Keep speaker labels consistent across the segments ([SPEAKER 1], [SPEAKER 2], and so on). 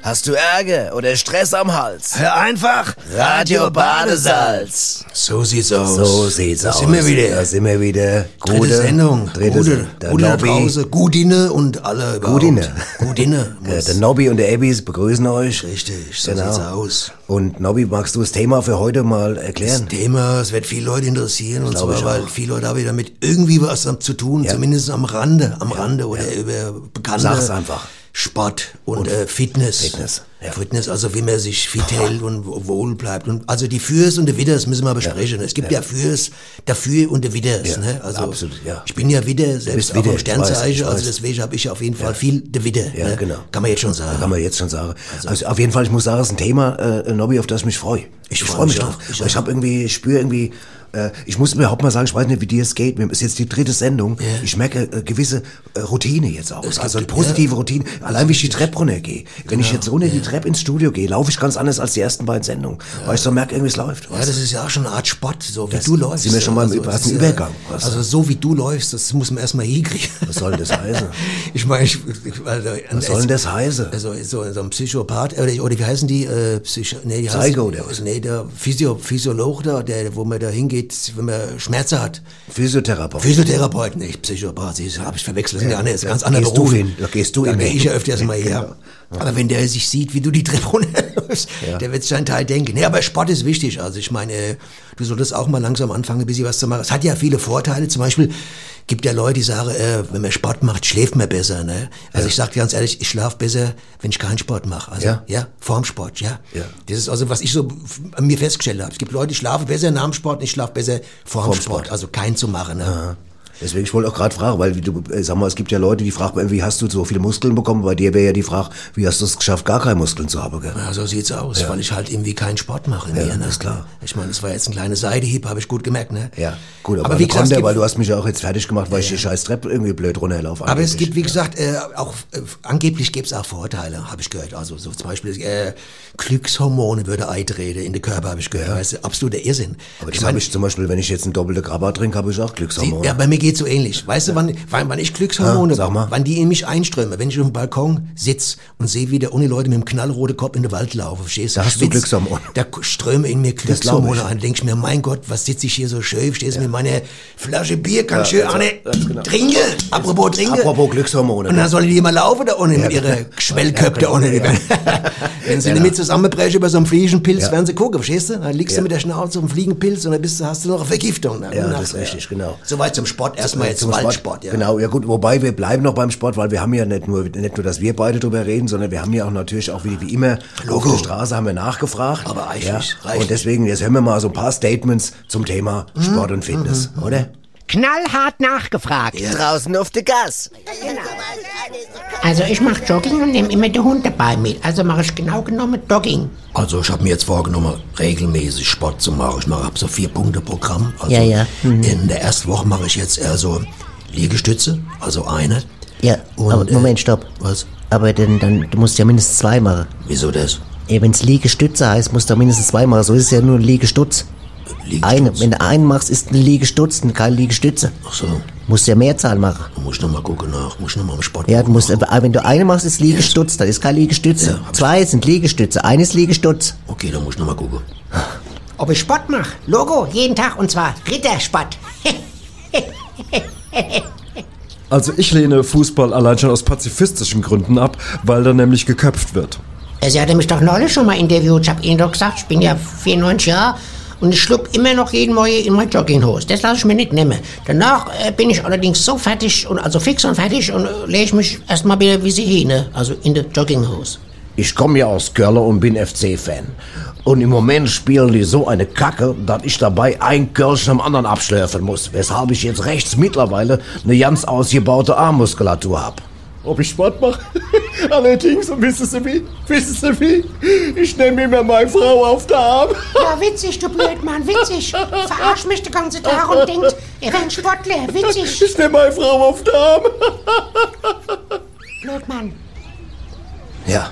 [SPEAKER 1] Hast du Ärger oder Stress am Hals?
[SPEAKER 2] Hör einfach
[SPEAKER 1] Radio Badesalz.
[SPEAKER 2] So sieht's aus.
[SPEAKER 1] So sieht's
[SPEAKER 2] da
[SPEAKER 1] aus.
[SPEAKER 2] Sind wir
[SPEAKER 1] Da
[SPEAKER 2] wieder.
[SPEAKER 1] sind wir wieder.
[SPEAKER 2] Dritte Sendung.
[SPEAKER 1] Dritte,
[SPEAKER 2] Gute,
[SPEAKER 1] der
[SPEAKER 2] gute nach
[SPEAKER 1] Nobby.
[SPEAKER 2] Hause. Gudine und alle überhaupt.
[SPEAKER 1] Gudine.
[SPEAKER 2] Gudine.
[SPEAKER 1] Äh,
[SPEAKER 2] muss-
[SPEAKER 1] der Nobby und der Abis begrüßen euch.
[SPEAKER 2] Richtig, so
[SPEAKER 1] Genau.
[SPEAKER 2] sieht's aus.
[SPEAKER 1] Und Nobby, magst du das Thema für heute mal
[SPEAKER 2] Das
[SPEAKER 1] erklären?
[SPEAKER 2] Thema, es wird viele Leute interessieren und
[SPEAKER 1] Glaube
[SPEAKER 2] zwar,
[SPEAKER 1] ich
[SPEAKER 2] weil
[SPEAKER 1] auch.
[SPEAKER 2] viele Leute haben damit irgendwie was am- zu tun, zumindest am Rande, am Rande oder über bekannte
[SPEAKER 1] Sag's einfach.
[SPEAKER 2] Sport und, äh, Fitness.
[SPEAKER 1] Fitness, ja.
[SPEAKER 2] Fitness, also wie man sich fit hält und wo- wohl bleibt. Und also die Fürs und die Widders müssen wir besprechen. Es gibt ja, Fürs, dafür und die Widders.
[SPEAKER 1] Ja,
[SPEAKER 2] ne? also
[SPEAKER 1] absolut, ja.
[SPEAKER 2] Ich bin ja Widder, selbst
[SPEAKER 1] bist
[SPEAKER 2] auch
[SPEAKER 1] Widder,
[SPEAKER 2] im
[SPEAKER 1] ich weiß, ich
[SPEAKER 2] Sternzeichen,
[SPEAKER 1] weiß.
[SPEAKER 2] also deswegen habe ich auf jeden Fall viel der Widder.
[SPEAKER 1] Ja,
[SPEAKER 2] ne?
[SPEAKER 1] genau.
[SPEAKER 2] Kann man jetzt schon sagen.
[SPEAKER 1] Kann man jetzt schon sagen. Also, auf jeden Fall, ich muss sagen, es ist ein Thema, äh, Nobby, auf das ich mich freue.
[SPEAKER 2] Ich freu
[SPEAKER 1] freu
[SPEAKER 2] mich auch.
[SPEAKER 1] Ich,
[SPEAKER 2] Ich
[SPEAKER 1] ich habe irgendwie, ich spüre irgendwie, äh, ich muss überhaupt mal sagen, ich weiß nicht, wie dir es geht. Mir ist jetzt die dritte Sendung. Ich merke äh, gewisse äh, Routine jetzt auch. also eine
[SPEAKER 2] gibt- Genau.
[SPEAKER 1] positive Routine. Allein wie ich die Treppe runtergehe. Wenn ich jetzt runter die Treppe ins Studio gehe, laufe ich ganz anders als die ersten beiden Sendungen. Weil ich so merke, irgendwie es läuft.
[SPEAKER 2] Ja, das ist ja auch schon eine Art Sport, so wie
[SPEAKER 1] Das
[SPEAKER 2] du läufst.
[SPEAKER 1] sind wir schon mal im Über-
[SPEAKER 2] das
[SPEAKER 1] im
[SPEAKER 2] ist,
[SPEAKER 1] Übergang,
[SPEAKER 2] äh,
[SPEAKER 1] was?
[SPEAKER 2] Also so wie du läufst, das muss man erstmal hinkriegen.
[SPEAKER 1] Was soll denn das heißen?
[SPEAKER 2] Ich meine, ich, ich, also,
[SPEAKER 1] Was soll denn das heißen?
[SPEAKER 2] Also so, so ein Psychopath, oder, oder wie heißen die? Äh, Psycho, nee, die
[SPEAKER 1] Psycho,
[SPEAKER 2] heißen,
[SPEAKER 1] oder was?
[SPEAKER 2] Nee, der Physio, Physiolog da, der, wo man da hingeht, wenn man Schmerzen hat.
[SPEAKER 1] Physiotherapeut.
[SPEAKER 2] Physiotherapeut, nicht Psychopath, das habe ich verwechselt. Ja, nee, ist ein ganz anderer
[SPEAKER 1] gehst du
[SPEAKER 2] Beruf.
[SPEAKER 1] hin, da gehst du
[SPEAKER 2] da
[SPEAKER 1] immer
[SPEAKER 2] geh
[SPEAKER 1] hin. genau.
[SPEAKER 2] ich ja öfters mal her. Aber wenn der sich sieht, wie du die Treppe runterläufst, der wird seinen Teil denken. Nee, aber Sport ist wichtig. Also ich meine, du solltest auch mal langsam anfangen, ein bisschen was zu machen. Es hat ja viele Vorteile. Zum Beispiel gibt ja Leute, die sagen, äh, wenn man Sport macht, schläft man besser. Ne? Also ich sage dir ganz ehrlich, ich schlafe besser, wenn ich keinen Sport mache. Also,
[SPEAKER 1] Ja.
[SPEAKER 2] ja. vorm Sport, ja.
[SPEAKER 1] Ja.
[SPEAKER 2] Das ist also, was ich so f- an mir festgestellt habe. Es gibt Leute, die schlafen besser nach dem Sport und ich schlafe besser vorm,
[SPEAKER 1] Vorm
[SPEAKER 2] Sport.
[SPEAKER 1] Sport.
[SPEAKER 2] Also keinen zu machen. Ne?
[SPEAKER 1] Deswegen, ich wollte auch gerade fragen, weil wie du, äh, sag mal, es gibt ja Leute, die fragen, äh, wie hast du so viele Muskeln bekommen? Bei dir wäre ja die Frage, wie hast du es geschafft, gar keine Muskeln zu haben? Gell?
[SPEAKER 2] Ja, so sieht's aus, weil ich halt irgendwie keinen Sport mache.
[SPEAKER 1] Ja,
[SPEAKER 2] mehr, ne?
[SPEAKER 1] ist klar.
[SPEAKER 2] Ich meine, das war jetzt ein kleiner Seidehieb, habe ich gut gemerkt, ne?
[SPEAKER 1] Ja, gut, aber, gesagt,
[SPEAKER 2] aber wie gesagt, es
[SPEAKER 1] Konter,
[SPEAKER 2] gibt,
[SPEAKER 1] weil du hast mich ja auch jetzt fertig gemacht, weil ich die scheiß Treppe irgendwie blöd runterlaufe.
[SPEAKER 2] aber es
[SPEAKER 1] angeblich.
[SPEAKER 2] gibt, wie gesagt, äh, auch äh, angeblich gibt's auch Vorteile, habe ich gehört. Also so zum Beispiel äh, Glückshormone würde eintreten in den Körper, habe ich gehört. Das ist absoluter Irrsinn.
[SPEAKER 1] Aber
[SPEAKER 2] ich
[SPEAKER 1] das habe ich zum Beispiel, wenn ich jetzt einen doppelten Grabber trinke, habe ich auch Glückshormone.
[SPEAKER 2] Ja, bei mir geht's so ähnlich. Weißt du, wann, wann, wann ich Glückshormone,
[SPEAKER 1] Ja, sag mal.
[SPEAKER 2] wann die in mich einströmen, wenn ich auf dem Balkon sitz und sehe, wie der ohne Leute mit dem knallroten Kopf in den Wald laufen, verstehst du?
[SPEAKER 1] Da hast du
[SPEAKER 2] Schwitz.
[SPEAKER 1] Glückshormone.
[SPEAKER 2] Da k- ströme in mir
[SPEAKER 1] glaub
[SPEAKER 2] Glückshormone
[SPEAKER 1] ich.
[SPEAKER 2] an. Denk ich mir, mein Gott, was sitz ich hier so schön, verstehst du, mit meiner Flasche Bier, kann schön
[SPEAKER 1] also,
[SPEAKER 2] eine
[SPEAKER 1] ganz genau.
[SPEAKER 2] trinke, apropos trinke.
[SPEAKER 1] Apropos Glückshormone.
[SPEAKER 2] Und dann sollen die mal laufen da genau. ohne mit
[SPEAKER 1] Ja.
[SPEAKER 2] ihrer Schwellköpfe da ohne. Wenn sie damit zusammenbrechen über so einen Fliegenpilz,
[SPEAKER 1] Ja.
[SPEAKER 2] werden sie gucken, verstehst du? Dann liegst
[SPEAKER 1] Ja.
[SPEAKER 2] du mit der Schnauze auf dem Fliegenpilz und dann bist du, hast du noch eine Vergiftung. Na,
[SPEAKER 1] Ja,
[SPEAKER 2] na,
[SPEAKER 1] das ist richtig, genau.
[SPEAKER 2] Soweit zum Sport, erstmal jetzt
[SPEAKER 1] Zum Sport.
[SPEAKER 2] Waldsport, ja.
[SPEAKER 1] Genau, ja gut, wobei wir bleiben noch beim Sport, weil wir haben ja nicht nur, nicht nur, dass wir beide drüber reden, sondern wir haben ja auch natürlich auch wie, wie immer
[SPEAKER 2] Logo.
[SPEAKER 1] auf der Straße haben wir nachgefragt.
[SPEAKER 2] Aber reicht
[SPEAKER 1] ja.
[SPEAKER 2] nicht, reicht
[SPEAKER 1] Und deswegen, jetzt hören wir mal so ein paar Statements zum Thema Sport und Fitness,
[SPEAKER 3] Mhm,
[SPEAKER 1] oder?
[SPEAKER 4] Knallhart nachgefragt. Genau.
[SPEAKER 5] Draußen auf der Gas.
[SPEAKER 4] Also ich mache Jogging und nehme immer den Hund dabei mit. Also mache ich genau genommen Jogging.
[SPEAKER 2] Also ich habe mir jetzt vorgenommen, regelmäßig Sport zu machen. Ich mache ab so vier Punkte Programm. Also
[SPEAKER 5] Ja, ja. Mhm.
[SPEAKER 2] In der ersten Woche mache ich jetzt eher so Liegestütze, also eine.
[SPEAKER 5] Ja,
[SPEAKER 2] Und,
[SPEAKER 5] aber
[SPEAKER 2] äh,
[SPEAKER 5] Moment, stopp.
[SPEAKER 2] Was?
[SPEAKER 5] Aber denn, dann, du musst ja mindestens zwei machen.
[SPEAKER 2] Wieso das?
[SPEAKER 5] Ja, wenn es Liegestütze heißt, musst du auch mindestens zwei machen. So ist es ja nur ein Liegestutz.
[SPEAKER 2] Liegestütze.
[SPEAKER 5] Eine, wenn du einen machst, ist ein Liegestutz und keine Liegestütze.
[SPEAKER 2] Ach so,
[SPEAKER 5] Musst ja Mehrzahl machen.
[SPEAKER 2] muss ich nochmal gucken nach, muss ich nochmal im Sport
[SPEAKER 5] Ja, du musst, aber wenn du eine machst, ist Liegestutz, dann ist kein Liegestütze.
[SPEAKER 2] hab ich-
[SPEAKER 5] Zwei sind Liegestütze, eines Liegestutz.
[SPEAKER 2] Okay, dann muss ich nochmal gucken.
[SPEAKER 4] Ob ich Sport mache? Logo, jeden Tag und zwar Rittersport.
[SPEAKER 3] Also ich lehne Fußball allein schon aus pazifistischen Gründen ab, weil da nämlich geköpft wird.
[SPEAKER 4] Äh, Sie hatte mich doch neulich schon mal interviewt. Ich habe Ihnen doch gesagt, ich bin ja 94 Jahre und ich schluck immer noch jeden Morgen in mein Jogginghose. Das lasse ich mir nicht nehmen. Danach äh, bin ich allerdings so fertig, und also fix und fertig und äh, lege ich mich erstmal wieder wie Sie hin, ne? also in der Jogginghose.
[SPEAKER 6] Ich komme ja aus Köln und bin FC-Fan. Und im Moment spielen die so eine Kacke, dass ich dabei ein Kölsch am anderen abschlürfen muss, weshalb ich jetzt rechts mittlerweile eine ganz ausgebaute Armmuskulatur habe.
[SPEAKER 3] Ob ich Sport mache? Allerdings, und wissen Sie wie? Wissen Sie wie? Ich nehme immer meine Frau auf der Arm.
[SPEAKER 4] Ja, witzig, du Blödmann, witzig. Verarsch mich den ganzen Tag und denkt, ihr wäre ein Sportler, witzig,
[SPEAKER 3] nehme meine Frau auf der Arm.
[SPEAKER 4] Blödmann.
[SPEAKER 1] Ja,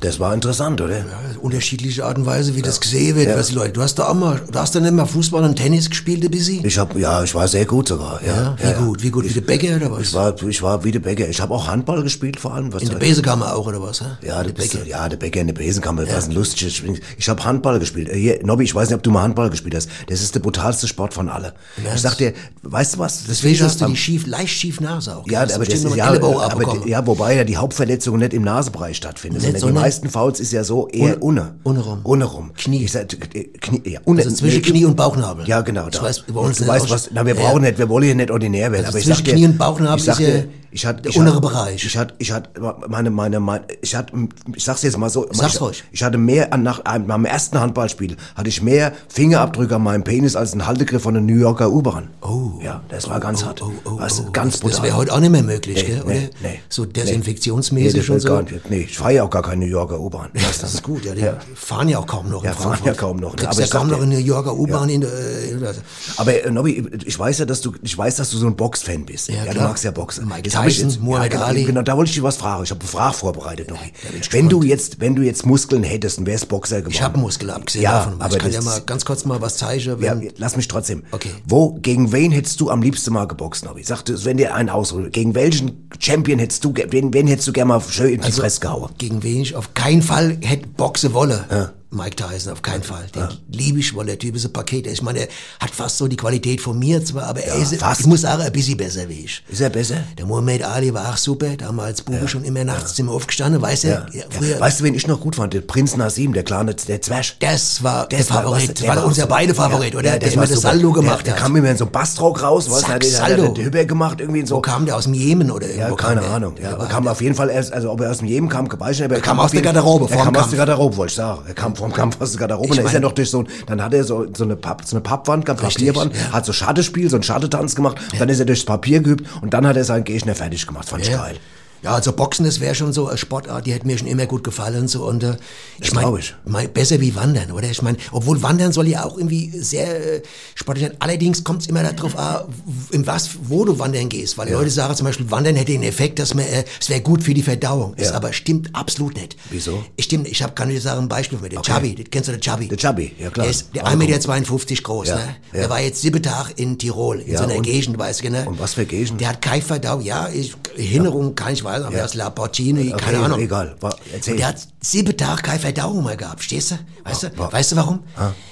[SPEAKER 1] Das war interessant, oder?
[SPEAKER 2] Also unterschiedliche Art und Weise, wie das gesehen wird. Weißt du, Leute, du hast da auch mal, du hast da nicht mal Fußball und Tennis gespielt, ein bisschen?
[SPEAKER 1] Ich hab, ja, ich war sehr gut sogar. Ja,
[SPEAKER 2] Ja, wie gut, wie gut, wie der Bäcker oder was?
[SPEAKER 1] Ich war, ich war wie der Bäcker. Ich habe auch Handball gespielt vor allem. Was
[SPEAKER 2] In der Besenkammer auch oder was? hä?
[SPEAKER 1] Ja,
[SPEAKER 2] In
[SPEAKER 1] der
[SPEAKER 2] der
[SPEAKER 1] Bäcker.
[SPEAKER 2] Bäcker.
[SPEAKER 1] ja, der Bäcker in der Besenkammer, das ist ein lustiges Spiel. Ich habe Handball gespielt. Äh, Hier, Nobby, ich weiß nicht, ob du mal Handball gespielt hast. Das ist der brutalste Sport von alle. Ich sag dir, weißt du was?
[SPEAKER 2] Deswegen hast du
[SPEAKER 1] am-
[SPEAKER 2] die schief, leicht schief Nase auch.
[SPEAKER 1] ja,
[SPEAKER 2] Hast du
[SPEAKER 1] aber das
[SPEAKER 2] bestimmt noch
[SPEAKER 1] ist
[SPEAKER 2] einen
[SPEAKER 1] ja,
[SPEAKER 2] Ellenbogen
[SPEAKER 1] aber,
[SPEAKER 2] abbekommen.
[SPEAKER 1] die- ja, wobei ja die Hauptverletzung nicht im Nasenbereich stattfindet.
[SPEAKER 2] Nicht,
[SPEAKER 1] Sondern
[SPEAKER 2] ne?
[SPEAKER 1] die
[SPEAKER 2] sondern-
[SPEAKER 1] meisten Fouls ist ja so eher ohne.
[SPEAKER 2] ohne rum.
[SPEAKER 1] Ohne rum.
[SPEAKER 2] Knie.
[SPEAKER 1] Ich sag, äh, Knie, ja, ohne,
[SPEAKER 2] Also zwischen Knie und Bauchnabel.
[SPEAKER 1] Ja, genau.
[SPEAKER 2] Das
[SPEAKER 1] Da.
[SPEAKER 2] ne? weiß- wir wollen uns
[SPEAKER 1] du
[SPEAKER 2] nicht
[SPEAKER 1] weißt
[SPEAKER 2] aus-
[SPEAKER 1] was, na, wir
[SPEAKER 2] Ja.
[SPEAKER 1] brauchen nicht, wir wollen hier nicht ordinär werden.
[SPEAKER 2] Also
[SPEAKER 1] aber ich
[SPEAKER 2] zwischen
[SPEAKER 1] sag dir,
[SPEAKER 2] Knie und Bauchnabel
[SPEAKER 1] ich sag
[SPEAKER 2] ist ja
[SPEAKER 1] dir, ich hatte,
[SPEAKER 2] der
[SPEAKER 1] ich hatte-
[SPEAKER 2] untere Bereich.
[SPEAKER 1] Ich hatte, ich hatte, meine, meine, meine, ich hatte, ich sag's jetzt mal so.
[SPEAKER 2] Sag's
[SPEAKER 1] ich,
[SPEAKER 2] ruhig.
[SPEAKER 1] Ich hatte mehr, an- nach einem- meinem ersten Handballspiel, hatte ich mehr Fingerabdrücke an meinem Penis als ein Haltegriff von einer New Yorker U-Bahn. Oh. Ja, das war ganz hart.
[SPEAKER 2] Oh, oh,
[SPEAKER 1] Weißt du,
[SPEAKER 2] oh.
[SPEAKER 1] ganz brutal.
[SPEAKER 2] Das wäre heute auch nicht mehr möglich, gell? Oder?
[SPEAKER 1] nee, nee.
[SPEAKER 2] so
[SPEAKER 1] Nee.
[SPEAKER 2] desinfektionsmäßig
[SPEAKER 1] das
[SPEAKER 2] und
[SPEAKER 1] geht
[SPEAKER 2] so.
[SPEAKER 1] gar nicht. Nee, ich fahre ja auch gar keine New Yorker U-Bahn. Weißt du?
[SPEAKER 2] Das ist gut, ja. Die fahren ja auch kaum noch.
[SPEAKER 1] Ja,
[SPEAKER 2] in
[SPEAKER 1] fahren
[SPEAKER 2] Frankfurt.
[SPEAKER 1] ja kaum noch, ne?
[SPEAKER 2] Kriegst
[SPEAKER 1] Aber
[SPEAKER 2] ja
[SPEAKER 1] ich sag
[SPEAKER 2] kaum
[SPEAKER 1] dir-
[SPEAKER 2] noch in New Yorker U-Bahn in der. äh, in der-
[SPEAKER 1] Aber äh, Nobby, ich weiß ja, dass du, ich weiß, dass du so ein Box-Fan bist.
[SPEAKER 2] Ja,
[SPEAKER 1] Ja, du
[SPEAKER 2] klar.
[SPEAKER 1] magst ja Boxen.
[SPEAKER 2] Mike
[SPEAKER 1] Jetzt hab ich
[SPEAKER 2] Tyson,
[SPEAKER 1] jetzt-
[SPEAKER 2] Muhammad
[SPEAKER 1] ja, genau,
[SPEAKER 2] Ali.
[SPEAKER 1] Genau, da wollte ich dich was fragen. Ich habe eine Frage vorbereitet, Nobby. wenn du jetzt, wenn du jetzt Muskeln hättest, und wärst Boxer geworden.
[SPEAKER 2] Ich habe Muskel abgesehen
[SPEAKER 1] Ja,
[SPEAKER 2] davon.
[SPEAKER 1] aber
[SPEAKER 2] ich kann
[SPEAKER 1] das-
[SPEAKER 2] ja mal ganz kurz mal was zeigen.
[SPEAKER 1] ja,
[SPEAKER 2] Wenn,
[SPEAKER 1] lass mich trotzdem.
[SPEAKER 2] Okay.
[SPEAKER 1] Wo, gegen wen hättest du am liebsten mal geboxt, Nobby? Sag, du, wenn dir einen ausruht, gegen welchen Champion hättest du, ge- wen, wen hättest du gerne mal schön in die
[SPEAKER 2] Also-
[SPEAKER 1] Fresse gehauen?
[SPEAKER 2] Gegen wen ich auf keinen Fall hätte boxe wolle. Mike Tyson, auf keinen Fall. Den liebe ich, weil der Typ ist ein Paket. Ich meine, er hat fast so die Qualität von mir zwar, aber er ist,
[SPEAKER 1] fast.
[SPEAKER 2] ich muss sagen, ein bisschen besser wie ich.
[SPEAKER 1] Ist er besser?
[SPEAKER 2] Der Muhammad Ali war auch super, damals Bube schon immer nachts sind wir aufgestanden, weißt du? Ja. früher,
[SPEAKER 1] Ja. Weißt du, wen ich noch gut fand? Der Prinz Nasim, der kleine, der Zwerg.
[SPEAKER 2] das war der
[SPEAKER 1] Das war-
[SPEAKER 2] Favorit,
[SPEAKER 1] was-
[SPEAKER 2] das war, unser
[SPEAKER 1] so-
[SPEAKER 2] beide Favorit, oder? der
[SPEAKER 1] das
[SPEAKER 2] immer
[SPEAKER 1] war
[SPEAKER 2] das
[SPEAKER 1] super.
[SPEAKER 2] Saldo
[SPEAKER 1] Der-
[SPEAKER 2] gemacht
[SPEAKER 1] Der
[SPEAKER 2] hat.
[SPEAKER 1] kam immer in so einem Bassrock raus, was
[SPEAKER 2] Zack,
[SPEAKER 1] hat der- hat
[SPEAKER 2] Saldo.
[SPEAKER 1] der Hüber gemacht, irgendwie in so.
[SPEAKER 2] Wo kam der aus dem Jemen oder
[SPEAKER 1] Ja,
[SPEAKER 2] irgendwo
[SPEAKER 1] keine
[SPEAKER 2] kam der?
[SPEAKER 1] Ahnung. Ja,
[SPEAKER 2] Der
[SPEAKER 1] aber
[SPEAKER 2] war-
[SPEAKER 1] kam auf jeden Fall erst, also ob er aus dem Jemen kam, gebeichtet, aber er
[SPEAKER 2] kam aus
[SPEAKER 1] auf jeden-
[SPEAKER 2] der Garderobe,
[SPEAKER 1] Er
[SPEAKER 2] vorm
[SPEAKER 1] kam aus
[SPEAKER 2] Kampf.
[SPEAKER 1] der Garderobe, wollte ich sagen. Er kam vom Kampf aus der Garderobe. Und dann ist er
[SPEAKER 2] meine-
[SPEAKER 1] noch durch so, ein- dann hat er so, so eine Papp, so eine Pappwand gehabt,
[SPEAKER 2] Richtig,
[SPEAKER 1] Papierwand,
[SPEAKER 2] ja.
[SPEAKER 1] hat so Schattespiel, so ein Schattetanz gemacht, dann ist er durchs Papier geübt und dann hat er seinen Gegner fertig gemacht. Fand ich
[SPEAKER 2] Ja.
[SPEAKER 1] geil.
[SPEAKER 2] Ja, also Boxen, das wäre schon so eine Sportart, die hätte mir schon immer gut gefallen. So. Und äh, ich
[SPEAKER 1] glaub
[SPEAKER 2] meine,
[SPEAKER 1] ich.
[SPEAKER 2] mein, besser wie Wandern, oder? Ich meine, obwohl Wandern soll ja auch irgendwie sehr äh, sportlich sein. Allerdings kommt es immer darauf an, w- in was, wo du wandern gehst. Weil Leute sagen zum Beispiel, Wandern hätte den Effekt, dass man, äh, es wäre gut für die Verdauung. Das aber stimmt absolut nicht.
[SPEAKER 1] Wieso?
[SPEAKER 2] Ich stimmt, ich habe kann ich dir sagen, ein Beispiel mit dem Chubby. Das kennst du den Chubby?
[SPEAKER 1] Der Chubby, ja klar.
[SPEAKER 2] Der ist der
[SPEAKER 1] Aber
[SPEAKER 2] 1,52 Meter groß,
[SPEAKER 1] Ja,
[SPEAKER 2] ne?
[SPEAKER 1] ja.
[SPEAKER 2] Der war jetzt sieben Tag in Tirol, in
[SPEAKER 1] Ja,
[SPEAKER 2] so einer
[SPEAKER 1] und-
[SPEAKER 2] Gegend, weißt du, ne?
[SPEAKER 1] Und was für Gegend?
[SPEAKER 2] Der hat keine Verdauung, ja, ich, Erinnerung kann ich weiß, aber
[SPEAKER 1] Ja.
[SPEAKER 2] aus Laportini,
[SPEAKER 1] Okay,
[SPEAKER 2] keine Ahnung.
[SPEAKER 1] Egal, war, erzähl.
[SPEAKER 2] Der hat sieben Tage keine Verdauung mehr gehabt, verstehst du? Weißt du,
[SPEAKER 1] wa-
[SPEAKER 2] weißt du warum?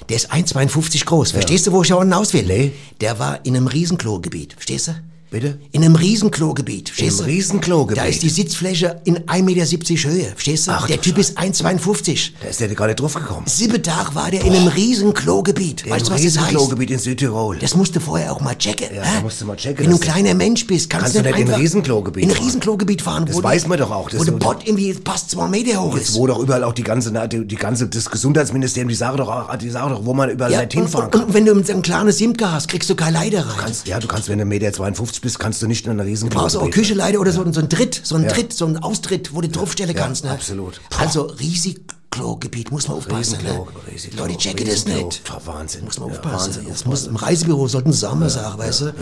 [SPEAKER 2] Der ist 1,52 groß, verstehst du, wo ich auch hinaus will?
[SPEAKER 1] Ah. Nee.
[SPEAKER 2] Der war in einem Riesenklogebiet, verstehst du?
[SPEAKER 1] Bitte?
[SPEAKER 2] In einem Riesenklogebiet, verstehst du?
[SPEAKER 1] einem Riesenklogebiet?
[SPEAKER 2] Da ist die Sitzfläche in 1,70 Meter Höhe, verstehst du?
[SPEAKER 1] Ach,
[SPEAKER 2] der
[SPEAKER 1] du
[SPEAKER 2] Typ ist 1,52.
[SPEAKER 1] Da ist der gar nicht drauf gekommen.
[SPEAKER 2] Sieben Tage war der in einem Riesenklogebiet. Weißt du, was das heißt?
[SPEAKER 1] Riesenklogebiet in Südtirol.
[SPEAKER 2] Das musst du vorher auch mal checken.
[SPEAKER 1] Ja,
[SPEAKER 2] hä?
[SPEAKER 1] da musst du mal checken,
[SPEAKER 2] Wenn du ein
[SPEAKER 1] dass-
[SPEAKER 2] kleiner Mensch bist, kannst,
[SPEAKER 1] Kannst du nicht in ein
[SPEAKER 2] einfach
[SPEAKER 1] Riesenklogebiet
[SPEAKER 2] in ein
[SPEAKER 1] fahren.
[SPEAKER 2] Riesenklogebiet fahren.
[SPEAKER 1] Das
[SPEAKER 2] wo
[SPEAKER 1] weiß
[SPEAKER 2] die-
[SPEAKER 1] man doch auch, das
[SPEAKER 2] Wo der
[SPEAKER 1] so-
[SPEAKER 2] Pott irgendwie fast zwei Meter hoch
[SPEAKER 1] Jetzt,
[SPEAKER 2] ist.
[SPEAKER 1] wo doch überall auch die ganze, na, die, die ganze, das Gesundheitsministerium, die sagen doch, auch- die sagen doch, wo man überall
[SPEAKER 2] Ja,
[SPEAKER 1] nicht hinfahren
[SPEAKER 2] und,
[SPEAKER 1] kann.
[SPEAKER 2] und wenn du mit so einem kleinen Simke hast, kriegst du keine Leiter rein.
[SPEAKER 1] kannst, ja, du kannst, wenn du 1,52 Meter bist, kannst du nicht in einer riesen
[SPEAKER 2] Du brauchst auch eine
[SPEAKER 1] Klose-
[SPEAKER 2] Kücheleiter oder so, so ein Tritt, so ein
[SPEAKER 1] Ja.
[SPEAKER 2] Tritt, so ein Austritt, wo du draufstellen
[SPEAKER 1] ja,
[SPEAKER 2] kannst. Ne?
[SPEAKER 1] absolut.
[SPEAKER 2] Also Riesenklogebiet, muss man aufpassen. Ne?
[SPEAKER 1] Riesenklo- Riesenklo-
[SPEAKER 2] Leute, checken das
[SPEAKER 1] Riesenklo-
[SPEAKER 2] nicht.
[SPEAKER 1] Pah, Wahnsinn.
[SPEAKER 2] Muss man
[SPEAKER 1] Ja,
[SPEAKER 2] aufpassen.
[SPEAKER 1] Wahnsinn,
[SPEAKER 2] das muss, Im Reisebüro sollten sie sagen, sagen, weißt du.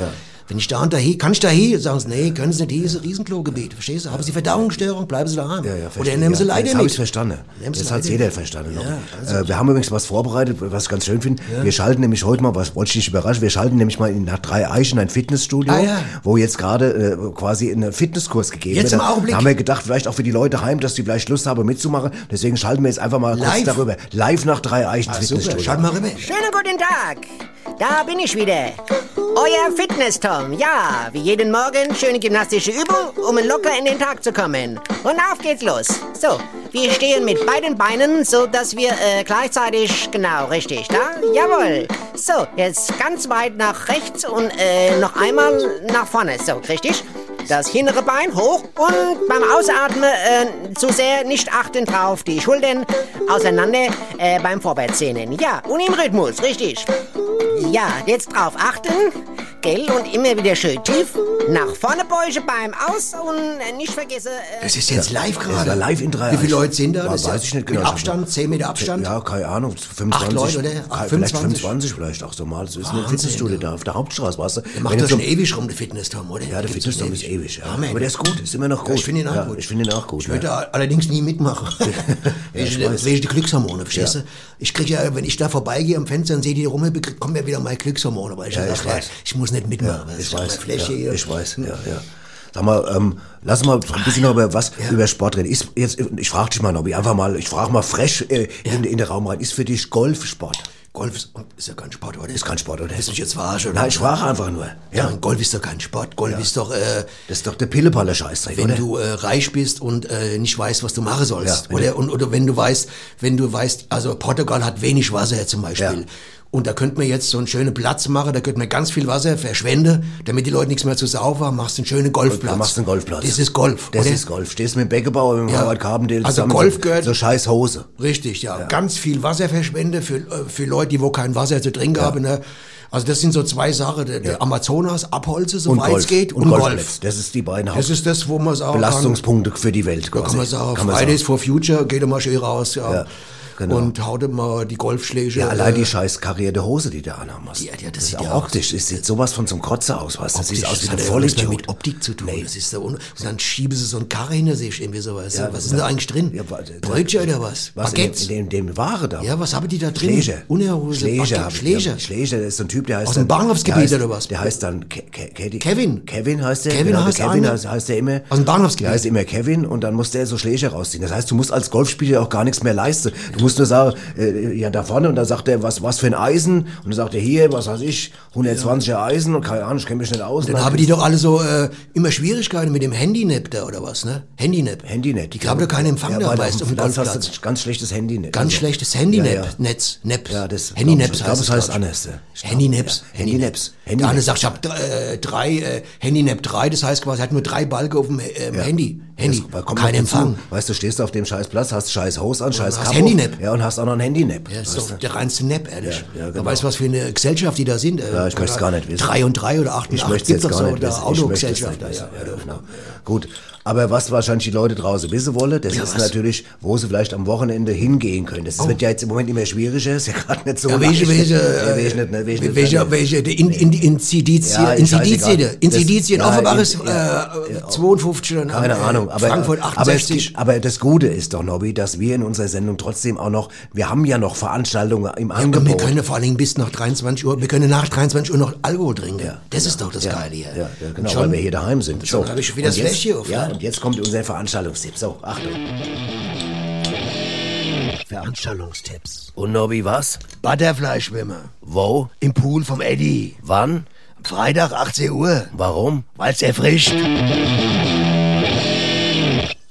[SPEAKER 2] Wenn ich da und da hin, kann ich da hin? Sagen sie, nee, können sie nicht, hier ist ein Riesenklogebiet. Verstehst du? Haben sie Verdauungsstörung, bleiben sie daheim.
[SPEAKER 1] Ja, ja,
[SPEAKER 2] oder
[SPEAKER 1] verstehe,
[SPEAKER 2] nehmen
[SPEAKER 1] ja.
[SPEAKER 2] sie Leiter
[SPEAKER 1] Jetzt habe ich
[SPEAKER 2] mit.
[SPEAKER 1] verstanden.
[SPEAKER 2] Nehmen Sie
[SPEAKER 1] Jetzt hat
[SPEAKER 2] Leiter
[SPEAKER 1] jeder
[SPEAKER 2] mit.
[SPEAKER 1] verstanden.
[SPEAKER 2] Ja, also
[SPEAKER 1] Nobby. äh, wir haben übrigens was vorbereitet, was ich ganz schön finde. Wir schalten nämlich heute mal, was wollte ich dich überraschen, wir schalten nämlich mal in, nach drei Eichen ein Fitnessstudio,
[SPEAKER 2] Ah, ja.
[SPEAKER 1] wo jetzt gerade äh, quasi ein Fitnesskurs gegeben
[SPEAKER 2] Jetzt
[SPEAKER 1] wird.
[SPEAKER 2] im Augenblick.
[SPEAKER 1] Da haben wir gedacht, vielleicht auch für die Leute heim, dass die vielleicht Lust haben mitzumachen. Deswegen schalten wir jetzt einfach mal
[SPEAKER 2] Live? Ah,
[SPEAKER 1] kurz darüber. Live nach drei Eichen
[SPEAKER 2] Super,
[SPEAKER 1] Fitnessstudio.
[SPEAKER 2] schaut mal rüber.
[SPEAKER 7] Schönen guten Tag. Da bin ich wieder. Euer Fitness-Tom. Ja, wie jeden Morgen schöne gymnastische Übung, um locker in den Tag zu kommen. Und auf geht's los. So, wir stehen mit beiden Beinen, so dass wir äh, gleichzeitig, genau, richtig, da? Jawohl. So, jetzt ganz weit nach rechts und äh, noch einmal nach vorne. So, richtig? Das hintere Bein hoch und beim Ausatmen äh, zu sehr nicht achten drauf die Schultern auseinander äh, beim Vorwärtszähnen. Ja, und im Rhythmus, richtig. Ja, jetzt drauf achten. gell? Und immer wieder schön tief. Nach vorne beugen beim Aus und äh, nicht vergessen. Äh,
[SPEAKER 2] Das ist jetzt live gerade.
[SPEAKER 1] ja live in drei
[SPEAKER 2] Wie viele
[SPEAKER 1] Eich.
[SPEAKER 2] Leute sind da?
[SPEAKER 1] Ja,
[SPEAKER 2] Das ist
[SPEAKER 1] weiß ich nicht genau.
[SPEAKER 2] Mit Abstand, 10 Meter Abstand.
[SPEAKER 1] Ja, keine Ahnung. 25.
[SPEAKER 2] Leute, oder?
[SPEAKER 1] Kein-
[SPEAKER 2] Ach,
[SPEAKER 1] Vielleicht
[SPEAKER 2] 25.
[SPEAKER 1] 25 vielleicht auch so mal. Das ist eine Fitnessstudio da auf der Hauptstraße, weißt du?
[SPEAKER 2] Der macht
[SPEAKER 1] Wenn
[SPEAKER 2] das
[SPEAKER 1] jetzt
[SPEAKER 2] schon ewig rum, der Fitness-Tom, oder?
[SPEAKER 1] Ja, der
[SPEAKER 2] Gibt's
[SPEAKER 1] Fitnessturm
[SPEAKER 2] schon
[SPEAKER 1] ist ewig. Ja.
[SPEAKER 2] Amen.
[SPEAKER 1] Aber der ist gut, ist immer noch gut.
[SPEAKER 2] Ja, ich finde ihn auch
[SPEAKER 1] ja,
[SPEAKER 2] gut.
[SPEAKER 1] Ich finde ihn auch gut.
[SPEAKER 2] Ich würde
[SPEAKER 1] ja.
[SPEAKER 2] da allerdings nie mitmachen.
[SPEAKER 1] ich
[SPEAKER 2] wegen,
[SPEAKER 1] weiß.
[SPEAKER 2] der, wegen der Glückshormone, verstehst du? Ich kriege ja, wenn ich da vorbeigehe am Fenster und sehe die rumhebe, kommen ja wieder meine Glückshormone, weil ich ja,
[SPEAKER 1] ich
[SPEAKER 2] sag, ja,
[SPEAKER 1] weiß.
[SPEAKER 2] ich muss nicht mitmachen. das
[SPEAKER 1] Ich
[SPEAKER 2] ist doch
[SPEAKER 1] weiß,
[SPEAKER 2] eine Fläche
[SPEAKER 1] ja,
[SPEAKER 2] hier.
[SPEAKER 1] ich weiß, ja, ja. Sag mal, ähm, lass mal ein bisschen noch über was, über Sport reden. Ist jetzt, ich frage dich mal, Nobby, einfach mal, ich frage mal fresh äh, in, in den Raum rein. Ist für dich Golf Sport?
[SPEAKER 2] Golf ist, oh, ist ja kein Sport, oder?
[SPEAKER 1] Ist kein Sport, oder?
[SPEAKER 2] Willst du mich jetzt verarschen? Oder?
[SPEAKER 1] Nein, ich frage einfach nur.
[SPEAKER 2] ja.
[SPEAKER 1] Ja,
[SPEAKER 2] Golf ist doch kein Sport. Golf ist doch, äh,
[SPEAKER 1] das ist doch der pillepalle Scheißdreck,
[SPEAKER 2] wenn
[SPEAKER 1] oder?
[SPEAKER 2] du äh, reich bist und äh, nicht weißt, was du machen sollst.
[SPEAKER 1] Ja, wenn
[SPEAKER 2] oder, und, oder wenn du weißt, wenn du weißt, also Portugal hat wenig Wasser zum Beispiel.
[SPEAKER 1] Ja.
[SPEAKER 2] Und da könnte man jetzt so einen schönen Platz machen, da könnte man ganz viel Wasser verschwenden, damit die Leute nichts mehr zu saufen haben, machst einen schönen Golfplatz.
[SPEAKER 1] Du machst einen Golfplatz.
[SPEAKER 2] Das ist Golf,
[SPEAKER 1] Das
[SPEAKER 2] oder?
[SPEAKER 1] ist Golf. Stehst mit dem Beckerbauer, mit dem
[SPEAKER 2] Ja.
[SPEAKER 1] Harald Carbendale
[SPEAKER 2] Also
[SPEAKER 1] zusammen,
[SPEAKER 2] Golf
[SPEAKER 1] so,
[SPEAKER 2] gehört-
[SPEAKER 1] So scheiß Hose.
[SPEAKER 2] Richtig, ja. Ganz viel Wasser verschwende für, äh, für Leute, die wo kein Wasser zu trinken haben. Ne? Also das sind so zwei Sachen. Der, der Amazonas, Abholze,
[SPEAKER 1] Und
[SPEAKER 2] soweit es
[SPEAKER 1] Golf.
[SPEAKER 2] geht, und, Golf.
[SPEAKER 1] Golfplatz. Das ist die beiden
[SPEAKER 2] Das ist das, wo man sagen kann,
[SPEAKER 1] Hauptbelastungspunkte für die Welt.
[SPEAKER 2] Da kann man sagen, Fridays for Future, geht mal schön raus, ja.
[SPEAKER 1] Ja, genau.
[SPEAKER 2] Und haut mal die Golfschläge.
[SPEAKER 1] Ja, allein
[SPEAKER 2] äh,
[SPEAKER 1] die scheiß karierte Hose, die du anhaben hast.
[SPEAKER 2] Ja, ja, das
[SPEAKER 1] Das
[SPEAKER 2] sieht
[SPEAKER 1] ist
[SPEAKER 2] ja
[SPEAKER 1] auch
[SPEAKER 2] auch-
[SPEAKER 1] optisch. Es sieht sowas von zum Kotzer aus, was? Das
[SPEAKER 2] Optik,
[SPEAKER 1] sieht aus wie ein
[SPEAKER 2] hat ja nichts mehr
[SPEAKER 1] Vollidiot.
[SPEAKER 2] mit Optik zu tun. Das ist da un und dann schieben sie so ein Karre hinter sich, irgendwie sowas.
[SPEAKER 1] Ja,
[SPEAKER 2] was
[SPEAKER 1] das-
[SPEAKER 2] ist denn da eigentlich drin?
[SPEAKER 1] Ja, warte, da-
[SPEAKER 2] Brötchen oder was?
[SPEAKER 1] Was in dem,
[SPEAKER 2] Baguettes?
[SPEAKER 1] in dem, dem Ware da?
[SPEAKER 2] ja, was haben die da drin?
[SPEAKER 1] Schläger.
[SPEAKER 2] Unterhose,
[SPEAKER 1] Schläger.
[SPEAKER 2] Baguette,
[SPEAKER 1] hab ich-
[SPEAKER 2] Schläger.
[SPEAKER 1] ja, Schläger, das ist so ein Typ, der heißt
[SPEAKER 2] Aus dem
[SPEAKER 1] dann-
[SPEAKER 2] Bahnhofsgebiet
[SPEAKER 1] der heißt-
[SPEAKER 2] oder was?
[SPEAKER 1] Der heißt dann Ke Ke Ke
[SPEAKER 2] Kevin.
[SPEAKER 1] Kevin heißt der. genau,
[SPEAKER 2] Kevin
[SPEAKER 1] der
[SPEAKER 2] heißt
[SPEAKER 1] Kevin
[SPEAKER 2] einer.
[SPEAKER 1] heißt, heißt der immer.
[SPEAKER 2] Aus dem Bahnhofsgebiet.
[SPEAKER 1] Der heißt immer Kevin und dann muss der so Schläger rausziehen. Das heißt, du musst als Golfspieler auch gar nichts mehr leisten. Du musst nur sagen, äh, ja, da vorne und dann sagt er, was, was für ein Eisen? Und dann sagt er, hier, was weiß ich, 120er Eisen und keine Ahnung, ich kenne mich nicht aus.
[SPEAKER 2] Dann haben die doch alle so äh, immer Schwierigkeiten mit dem Handynap da oder was, ne? Handynap.
[SPEAKER 1] Handynet.
[SPEAKER 2] Die haben doch keinen Empfang da,
[SPEAKER 1] weil
[SPEAKER 2] weißt
[SPEAKER 1] auf
[SPEAKER 2] du, auf
[SPEAKER 1] dem
[SPEAKER 2] dem
[SPEAKER 1] Platz hast
[SPEAKER 2] Golfplatz.
[SPEAKER 1] du ein ganz schlechtes Handynet.
[SPEAKER 2] Ganz
[SPEAKER 1] Also,
[SPEAKER 2] schlechtes
[SPEAKER 1] Ja, ja.
[SPEAKER 2] Handynet-Netz. Naps.
[SPEAKER 1] Ja, das
[SPEAKER 2] Handynaps
[SPEAKER 1] glaub ich. Ich glaub, es heißt
[SPEAKER 2] glaub ich.
[SPEAKER 1] anders. ja. Ich glaub,
[SPEAKER 2] Handynaps.
[SPEAKER 1] ja. Handynaps.
[SPEAKER 2] Der eine
[SPEAKER 1] Handynaps.
[SPEAKER 2] sagt, ich habe äh, drei, äh, Handynap 3, das heißt quasi, er hat nur drei Balken auf dem ähm, Handy. Handy.
[SPEAKER 1] Da kommt
[SPEAKER 2] Kein
[SPEAKER 1] noch dazu.
[SPEAKER 2] Empfang.
[SPEAKER 1] Weißt du, stehst auf dem scheiß Platz, hast scheiß Hose an, scheiß
[SPEAKER 2] hast
[SPEAKER 1] Kapo.
[SPEAKER 2] Handynap.
[SPEAKER 1] Ja, und hast auch noch ein Handynap.
[SPEAKER 2] Ja, ist doch der reinste Nap, ehrlich.
[SPEAKER 1] Ja, ja,
[SPEAKER 2] Man
[SPEAKER 1] genau.
[SPEAKER 2] weiß, was für eine Gesellschaft die da sind. äh,
[SPEAKER 1] Ja, ich möcht's gar nicht wissen.
[SPEAKER 2] Drei und drei oder acht und
[SPEAKER 1] ich
[SPEAKER 2] acht.
[SPEAKER 1] möchte
[SPEAKER 2] Gibt's
[SPEAKER 1] jetzt
[SPEAKER 2] doch
[SPEAKER 1] gar
[SPEAKER 2] so
[SPEAKER 1] nicht
[SPEAKER 2] da
[SPEAKER 1] wissen. Ich möchte es
[SPEAKER 2] Autogesellschaft.
[SPEAKER 1] nicht
[SPEAKER 2] da,
[SPEAKER 1] wissen.
[SPEAKER 2] Ja,
[SPEAKER 1] Ja,
[SPEAKER 2] ja.
[SPEAKER 1] genau. Gut, aber was wahrscheinlich die Leute draußen wissen wollen, das ist
[SPEAKER 2] was? Oh.
[SPEAKER 1] natürlich, wo sie vielleicht am Wochenende hingehen können. Das wird ja jetzt im Moment immer schwieriger, ist ja gerade nicht so
[SPEAKER 2] Ja,
[SPEAKER 1] leicht.
[SPEAKER 2] welche, welche,
[SPEAKER 1] ja, welche, nicht, ne, welche,
[SPEAKER 2] welche, welche, welche, die in, in, Inzidizien,
[SPEAKER 1] Ja, ist
[SPEAKER 2] Inzidizien,
[SPEAKER 1] scheißegal.
[SPEAKER 2] Inzidizien,
[SPEAKER 1] Das- ja,
[SPEAKER 2] offenbar
[SPEAKER 1] in-
[SPEAKER 2] ist
[SPEAKER 1] ja,
[SPEAKER 2] äh, 52 oder
[SPEAKER 1] Keine Ahnung, aber,
[SPEAKER 2] äh,
[SPEAKER 1] äh,
[SPEAKER 2] Frankfurt
[SPEAKER 1] aber, es
[SPEAKER 2] 68.
[SPEAKER 1] gibt- aber das Gute ist doch, Nobby, dass wir in unserer Sendung trotzdem auch noch, wir haben ja noch Veranstaltungen im
[SPEAKER 2] Und wir
[SPEAKER 1] Angebot.
[SPEAKER 2] können vor allen Dingen bis nach 23 Uhr, wir können nach 23 Uhr noch Alkohol trinken. das ist doch das
[SPEAKER 1] ja,
[SPEAKER 2] Geile hier.
[SPEAKER 1] ja, ja, genau,
[SPEAKER 2] Und schon-
[SPEAKER 1] weil wir hier daheim sind.
[SPEAKER 2] schon hab ich schon wieder
[SPEAKER 1] und
[SPEAKER 2] das
[SPEAKER 1] jetzt,
[SPEAKER 2] Fläschchen auf,
[SPEAKER 1] Ja,
[SPEAKER 2] ne?
[SPEAKER 1] und jetzt kommt unser Veranstaltungstipp. So, Achtung.
[SPEAKER 2] Veranstaltungstipps.
[SPEAKER 1] Und Nobby, was?
[SPEAKER 2] Butterfly-Schwimmer
[SPEAKER 1] Wo?
[SPEAKER 2] im Pool vom Eddy.
[SPEAKER 1] Wann?
[SPEAKER 2] Am Freitag 18 Uhr,
[SPEAKER 1] Warum?
[SPEAKER 2] weil's erfrischt.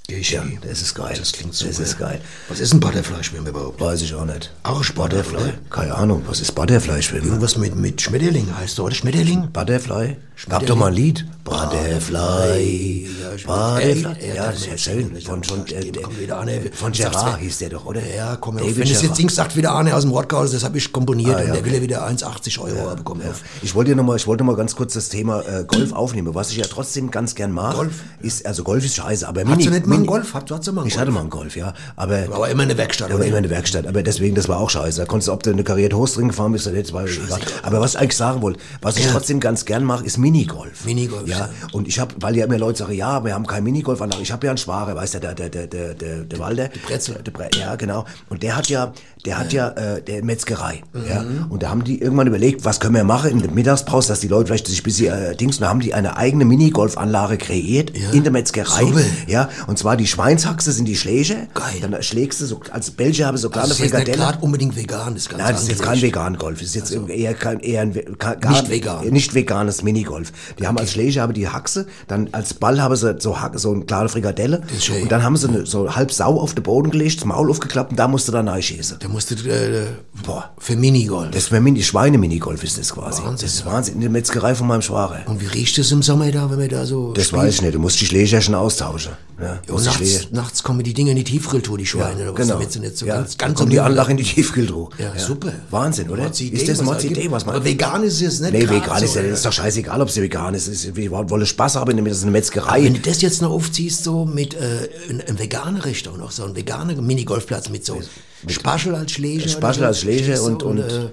[SPEAKER 1] Ja, das ist geil. Das klingt super. Das ist geil.
[SPEAKER 2] Was ist ein Butterfly-Schwimmer überhaupt?
[SPEAKER 1] Weiß ich auch nicht.
[SPEAKER 2] Auch ein Sport, Butterfly.
[SPEAKER 1] Keine Ahnung, was ist Butterfly schwimmen?
[SPEAKER 2] Irgendwas mit, mit Schmetterling heißt du, oder? Schmetterling?
[SPEAKER 1] Butterfly? Gab doch mal ein Lied. Butterfly. Butterfly. Ja, das ist ja schön. Von, von, äh,
[SPEAKER 2] Komm wieder an, ey.
[SPEAKER 1] von Gerard hieß der doch, oder?
[SPEAKER 2] Ja, Ah, komm auf.
[SPEAKER 1] David Ah,
[SPEAKER 2] Wenn es
[SPEAKER 1] Gerard.
[SPEAKER 2] jetzt Ding sagt, wieder Arne aus dem Rottgau, das habe ich komponiert und der will ja wieder 1,80 Euro haben. Komm auf.
[SPEAKER 1] Ich wollte noch mal, ich wollte noch mal ganz kurz das Thema äh, Golf aufnehmen. Was ich ja trotzdem ganz gern mag,
[SPEAKER 2] Golf?
[SPEAKER 1] ist also Golf ist scheiße, aber
[SPEAKER 2] Hast
[SPEAKER 1] Mini,
[SPEAKER 2] du nicht mal einen
[SPEAKER 1] Mini-
[SPEAKER 2] Golf? Habt- Hast du mal einen
[SPEAKER 1] Ich
[SPEAKER 2] Golf?
[SPEAKER 1] hatte mal einen Golf, ja, aber
[SPEAKER 2] Aber immer eine Werkstatt,
[SPEAKER 1] aber
[SPEAKER 2] oder?
[SPEAKER 1] immer eine Werkstatt. Aber deswegen, das war auch scheiße. Da konntest du, ob du eine karierte Hose drin gefahren bist, oder nicht, war egal. Aber was ich eigentlich sagen wollte, was ich
[SPEAKER 2] Ja.
[SPEAKER 1] trotzdem ganz gern mache, ist Minigolf.
[SPEAKER 2] Minigolf,
[SPEAKER 1] Ja,
[SPEAKER 2] ja.
[SPEAKER 1] und ich habe, weil ja immer Leute sagen, ja, wir haben kein Minigolfanlage. Ich habe ja einen Schwager, weißt du, der, der, der, der, der, der Walder. Der
[SPEAKER 2] Brezel.
[SPEAKER 1] Der Bre ja, genau. Und der hat ja, der hat ja, äh, der Metzgerei.
[SPEAKER 2] Mhm.
[SPEAKER 1] Ja. Und da haben die irgendwann überlegt, was können wir machen in der Mittagspause, dass die Leute vielleicht sich ein bisschen, äh, Dings, und da haben die eine eigene Minigolfanlage kreiert in der Metzgerei.
[SPEAKER 2] Sauber.
[SPEAKER 1] Ja, und zwar die Schweinshaxe sind die Schläge.
[SPEAKER 2] Geil.
[SPEAKER 1] Dann schlägst du so, als Belgier habe ich so kleine
[SPEAKER 2] Das ist jetzt nicht
[SPEAKER 1] Frikadelle.
[SPEAKER 2] gerade unbedingt vegan, das Ganze.
[SPEAKER 1] Nein, das ist jetzt kein
[SPEAKER 2] angelegt.
[SPEAKER 1] vegan Golf. Das ist jetzt eher kein eher ein, we- ka- gar,
[SPEAKER 2] Nicht vegan.
[SPEAKER 1] nicht veganes Minigolf. Die haben als Schläge haben die Haxe, dann als Ball haben sie so Hack- so eine kleine Frikadelle
[SPEAKER 2] ist schön.
[SPEAKER 1] und dann haben sie eine, so halb Sau auf den Boden gelegt, das Maul aufgeklappt und da musst du dann reinschießen.
[SPEAKER 2] Da musste, äh, boah, für Minigolf.
[SPEAKER 1] Das ist mein Mini Schweineminigolf ist das quasi.
[SPEAKER 2] Wahnsinn,
[SPEAKER 1] das ist
[SPEAKER 2] ja.
[SPEAKER 1] Wahnsinn. In der Metzgerei von meinem Schwager.
[SPEAKER 2] Und wie riecht es im Sommer da, wenn wir da so
[SPEAKER 1] Das weiß ich nicht. Du musst die Schläger schon austauschen. Ja,
[SPEAKER 2] Und
[SPEAKER 1] musst die Schläger-
[SPEAKER 2] nachts, nachts kommen die Dinger in die Tiefkühltruhe, die Schweine oder was,
[SPEAKER 1] genau.
[SPEAKER 2] damit sie nicht so
[SPEAKER 1] ja.
[SPEAKER 2] ganz,
[SPEAKER 1] dann
[SPEAKER 2] ganz
[SPEAKER 1] kommt die
[SPEAKER 2] am-
[SPEAKER 1] Anlage in die Tiefkühltruhe.
[SPEAKER 2] Ja, super.
[SPEAKER 1] Wahnsinn, oder?
[SPEAKER 2] Mods-Idee,
[SPEAKER 1] ist das
[SPEAKER 2] was
[SPEAKER 1] Mods
[SPEAKER 2] da
[SPEAKER 1] Idee,
[SPEAKER 2] gibt.
[SPEAKER 1] was man...
[SPEAKER 2] Aber vegan ist es nicht
[SPEAKER 1] Nee,
[SPEAKER 2] grad
[SPEAKER 1] vegan ist
[SPEAKER 2] so,
[SPEAKER 1] ja, ist doch scheißegal, ob sie vegan ist. ist wir wollen Spaß haben, nämlich das ist eine Metzgerei.
[SPEAKER 2] Wenn du das jetzt noch aufziehst, so mit äh, in, in vegane Richtung noch, so ein veganer Minigolfplatz mit so Spaschel als Schläge. oder
[SPEAKER 1] Spaschel
[SPEAKER 2] so,
[SPEAKER 1] als Schläge
[SPEAKER 2] verstehst du?
[SPEAKER 1] und- und-
[SPEAKER 2] äh,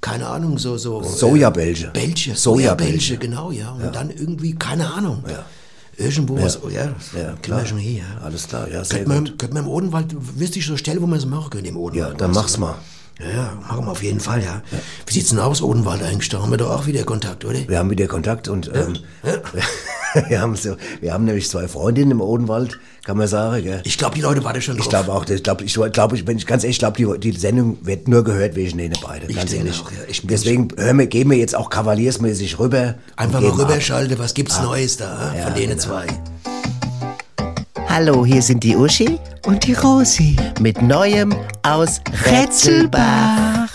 [SPEAKER 2] keine Ahnung, so... so äh,
[SPEAKER 1] Sojabelge.
[SPEAKER 2] Belche.
[SPEAKER 1] Sojabelge.
[SPEAKER 2] Sojabelche, genau, ja. Und dann irgendwie, keine Ahnung. Irgendwo was, oh, ja, ja
[SPEAKER 1] klar.
[SPEAKER 2] schon hier. Ja.
[SPEAKER 1] Alles klar, ja, sehr
[SPEAKER 2] Könnte
[SPEAKER 1] gut.
[SPEAKER 2] man, könnte man im Odenwald, wüsste ich so Stelle, wo man es machen könnte im Odenwald.
[SPEAKER 1] Ja, dann
[SPEAKER 2] weißt
[SPEAKER 1] mach's
[SPEAKER 2] du?
[SPEAKER 1] mal.
[SPEAKER 2] Ja, ja, machen wir auf jeden Fall, ja. Wie sieht's denn aus, Odenwald eigentlich? Da haben wir doch auch wieder Kontakt, oder?
[SPEAKER 1] Wir haben wieder Kontakt und ähm, wir, haben so, wir haben nämlich zwei Freundinnen im Odenwald, kann man sagen. Gell?
[SPEAKER 2] Ich glaube, die Leute warten schon drauf.
[SPEAKER 1] Ich glaube auch, ich glaube, ich, glaub, ich, wenn ich ganz ehrlich glaube, die, die Sendung wird nur gehört wegen denen beide.
[SPEAKER 2] Ich
[SPEAKER 1] Ganz
[SPEAKER 2] denke
[SPEAKER 1] ehrlich.
[SPEAKER 2] auch, ja. Ich bin
[SPEAKER 1] Deswegen hören wir, gehen wir jetzt auch kavaliersmäßig rüber. und
[SPEAKER 2] Einfach mal
[SPEAKER 1] geben ab. Ah.
[SPEAKER 2] rüberschalten, was gibt's Neues da hä?
[SPEAKER 1] Ja,
[SPEAKER 2] von denen
[SPEAKER 1] genau.
[SPEAKER 2] zwei?
[SPEAKER 5] Hallo, hier sind die Uschi
[SPEAKER 8] Und die Rosi.
[SPEAKER 5] mit Neuem aus Rätselbach.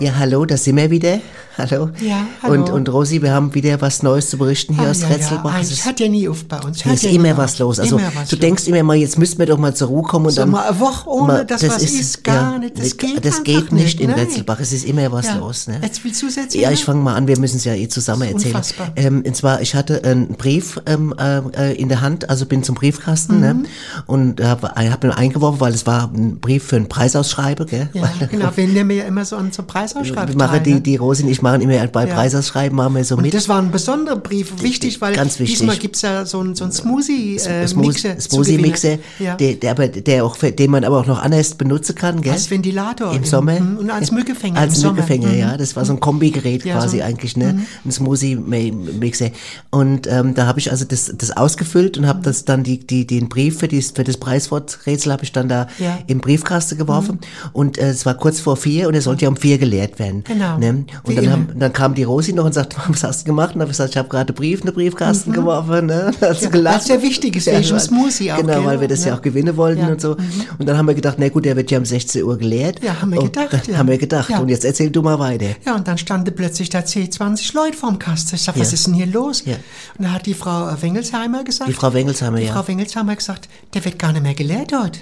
[SPEAKER 5] Ja, hallo, da sind wir wieder. Hallo.
[SPEAKER 8] Ja, hallo.
[SPEAKER 5] Und, und Rosi, wir haben wieder was Neues zu berichten hier
[SPEAKER 8] Ah,
[SPEAKER 5] aus
[SPEAKER 8] ja,
[SPEAKER 5] Rätselbach.
[SPEAKER 8] Ja,
[SPEAKER 5] Es
[SPEAKER 8] es
[SPEAKER 5] ist-
[SPEAKER 8] hört ja nie auf bei uns.
[SPEAKER 5] Hier
[SPEAKER 8] Hört
[SPEAKER 5] ist
[SPEAKER 8] ja
[SPEAKER 5] immer
[SPEAKER 8] nie
[SPEAKER 5] was
[SPEAKER 8] auf.
[SPEAKER 5] los. Also
[SPEAKER 8] Immer was
[SPEAKER 5] du
[SPEAKER 8] los.
[SPEAKER 5] denkst immer mal, jetzt müssten wir doch mal zur Ruhe kommen und
[SPEAKER 8] Sag
[SPEAKER 5] dann.
[SPEAKER 8] mal, eine Woche ohne,
[SPEAKER 5] Ma-
[SPEAKER 8] dass was ist, gar nicht. Das
[SPEAKER 5] ne,
[SPEAKER 8] geht
[SPEAKER 5] Das
[SPEAKER 8] einfach
[SPEAKER 5] geht nicht
[SPEAKER 8] nicht,
[SPEAKER 5] in
[SPEAKER 8] nein.
[SPEAKER 5] Wetzelbach. Es ist immer was
[SPEAKER 8] Ja.
[SPEAKER 5] los. Ne?
[SPEAKER 8] Jetzt willst du's erzählen?
[SPEAKER 5] Ja, ich fange mal an. Wir müssen es ja eh zusammen
[SPEAKER 8] Das ist
[SPEAKER 5] erzählen.
[SPEAKER 8] unfassbar.
[SPEAKER 5] Ähm, und zwar, ich hatte einen Brief ähm, äh, äh, in der Hand, also bin zum Briefkasten
[SPEAKER 8] Mhm.
[SPEAKER 5] ne? und habe hab ihn eingeworfen, weil es war ein Brief für ein Preisausschreiben. Gell?
[SPEAKER 8] Ja, genau. Wir nehmen ja immer so an zum Preisausschreiben
[SPEAKER 5] Wir machen
[SPEAKER 8] teil,
[SPEAKER 5] die,
[SPEAKER 8] ne?
[SPEAKER 5] die Rosin, ich mache immer bei
[SPEAKER 8] Ja.
[SPEAKER 5] Preisausschreiben, machen wir so
[SPEAKER 8] Und
[SPEAKER 5] mit.
[SPEAKER 8] das war ein besonderer Brief, wichtig, weil
[SPEAKER 5] Ganz wichtig.
[SPEAKER 8] diesmal gibt's ja so einen so einen Smoothie-Mixer. Äh, Mixer
[SPEAKER 5] Smoothie-
[SPEAKER 8] zu
[SPEAKER 5] Smoothie-Mixer,
[SPEAKER 8] gewinnen. ja.
[SPEAKER 5] der, der, aber- der auch, den man aber auch noch anders benutzen kann, gell?
[SPEAKER 8] Als Ventilator
[SPEAKER 5] Im
[SPEAKER 8] im-
[SPEAKER 5] Sommer.
[SPEAKER 8] mhm, und als Mückefänger im
[SPEAKER 5] Als
[SPEAKER 8] Sommer.
[SPEAKER 5] Mückefänger,
[SPEAKER 8] Mhm.
[SPEAKER 5] ja. Das war so ein Kombigerät
[SPEAKER 8] Ja, so Mhm.
[SPEAKER 5] quasi
[SPEAKER 8] ein-
[SPEAKER 5] eigentlich, ne? Ein Smoothie-Mixer. Und ähm, da habe ich also das, das ausgefüllt und habe
[SPEAKER 8] Mhm.
[SPEAKER 5] das dann die, die, den Brief für, dies, für das Preisworträtsel habe ich dann da
[SPEAKER 8] Ja. Mhm.
[SPEAKER 5] im Briefkasten geworfen. Und äh, es war kurz vor vier und er sollte ja um vier geleert werden.
[SPEAKER 8] Genau.
[SPEAKER 5] Ne?
[SPEAKER 8] Wie
[SPEAKER 5] Und dann,
[SPEAKER 8] immer.
[SPEAKER 5] haben, dann kam die Rosi noch und sagte, was hast du gemacht? Und habe ich gesagt, ich habe gerade Brief in den Briefkasten geworfen. Ne? Da hat sie
[SPEAKER 8] Mhm. Ja,
[SPEAKER 5] gelacht.
[SPEAKER 8] was sehr wichtig ist, wegen dem
[SPEAKER 5] weil-
[SPEAKER 8] Smoothie auch,
[SPEAKER 5] Genau,
[SPEAKER 8] gell?
[SPEAKER 5] weil wir das ja
[SPEAKER 8] Ja.
[SPEAKER 5] auch gewinnen wollten
[SPEAKER 8] Ja. Mhm.
[SPEAKER 5] und so. Und dann haben wir gedacht, na gut, der wird ja um 16 Uhr gelehrt.
[SPEAKER 8] Ja, haben wir
[SPEAKER 5] Und
[SPEAKER 8] gedacht,
[SPEAKER 5] Dann
[SPEAKER 8] ja.
[SPEAKER 5] Haben wir gedacht.
[SPEAKER 8] Ja.
[SPEAKER 5] Und jetzt erzähl du mal weiter.
[SPEAKER 8] Ja, und dann standen plötzlich da 10, 20 Leute vorm Kasten. Ich sag, was
[SPEAKER 5] Ja.
[SPEAKER 8] ist denn hier los?
[SPEAKER 5] Ja.
[SPEAKER 8] Und da hat die Frau äh, Wengelsheimer gesagt.
[SPEAKER 5] Die Frau Wengelsheimer,
[SPEAKER 8] die
[SPEAKER 5] ja.
[SPEAKER 8] Frau Wengelsheimer gesagt, der wird gar nicht mehr gelehrt heute.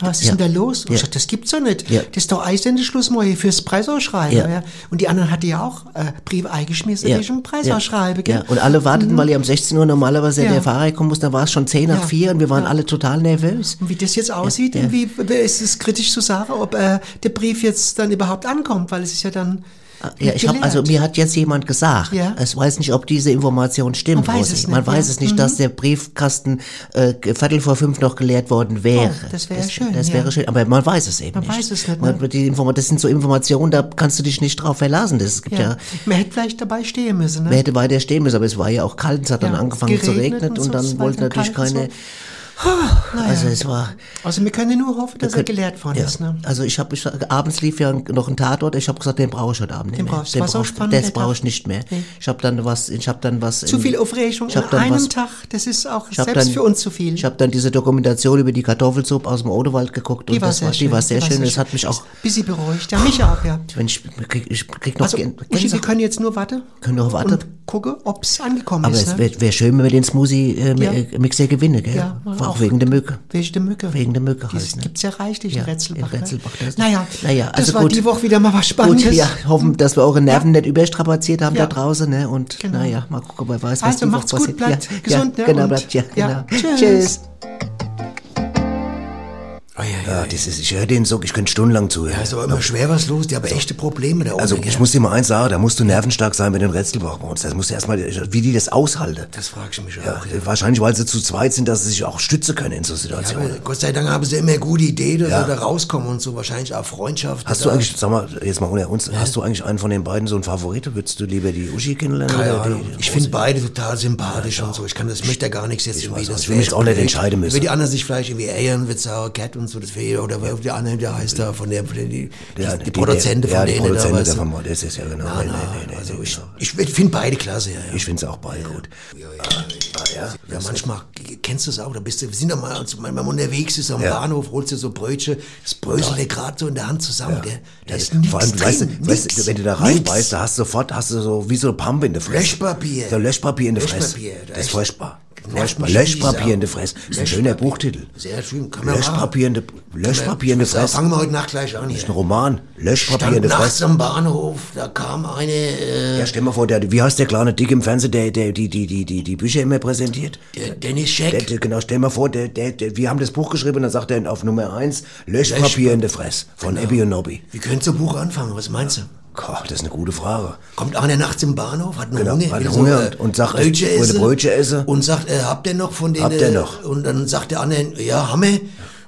[SPEAKER 8] Ja, Was ist
[SPEAKER 5] Ja.
[SPEAKER 8] denn da los? Und
[SPEAKER 5] Ja.
[SPEAKER 8] Ich sag, das gibt's doch nicht.
[SPEAKER 5] Ja.
[SPEAKER 8] Das ist doch Eisendeschluss mal hier fürs Preisausschreiben.
[SPEAKER 5] Ja.
[SPEAKER 8] Ja. Und die anderen hatten ja auch äh, Brief eingeschmissen
[SPEAKER 5] Ja.
[SPEAKER 8] wegen dem Preisausschreiben.
[SPEAKER 5] ja.
[SPEAKER 8] gell?
[SPEAKER 5] ja. Und alle warteten, weil ja um 16 Uhr normalerweise
[SPEAKER 8] Mhm. Ja.
[SPEAKER 5] der Fahrer kommen muss. Da war es schon 10 nach
[SPEAKER 8] Ja.
[SPEAKER 5] 4 und wir waren alle total nervös.
[SPEAKER 8] Und wie das jetzt aussieht, und wie wie ist es kritisch zu sagen, ob äh, der Brief jetzt dann überhaupt ankommt, weil es ist ja dann.
[SPEAKER 5] Ja, ich habe
[SPEAKER 8] gelehrt.
[SPEAKER 5] also mir hat jetzt jemand gesagt,
[SPEAKER 8] Ja.
[SPEAKER 5] ich weiß nicht, ob diese Information stimmt.
[SPEAKER 8] Man weiß
[SPEAKER 5] Rosi.
[SPEAKER 8] es
[SPEAKER 5] Man
[SPEAKER 8] nicht,
[SPEAKER 5] weiß
[SPEAKER 8] ja. Mhm.
[SPEAKER 5] es nicht, dass der Briefkasten äh, Viertel vor fünf noch geleert worden wäre.
[SPEAKER 8] Oh, das wäre schön,
[SPEAKER 5] Das
[SPEAKER 8] ja.
[SPEAKER 5] wäre schön, aber man weiß es eben
[SPEAKER 8] Man
[SPEAKER 5] nicht.
[SPEAKER 8] weiß es nicht,
[SPEAKER 5] Man,
[SPEAKER 8] ne?
[SPEAKER 5] die Informa- das sind so Informationen, da kannst du dich nicht drauf verlassen. Das gibt ja,
[SPEAKER 8] Ja. Man hätte vielleicht dabei stehen müssen. Ne?
[SPEAKER 5] Man hätte weiter stehen müssen, aber es war ja auch kalt, es hat dann
[SPEAKER 8] Ja,
[SPEAKER 5] angefangen zu
[SPEAKER 8] geregnet
[SPEAKER 5] regnen
[SPEAKER 8] und
[SPEAKER 5] und,
[SPEAKER 8] so, es
[SPEAKER 5] dann
[SPEAKER 8] war
[SPEAKER 5] wollten
[SPEAKER 8] dann
[SPEAKER 5] natürlich
[SPEAKER 8] kalt und
[SPEAKER 5] keine. Also es war.
[SPEAKER 8] Also wir können nur hoffen, dass er gelehrt worden
[SPEAKER 5] Ja,
[SPEAKER 8] ist. Ne?
[SPEAKER 5] Also ich habe abends lief ja noch ein Tatort. Ich habe gesagt, den brauche ich heute Abend nicht
[SPEAKER 8] Den
[SPEAKER 5] mehr.
[SPEAKER 8] brauchst du. War so
[SPEAKER 5] brauch ich-
[SPEAKER 8] spannend,
[SPEAKER 5] das
[SPEAKER 8] der
[SPEAKER 5] brauche
[SPEAKER 8] Tag.
[SPEAKER 5] ich nicht mehr. Ich habe dann was. Ich habe dann was.
[SPEAKER 8] Zu
[SPEAKER 5] in-
[SPEAKER 8] viel Aufregung
[SPEAKER 5] Mhm. ich
[SPEAKER 8] an
[SPEAKER 5] hab dann
[SPEAKER 8] einem
[SPEAKER 5] was-
[SPEAKER 8] Tag, das ist auch
[SPEAKER 5] ich hab
[SPEAKER 8] selbst
[SPEAKER 5] dann-
[SPEAKER 8] für uns zu viel.
[SPEAKER 5] Ich habe dann diese Dokumentation über die Kartoffelsuppe aus dem Odewald geguckt und das war, die war sehr schön. Das hat mich auch,
[SPEAKER 8] Bisschen beruhigt, ja, mich auch, ja.
[SPEAKER 5] wenn ich, krieg, ich krieg noch
[SPEAKER 8] Also,
[SPEAKER 5] Gän-
[SPEAKER 8] Uschi, wir
[SPEAKER 5] Gänsehaut.
[SPEAKER 8] können jetzt nur warten.
[SPEAKER 5] Können doch warten.
[SPEAKER 8] Und gucken, ob es angekommen
[SPEAKER 5] Aber
[SPEAKER 8] ist.
[SPEAKER 5] es
[SPEAKER 8] ne?
[SPEAKER 5] wäre wär schön, wenn wir den
[SPEAKER 2] äh,
[SPEAKER 8] Ja.
[SPEAKER 5] Smoothie-Mixer gewinnen, gell?
[SPEAKER 8] Ja, war
[SPEAKER 5] auch,
[SPEAKER 8] auch
[SPEAKER 5] wegen der Mücke.
[SPEAKER 8] Wegen der Mücke.
[SPEAKER 5] Wegen der Mücke
[SPEAKER 8] Die
[SPEAKER 5] halt, ne?
[SPEAKER 8] gibt's ja reichlich
[SPEAKER 5] Ja,
[SPEAKER 8] in Retzelbach.
[SPEAKER 5] in Retzelbach,
[SPEAKER 8] Ne?
[SPEAKER 5] das-
[SPEAKER 8] Naja,
[SPEAKER 5] Naja, also
[SPEAKER 8] das war
[SPEAKER 5] gut.
[SPEAKER 8] die Woche wieder mal was Spannendes.
[SPEAKER 5] Gut, ja, hoffen, dass wir eure Nerven nicht überstrapaziert haben
[SPEAKER 8] Ja.
[SPEAKER 5] da draußen, ne? Und
[SPEAKER 8] Genau.
[SPEAKER 5] naja, mal gucken, wer weiß, was
[SPEAKER 8] Also,
[SPEAKER 5] die Woche
[SPEAKER 8] macht's gut,
[SPEAKER 5] passiert.
[SPEAKER 8] bleibt
[SPEAKER 5] ja,
[SPEAKER 8] gesund,
[SPEAKER 5] ja,
[SPEAKER 8] ne?
[SPEAKER 5] Genau,
[SPEAKER 8] Und-
[SPEAKER 5] bleibt, ja,
[SPEAKER 8] ja,
[SPEAKER 5] genau.
[SPEAKER 8] tschüss.
[SPEAKER 5] tschüss.
[SPEAKER 2] Oh, ja, ja.
[SPEAKER 1] Ja, das ist, ich höre den so, ich könnte stundenlang zuhören.
[SPEAKER 2] Da ist aber immer schwer was los, die haben echte Probleme da oben.
[SPEAKER 1] Also
[SPEAKER 2] gell?
[SPEAKER 1] ich muss dir mal eins sagen, da musst du nervenstark sein mit den Rätselbach bei uns. Das musst du erstmal, wie die das aushalten.
[SPEAKER 2] das frage ich mich
[SPEAKER 1] Ja,
[SPEAKER 2] auch. Ja.
[SPEAKER 1] wahrscheinlich, weil sie zu zweit sind, dass sie sich auch stützen können in so Situationen.
[SPEAKER 2] Aber Gott sei Dank haben sie immer gute Idee, dass sie da rauskommen und so wahrscheinlich auch Freundschaft.
[SPEAKER 1] Hast du eigentlich, sag mal, jetzt mal ohne uns, hast du eigentlich einen von den beiden so einen Favoriten? Würdest du lieber die Uschi kennenlernen?
[SPEAKER 2] Keine
[SPEAKER 1] oder
[SPEAKER 2] Ahnung.
[SPEAKER 1] Die,
[SPEAKER 2] Ich finde beide total sympathisch und so. Ich kann das, ich möchte da gar nichts jetzt irgendwie.
[SPEAKER 1] weiß auch
[SPEAKER 2] das
[SPEAKER 1] nicht.
[SPEAKER 2] wär
[SPEAKER 1] Will mich
[SPEAKER 2] Also jetzt
[SPEAKER 1] auch nicht
[SPEAKER 2] blöd.
[SPEAKER 1] entscheiden müssen.
[SPEAKER 2] Wenn die anderen sich vielleicht irgendwie ehren, wird sauer Cat und Lorenz oder Feder oder wer der andere der heißt da, von der, von der die,
[SPEAKER 1] Ja,
[SPEAKER 2] die, die Produzenten
[SPEAKER 1] der,
[SPEAKER 2] von
[SPEAKER 1] ja,
[SPEAKER 2] denen.
[SPEAKER 1] Die
[SPEAKER 2] da,
[SPEAKER 1] Produzenten
[SPEAKER 2] weißt du?
[SPEAKER 1] davon, das ist ja genau.
[SPEAKER 2] Ah,
[SPEAKER 1] nee,
[SPEAKER 2] na,
[SPEAKER 1] nee, nee, nee,
[SPEAKER 2] also
[SPEAKER 1] nee,
[SPEAKER 2] ich,
[SPEAKER 1] genau.
[SPEAKER 2] ich finde beide klasse, ja. ja.
[SPEAKER 1] ich finde es auch beide gut.
[SPEAKER 2] Ja, manchmal k- kennst du es auch. Da bist du, wir sind doch mal, also mal, mal unterwegs, ist am
[SPEAKER 1] Ja.
[SPEAKER 2] Bahnhof, holst dir so Brötchen, das Brösel dir gerade so in der Hand zusammen, gell? Da ist
[SPEAKER 1] Ja,
[SPEAKER 2] nichts
[SPEAKER 1] Vor allem,
[SPEAKER 2] drin,
[SPEAKER 1] weißt, du, weißt
[SPEAKER 2] nix,
[SPEAKER 1] du, wenn du da
[SPEAKER 2] nix.
[SPEAKER 1] reinbeißt, da hast du sofort, hast du so wie so eine Pampe in der Fresse.
[SPEAKER 2] Löschpapier.
[SPEAKER 1] So Löschpapier in der Fresse.
[SPEAKER 2] Löschpapier,
[SPEAKER 1] Das
[SPEAKER 2] echt.
[SPEAKER 1] ist furchtbar.
[SPEAKER 2] Nervt
[SPEAKER 1] Furchtbar.
[SPEAKER 2] mich schon die
[SPEAKER 1] Löschpapier
[SPEAKER 2] Sau.
[SPEAKER 1] in der Fresse. Das ist ein
[SPEAKER 2] Löschpapier.
[SPEAKER 1] schöner Buchtitel.
[SPEAKER 2] Sehr schön, kann man
[SPEAKER 1] Löschpapier in der, Löschpapier in der
[SPEAKER 2] Da
[SPEAKER 1] Fresse.
[SPEAKER 2] fangen wir heute Nacht gleich an
[SPEAKER 1] Ein
[SPEAKER 2] hier.
[SPEAKER 1] Roman. Löschpapier in
[SPEAKER 2] Stand
[SPEAKER 1] der
[SPEAKER 2] nachts
[SPEAKER 1] Fresse.
[SPEAKER 2] am Bahnhof, da kam eine, äh,
[SPEAKER 1] Ja, stell mal vor, der, wie heißt der kleine Dick im Fernsehen, der, der die, die, die, die, die Bücher immer präsentiert?
[SPEAKER 2] der Dennis
[SPEAKER 1] Der,
[SPEAKER 2] Scheck.
[SPEAKER 1] der, genau, stell mal vor, der, der, der, wir haben das Buch geschrieben und dann sagt er auf Nummer eins Löschpapier in der Fresse von
[SPEAKER 2] Genau.
[SPEAKER 1] Abby und Nobby.
[SPEAKER 2] Wie könntest du Buch anfangen? Was meinst du?
[SPEAKER 1] Gott, das ist eine gute Frage.
[SPEAKER 2] Kommt einer nachts im Bahnhof, hat einen
[SPEAKER 1] Genau,
[SPEAKER 2] Hunger,
[SPEAKER 1] hat
[SPEAKER 2] will
[SPEAKER 1] Hunger
[SPEAKER 2] äh,
[SPEAKER 1] und- und sagt,
[SPEAKER 2] Brötchen
[SPEAKER 1] ich wollte
[SPEAKER 2] essen,
[SPEAKER 1] Brötchen essen.
[SPEAKER 2] Und sagt, äh, habt ihr noch von denen? äh,
[SPEAKER 1] Habt ihr noch?
[SPEAKER 2] Und dann sagt der andere, ja, haben wir.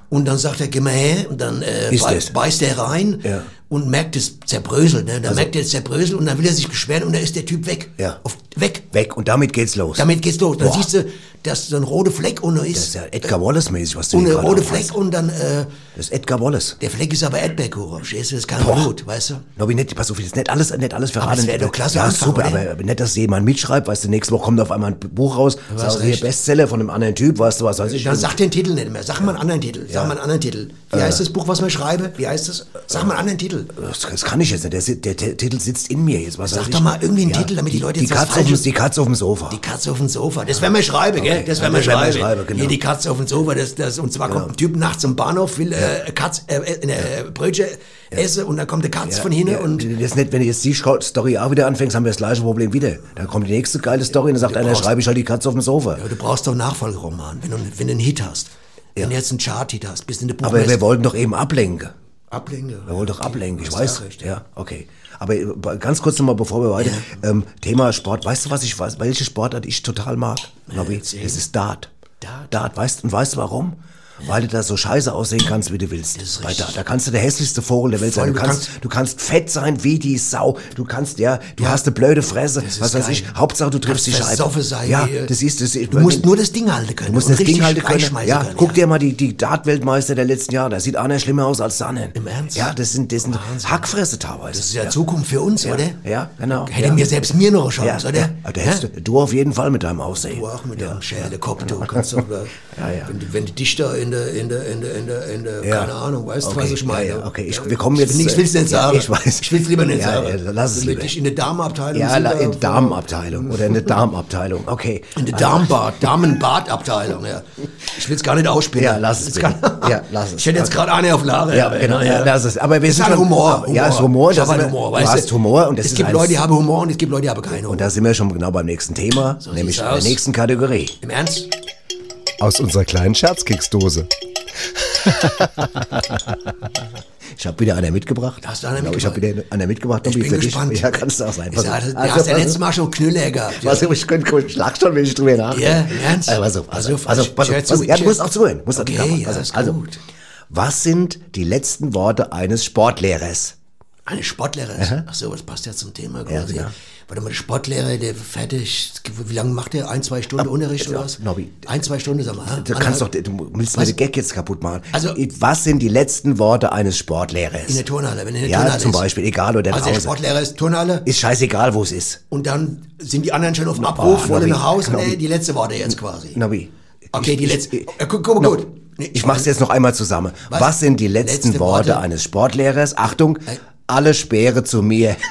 [SPEAKER 2] Und dann sagt er, geh mal her. Und dann äh,
[SPEAKER 1] Ist
[SPEAKER 2] bei-
[SPEAKER 1] das?
[SPEAKER 2] beißt er rein
[SPEAKER 1] Ja. Also
[SPEAKER 2] und merkt es zerbröselt. Ne? Dann merkt er es zerbröselt und dann will er sich beschweren und dann ist der Typ weg.
[SPEAKER 1] Ja.
[SPEAKER 2] Auf, weg.
[SPEAKER 1] Weg und damit geht's los.
[SPEAKER 2] Damit geht's los. Dann
[SPEAKER 1] Boah.
[SPEAKER 2] siehst du, dass so ein roter Fleck unten
[SPEAKER 1] Das ist
[SPEAKER 2] ist.
[SPEAKER 1] ja Edgar Wallace-mäßig, was du
[SPEAKER 2] Und
[SPEAKER 1] hier
[SPEAKER 2] ein
[SPEAKER 1] gerade
[SPEAKER 2] roter
[SPEAKER 1] aufmachst.
[SPEAKER 2] Fleck und dann, äh,
[SPEAKER 1] Das ist Edgar Wallace.
[SPEAKER 2] der Fleck ist aber Erdbeerkuchen. Verstehst du, das kann man gut, weißt du?
[SPEAKER 1] Nobby, nicht, pass auf, jetzt nicht alles, nicht alles verraten.
[SPEAKER 2] das wär doch klasse
[SPEAKER 1] Ja,
[SPEAKER 2] Anfang,
[SPEAKER 1] super,
[SPEAKER 2] oder?
[SPEAKER 1] aber aber nicht, dass jemand mitschreibt, weißt du, nächste Woche kommt auf einmal ein Buch raus, sagst du hier
[SPEAKER 2] recht.
[SPEAKER 1] Bestseller von einem anderen Typ, weißt du, was weiß ich. Also,
[SPEAKER 2] Dann sag den Titel nicht mehr. Sag mal einen anderen Titel. Sag mal einen anderen Titel. Wie
[SPEAKER 1] Äh.
[SPEAKER 2] heißt das Buch, was man schreibe? Wie heißt es? Sag mal einen anderen Titel.
[SPEAKER 1] das, das kann ich jetzt nicht, der, si- der, T- Titel sitzt in mir jetzt, was
[SPEAKER 2] Sag
[SPEAKER 1] weiß
[SPEAKER 2] doch
[SPEAKER 1] ich.
[SPEAKER 2] mal irgendwie einen Titel, damit die Leute
[SPEAKER 1] die
[SPEAKER 2] jetzt was
[SPEAKER 1] Katze, auf dem,
[SPEAKER 2] Falsches-
[SPEAKER 1] die Katze auf dem Sofa.
[SPEAKER 2] Die Katze auf dem Sofa. Das werden wir schreiben, gell? Das werden wir
[SPEAKER 1] Das werden wir
[SPEAKER 2] schreiben.
[SPEAKER 1] schreiben, genau.
[SPEAKER 2] Hier die Katze auf dem Sofa. Das, das, und zwar kommt ein Typ nachts im Bahnhof, will äh, Katz, äh, äh, äh, Brötchen essen und dann kommt eine Katze von hinten
[SPEAKER 1] ja,
[SPEAKER 2] und
[SPEAKER 1] das ist nicht, wenn du jetzt die Scho- Story auch wieder anfängst, haben wir das gleiche Problem wieder. Dann kommt die nächste geile Story und dann sagt einer,
[SPEAKER 2] brauchst-
[SPEAKER 1] schreibe ich halt die Katze auf dem Sofa.
[SPEAKER 2] Ja, du brauchst doch Nachfolgeroman, wenn du, wenn du einen Hit hast. Wenn du jetzt einen Chart-Hit hast, bist du in der
[SPEAKER 1] Aber wir
[SPEAKER 2] Buchmesse.
[SPEAKER 1] wollten doch eben ablenken.
[SPEAKER 2] Ablenken.
[SPEAKER 1] Er wollte doch ablenken, ich
[SPEAKER 2] Hast du
[SPEAKER 1] weiß.
[SPEAKER 2] auch recht,
[SPEAKER 1] ja, okay. Aber äh, ganz kurz nochmal, bevor wir weiter. Ähm, Thema Sport. Weißt du, was ich weiß? Welche Sportart ich total mag? Nobby? Es ist Dart. Dart. Dart. Weißt, und weißt du warum? Weil du da so scheiße aussehen kannst, wie du willst. Das ist Bei Dart. Da kannst du der hässlichste Vogel der Welt sein. Du
[SPEAKER 2] du
[SPEAKER 1] kannst, du kannst fett sein wie die Sau. Du kannst, ja, du hast eine blöde Fresse. Was weiß
[SPEAKER 2] geil.
[SPEAKER 1] ich. Hauptsache, du triffst die
[SPEAKER 2] Kannst
[SPEAKER 1] Scheibe.
[SPEAKER 2] versoffen sein,
[SPEAKER 1] Ja,
[SPEAKER 2] wie, äh,
[SPEAKER 1] das ist, das ist.
[SPEAKER 2] Du musst nur das Ding halten können.
[SPEAKER 1] Du musst
[SPEAKER 2] und
[SPEAKER 1] das Ding
[SPEAKER 2] richtig
[SPEAKER 1] halten können.
[SPEAKER 2] reinschmeißen
[SPEAKER 1] Ja,
[SPEAKER 2] können,
[SPEAKER 1] guck dir mal die, die Dart-Weltmeister der letzten Jahre. Da sieht einer schlimmer aus als der andere.
[SPEAKER 2] Im Ernst?
[SPEAKER 1] Ja, das sind, das sind Hackfresse teilweise.
[SPEAKER 2] Das ist ja, Zukunft für uns, oder?
[SPEAKER 1] ja, genau.
[SPEAKER 2] Hätte
[SPEAKER 1] ja.
[SPEAKER 2] mir selbst mir noch eine
[SPEAKER 1] ja,
[SPEAKER 2] Chance,
[SPEAKER 1] ja,
[SPEAKER 2] oder?
[SPEAKER 1] Aber da hättest du, du auf jeden Fall mit deinem Aussehen.
[SPEAKER 2] Du auch mit deinem Scherlekopf, du kannst doch, da- Wenn, du- wenn du dich da in der, in der, in der, in der, in der
[SPEAKER 1] Ja.
[SPEAKER 2] keine Ahnung, weißt du, was
[SPEAKER 1] Okay,
[SPEAKER 2] ich meine?
[SPEAKER 1] ja, ja, okay, ich- wir kommen jetzt,
[SPEAKER 2] Ich, will es
[SPEAKER 1] äh,
[SPEAKER 2] nicht
[SPEAKER 1] ja,
[SPEAKER 2] sagen.
[SPEAKER 1] ich weiß.
[SPEAKER 2] Ich will es lieber nicht
[SPEAKER 1] Ja,
[SPEAKER 2] sagen.
[SPEAKER 1] ja, lass es
[SPEAKER 2] Wenn wir
[SPEAKER 1] lieber.
[SPEAKER 2] dich in der Damenabteilung
[SPEAKER 1] Ja,
[SPEAKER 2] sind,
[SPEAKER 1] la-
[SPEAKER 2] da-
[SPEAKER 1] in Damenabteilung oder in der Darmabteilung. Okay.
[SPEAKER 2] In der Darmbad, Damenbadabteilung, ja. Ich will es gar nicht ausspielen.
[SPEAKER 1] Ja, lass es
[SPEAKER 2] Ist
[SPEAKER 1] bitte.
[SPEAKER 2] gar-
[SPEAKER 1] Ja, lass es.
[SPEAKER 2] Ich hätte jetzt gerade eine auf Lager.
[SPEAKER 1] Ja, genau, ja, lass es. Aber wir
[SPEAKER 2] ist
[SPEAKER 1] sind
[SPEAKER 2] halt
[SPEAKER 1] schon-
[SPEAKER 2] Humor,
[SPEAKER 1] aber- ja, ist Humor,
[SPEAKER 2] Ich
[SPEAKER 1] das
[SPEAKER 2] habe halt
[SPEAKER 1] ist-
[SPEAKER 2] Humor,
[SPEAKER 1] du
[SPEAKER 2] weißt
[SPEAKER 1] hast Humor und das
[SPEAKER 2] es
[SPEAKER 1] ist
[SPEAKER 2] gibt
[SPEAKER 1] eins-
[SPEAKER 2] Leute, die haben Humor und es gibt Leute, die haben keinen Humor.
[SPEAKER 1] Und da sind wir schon genau beim nächsten Thema, nämlich
[SPEAKER 2] sieht's
[SPEAKER 1] der
[SPEAKER 2] aus.
[SPEAKER 1] nächsten Kategorie.
[SPEAKER 2] Im Ernst?
[SPEAKER 3] Aus unserer kleinen Scherzkeksdose.
[SPEAKER 1] Ich habe wieder einer mitgebracht.
[SPEAKER 2] Hast du einer
[SPEAKER 1] Genau, Ich habe wieder einer mitgebracht.
[SPEAKER 2] Ich
[SPEAKER 1] Tobi,
[SPEAKER 2] bin
[SPEAKER 1] für dich.
[SPEAKER 2] gespannt.
[SPEAKER 1] Ja, kannst du auch sein.
[SPEAKER 2] Ich
[SPEAKER 1] Pass auf.
[SPEAKER 2] sag, du
[SPEAKER 1] Also,
[SPEAKER 2] hast ja
[SPEAKER 1] pass
[SPEAKER 2] letztes
[SPEAKER 1] auf.
[SPEAKER 2] Mal schon Knüller gehabt.
[SPEAKER 1] Was ich,
[SPEAKER 2] ja.
[SPEAKER 1] Also, ich könnte ich schlag schon, wenn ich drüber nachdenke.
[SPEAKER 2] Ja, im Ernst?
[SPEAKER 1] Also, pass auf, pass
[SPEAKER 2] Also,
[SPEAKER 1] auf, pass auf, pass
[SPEAKER 2] ich hör
[SPEAKER 1] auf, pass
[SPEAKER 2] zu,
[SPEAKER 1] auf. Ja,
[SPEAKER 2] ich
[SPEAKER 1] du
[SPEAKER 2] hör-
[SPEAKER 1] musst auch zuhören. Musst auch
[SPEAKER 2] Okay,
[SPEAKER 1] zuhören.
[SPEAKER 2] ja,
[SPEAKER 1] Pass auf.
[SPEAKER 2] ist
[SPEAKER 1] also,
[SPEAKER 2] gut.
[SPEAKER 1] Was sind die letzten Worte eines Sportlehrers?
[SPEAKER 2] Eine Sportlehrerin. Ach so, das passt ja zum Thema. quasi.
[SPEAKER 1] genau.
[SPEAKER 2] Warte mal, der Sportlehrer, der fertig, wie lange macht der? Ein, zwei Stunden Unterricht oder was?
[SPEAKER 1] Nobby.
[SPEAKER 2] Ein, zwei Stunden, sag mal. ah, hä?
[SPEAKER 1] Du kannst doch,
[SPEAKER 2] Anderthalb?
[SPEAKER 1] du willst mir den Gag jetzt kaputt machen.
[SPEAKER 2] Also-
[SPEAKER 1] was sind die letzten Worte eines Sportlehrers?
[SPEAKER 2] In der Turnhalle, wenn in der
[SPEAKER 1] ja,
[SPEAKER 2] Turnhalle
[SPEAKER 1] zum
[SPEAKER 2] ist.
[SPEAKER 1] Beispiel, egal oder
[SPEAKER 2] Also der
[SPEAKER 1] draußen.
[SPEAKER 2] Sportlehrer ist Turnhalle
[SPEAKER 1] Ist scheißegal, wo es ist.
[SPEAKER 2] und dann sind die anderen schon auf Abruf, wollen
[SPEAKER 1] Nobby,
[SPEAKER 2] nach Hause. Nee,
[SPEAKER 1] Nobby.
[SPEAKER 2] die letzte Worte jetzt quasi.
[SPEAKER 1] Nobby.
[SPEAKER 2] Okay, die letzte.
[SPEAKER 1] Ich,
[SPEAKER 2] Ja, Guck guck mal, gut. Nee,
[SPEAKER 1] ich mach's jetzt noch einmal zusammen. Was,
[SPEAKER 2] Äh, Was?
[SPEAKER 1] sind die letzten
[SPEAKER 2] Letzte
[SPEAKER 1] Worte,
[SPEAKER 2] Worte? Äh.
[SPEAKER 1] eines Sportlehrers? Achtung, alle Speere zu mir.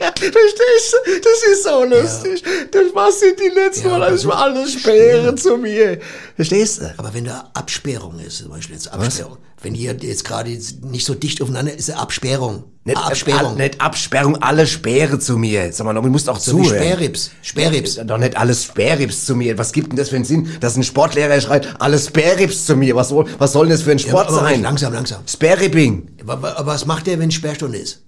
[SPEAKER 3] Verstehst du? Das ist so lustig. Das was sind die letzten
[SPEAKER 2] Ja,
[SPEAKER 3] Mal,
[SPEAKER 2] aber
[SPEAKER 3] als
[SPEAKER 2] so-
[SPEAKER 3] wir alle Speere zu mir.
[SPEAKER 1] Verstehst du?
[SPEAKER 2] Aber wenn da Absperrung ist, zum Beispiel jetzt Absperrung. Wenn die jetzt gerade jetzt nicht so dicht aufeinander ist, eine Absperrung.
[SPEAKER 1] Nicht
[SPEAKER 2] Eine Absperrung.
[SPEAKER 1] Absperrung. äh, Nicht Absperrung, alle Speere zu mir. Sag mal, Nobby, du musst auch
[SPEAKER 2] so wie
[SPEAKER 1] zuhören.
[SPEAKER 2] Sperrrips. Sperrrips.
[SPEAKER 1] Doch nicht alles Sperrips zu mir. Was gibt denn das für einen Sinn, dass ein Sportlehrer schreit, alles Sperrips zu mir? Was soll, was soll denn das für ein Sport
[SPEAKER 2] aber
[SPEAKER 1] sein?
[SPEAKER 2] Langsam, langsam.
[SPEAKER 1] Sperripping.
[SPEAKER 2] Aber, aber was macht der, wenn Sperrstunde ist?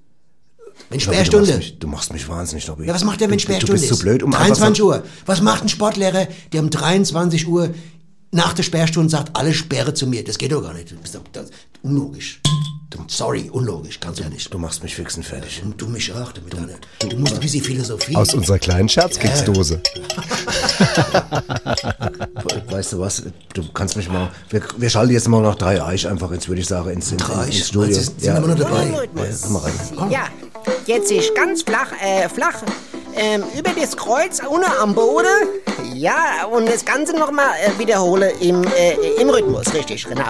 [SPEAKER 2] Wenn
[SPEAKER 1] Du machst
[SPEAKER 2] Sperrstunde.
[SPEAKER 1] mich, du machst mich wahnsinnig, Nobby.
[SPEAKER 2] Ja, was macht der, wenn
[SPEAKER 1] du, du-
[SPEAKER 2] Sperrstunde
[SPEAKER 1] Du bist zu blöd, um einfach
[SPEAKER 2] 23
[SPEAKER 1] so-
[SPEAKER 2] Uhr. Was macht ein Sportlehrer, der um 23 Uhr nach der Sperrstunde sagt, alle Sperre zu mir? Das geht doch gar nicht. Das ist doch- das ist unlogisch. Sorry, unlogisch, kannst ja nicht.
[SPEAKER 1] Du machst mich fixen fertig.
[SPEAKER 2] Und du mich auch damit. Du, du musst ein bisschen Philosophie.
[SPEAKER 9] Aus unserer kleinen Scherzkeksdose.
[SPEAKER 1] Weißt du was? Du kannst mich mal. Wir, wir schalten jetzt mal noch drei Eich einfach ins, würde ich sagen, ins, ins,
[SPEAKER 2] Drei Eich?
[SPEAKER 1] ins Studio.
[SPEAKER 2] Meinst du, sind wir noch dabei?
[SPEAKER 1] Ja, komm mal rein.
[SPEAKER 7] Ja, jetzt ist ganz flach, äh, flach, ähm, über das Kreuz, ohne am Boden. Ja, und das Ganze nochmal äh, wiederhole im, äh, im Rhythmus, richtig, genau.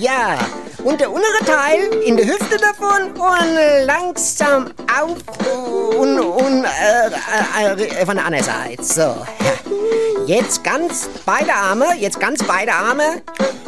[SPEAKER 7] Ja, und der untere Teil in der Hüfte davon und langsam auf und, und äh, äh, äh, von der anderen Seite. So, ja. Jetzt ganz beide Arme, jetzt ganz beide Arme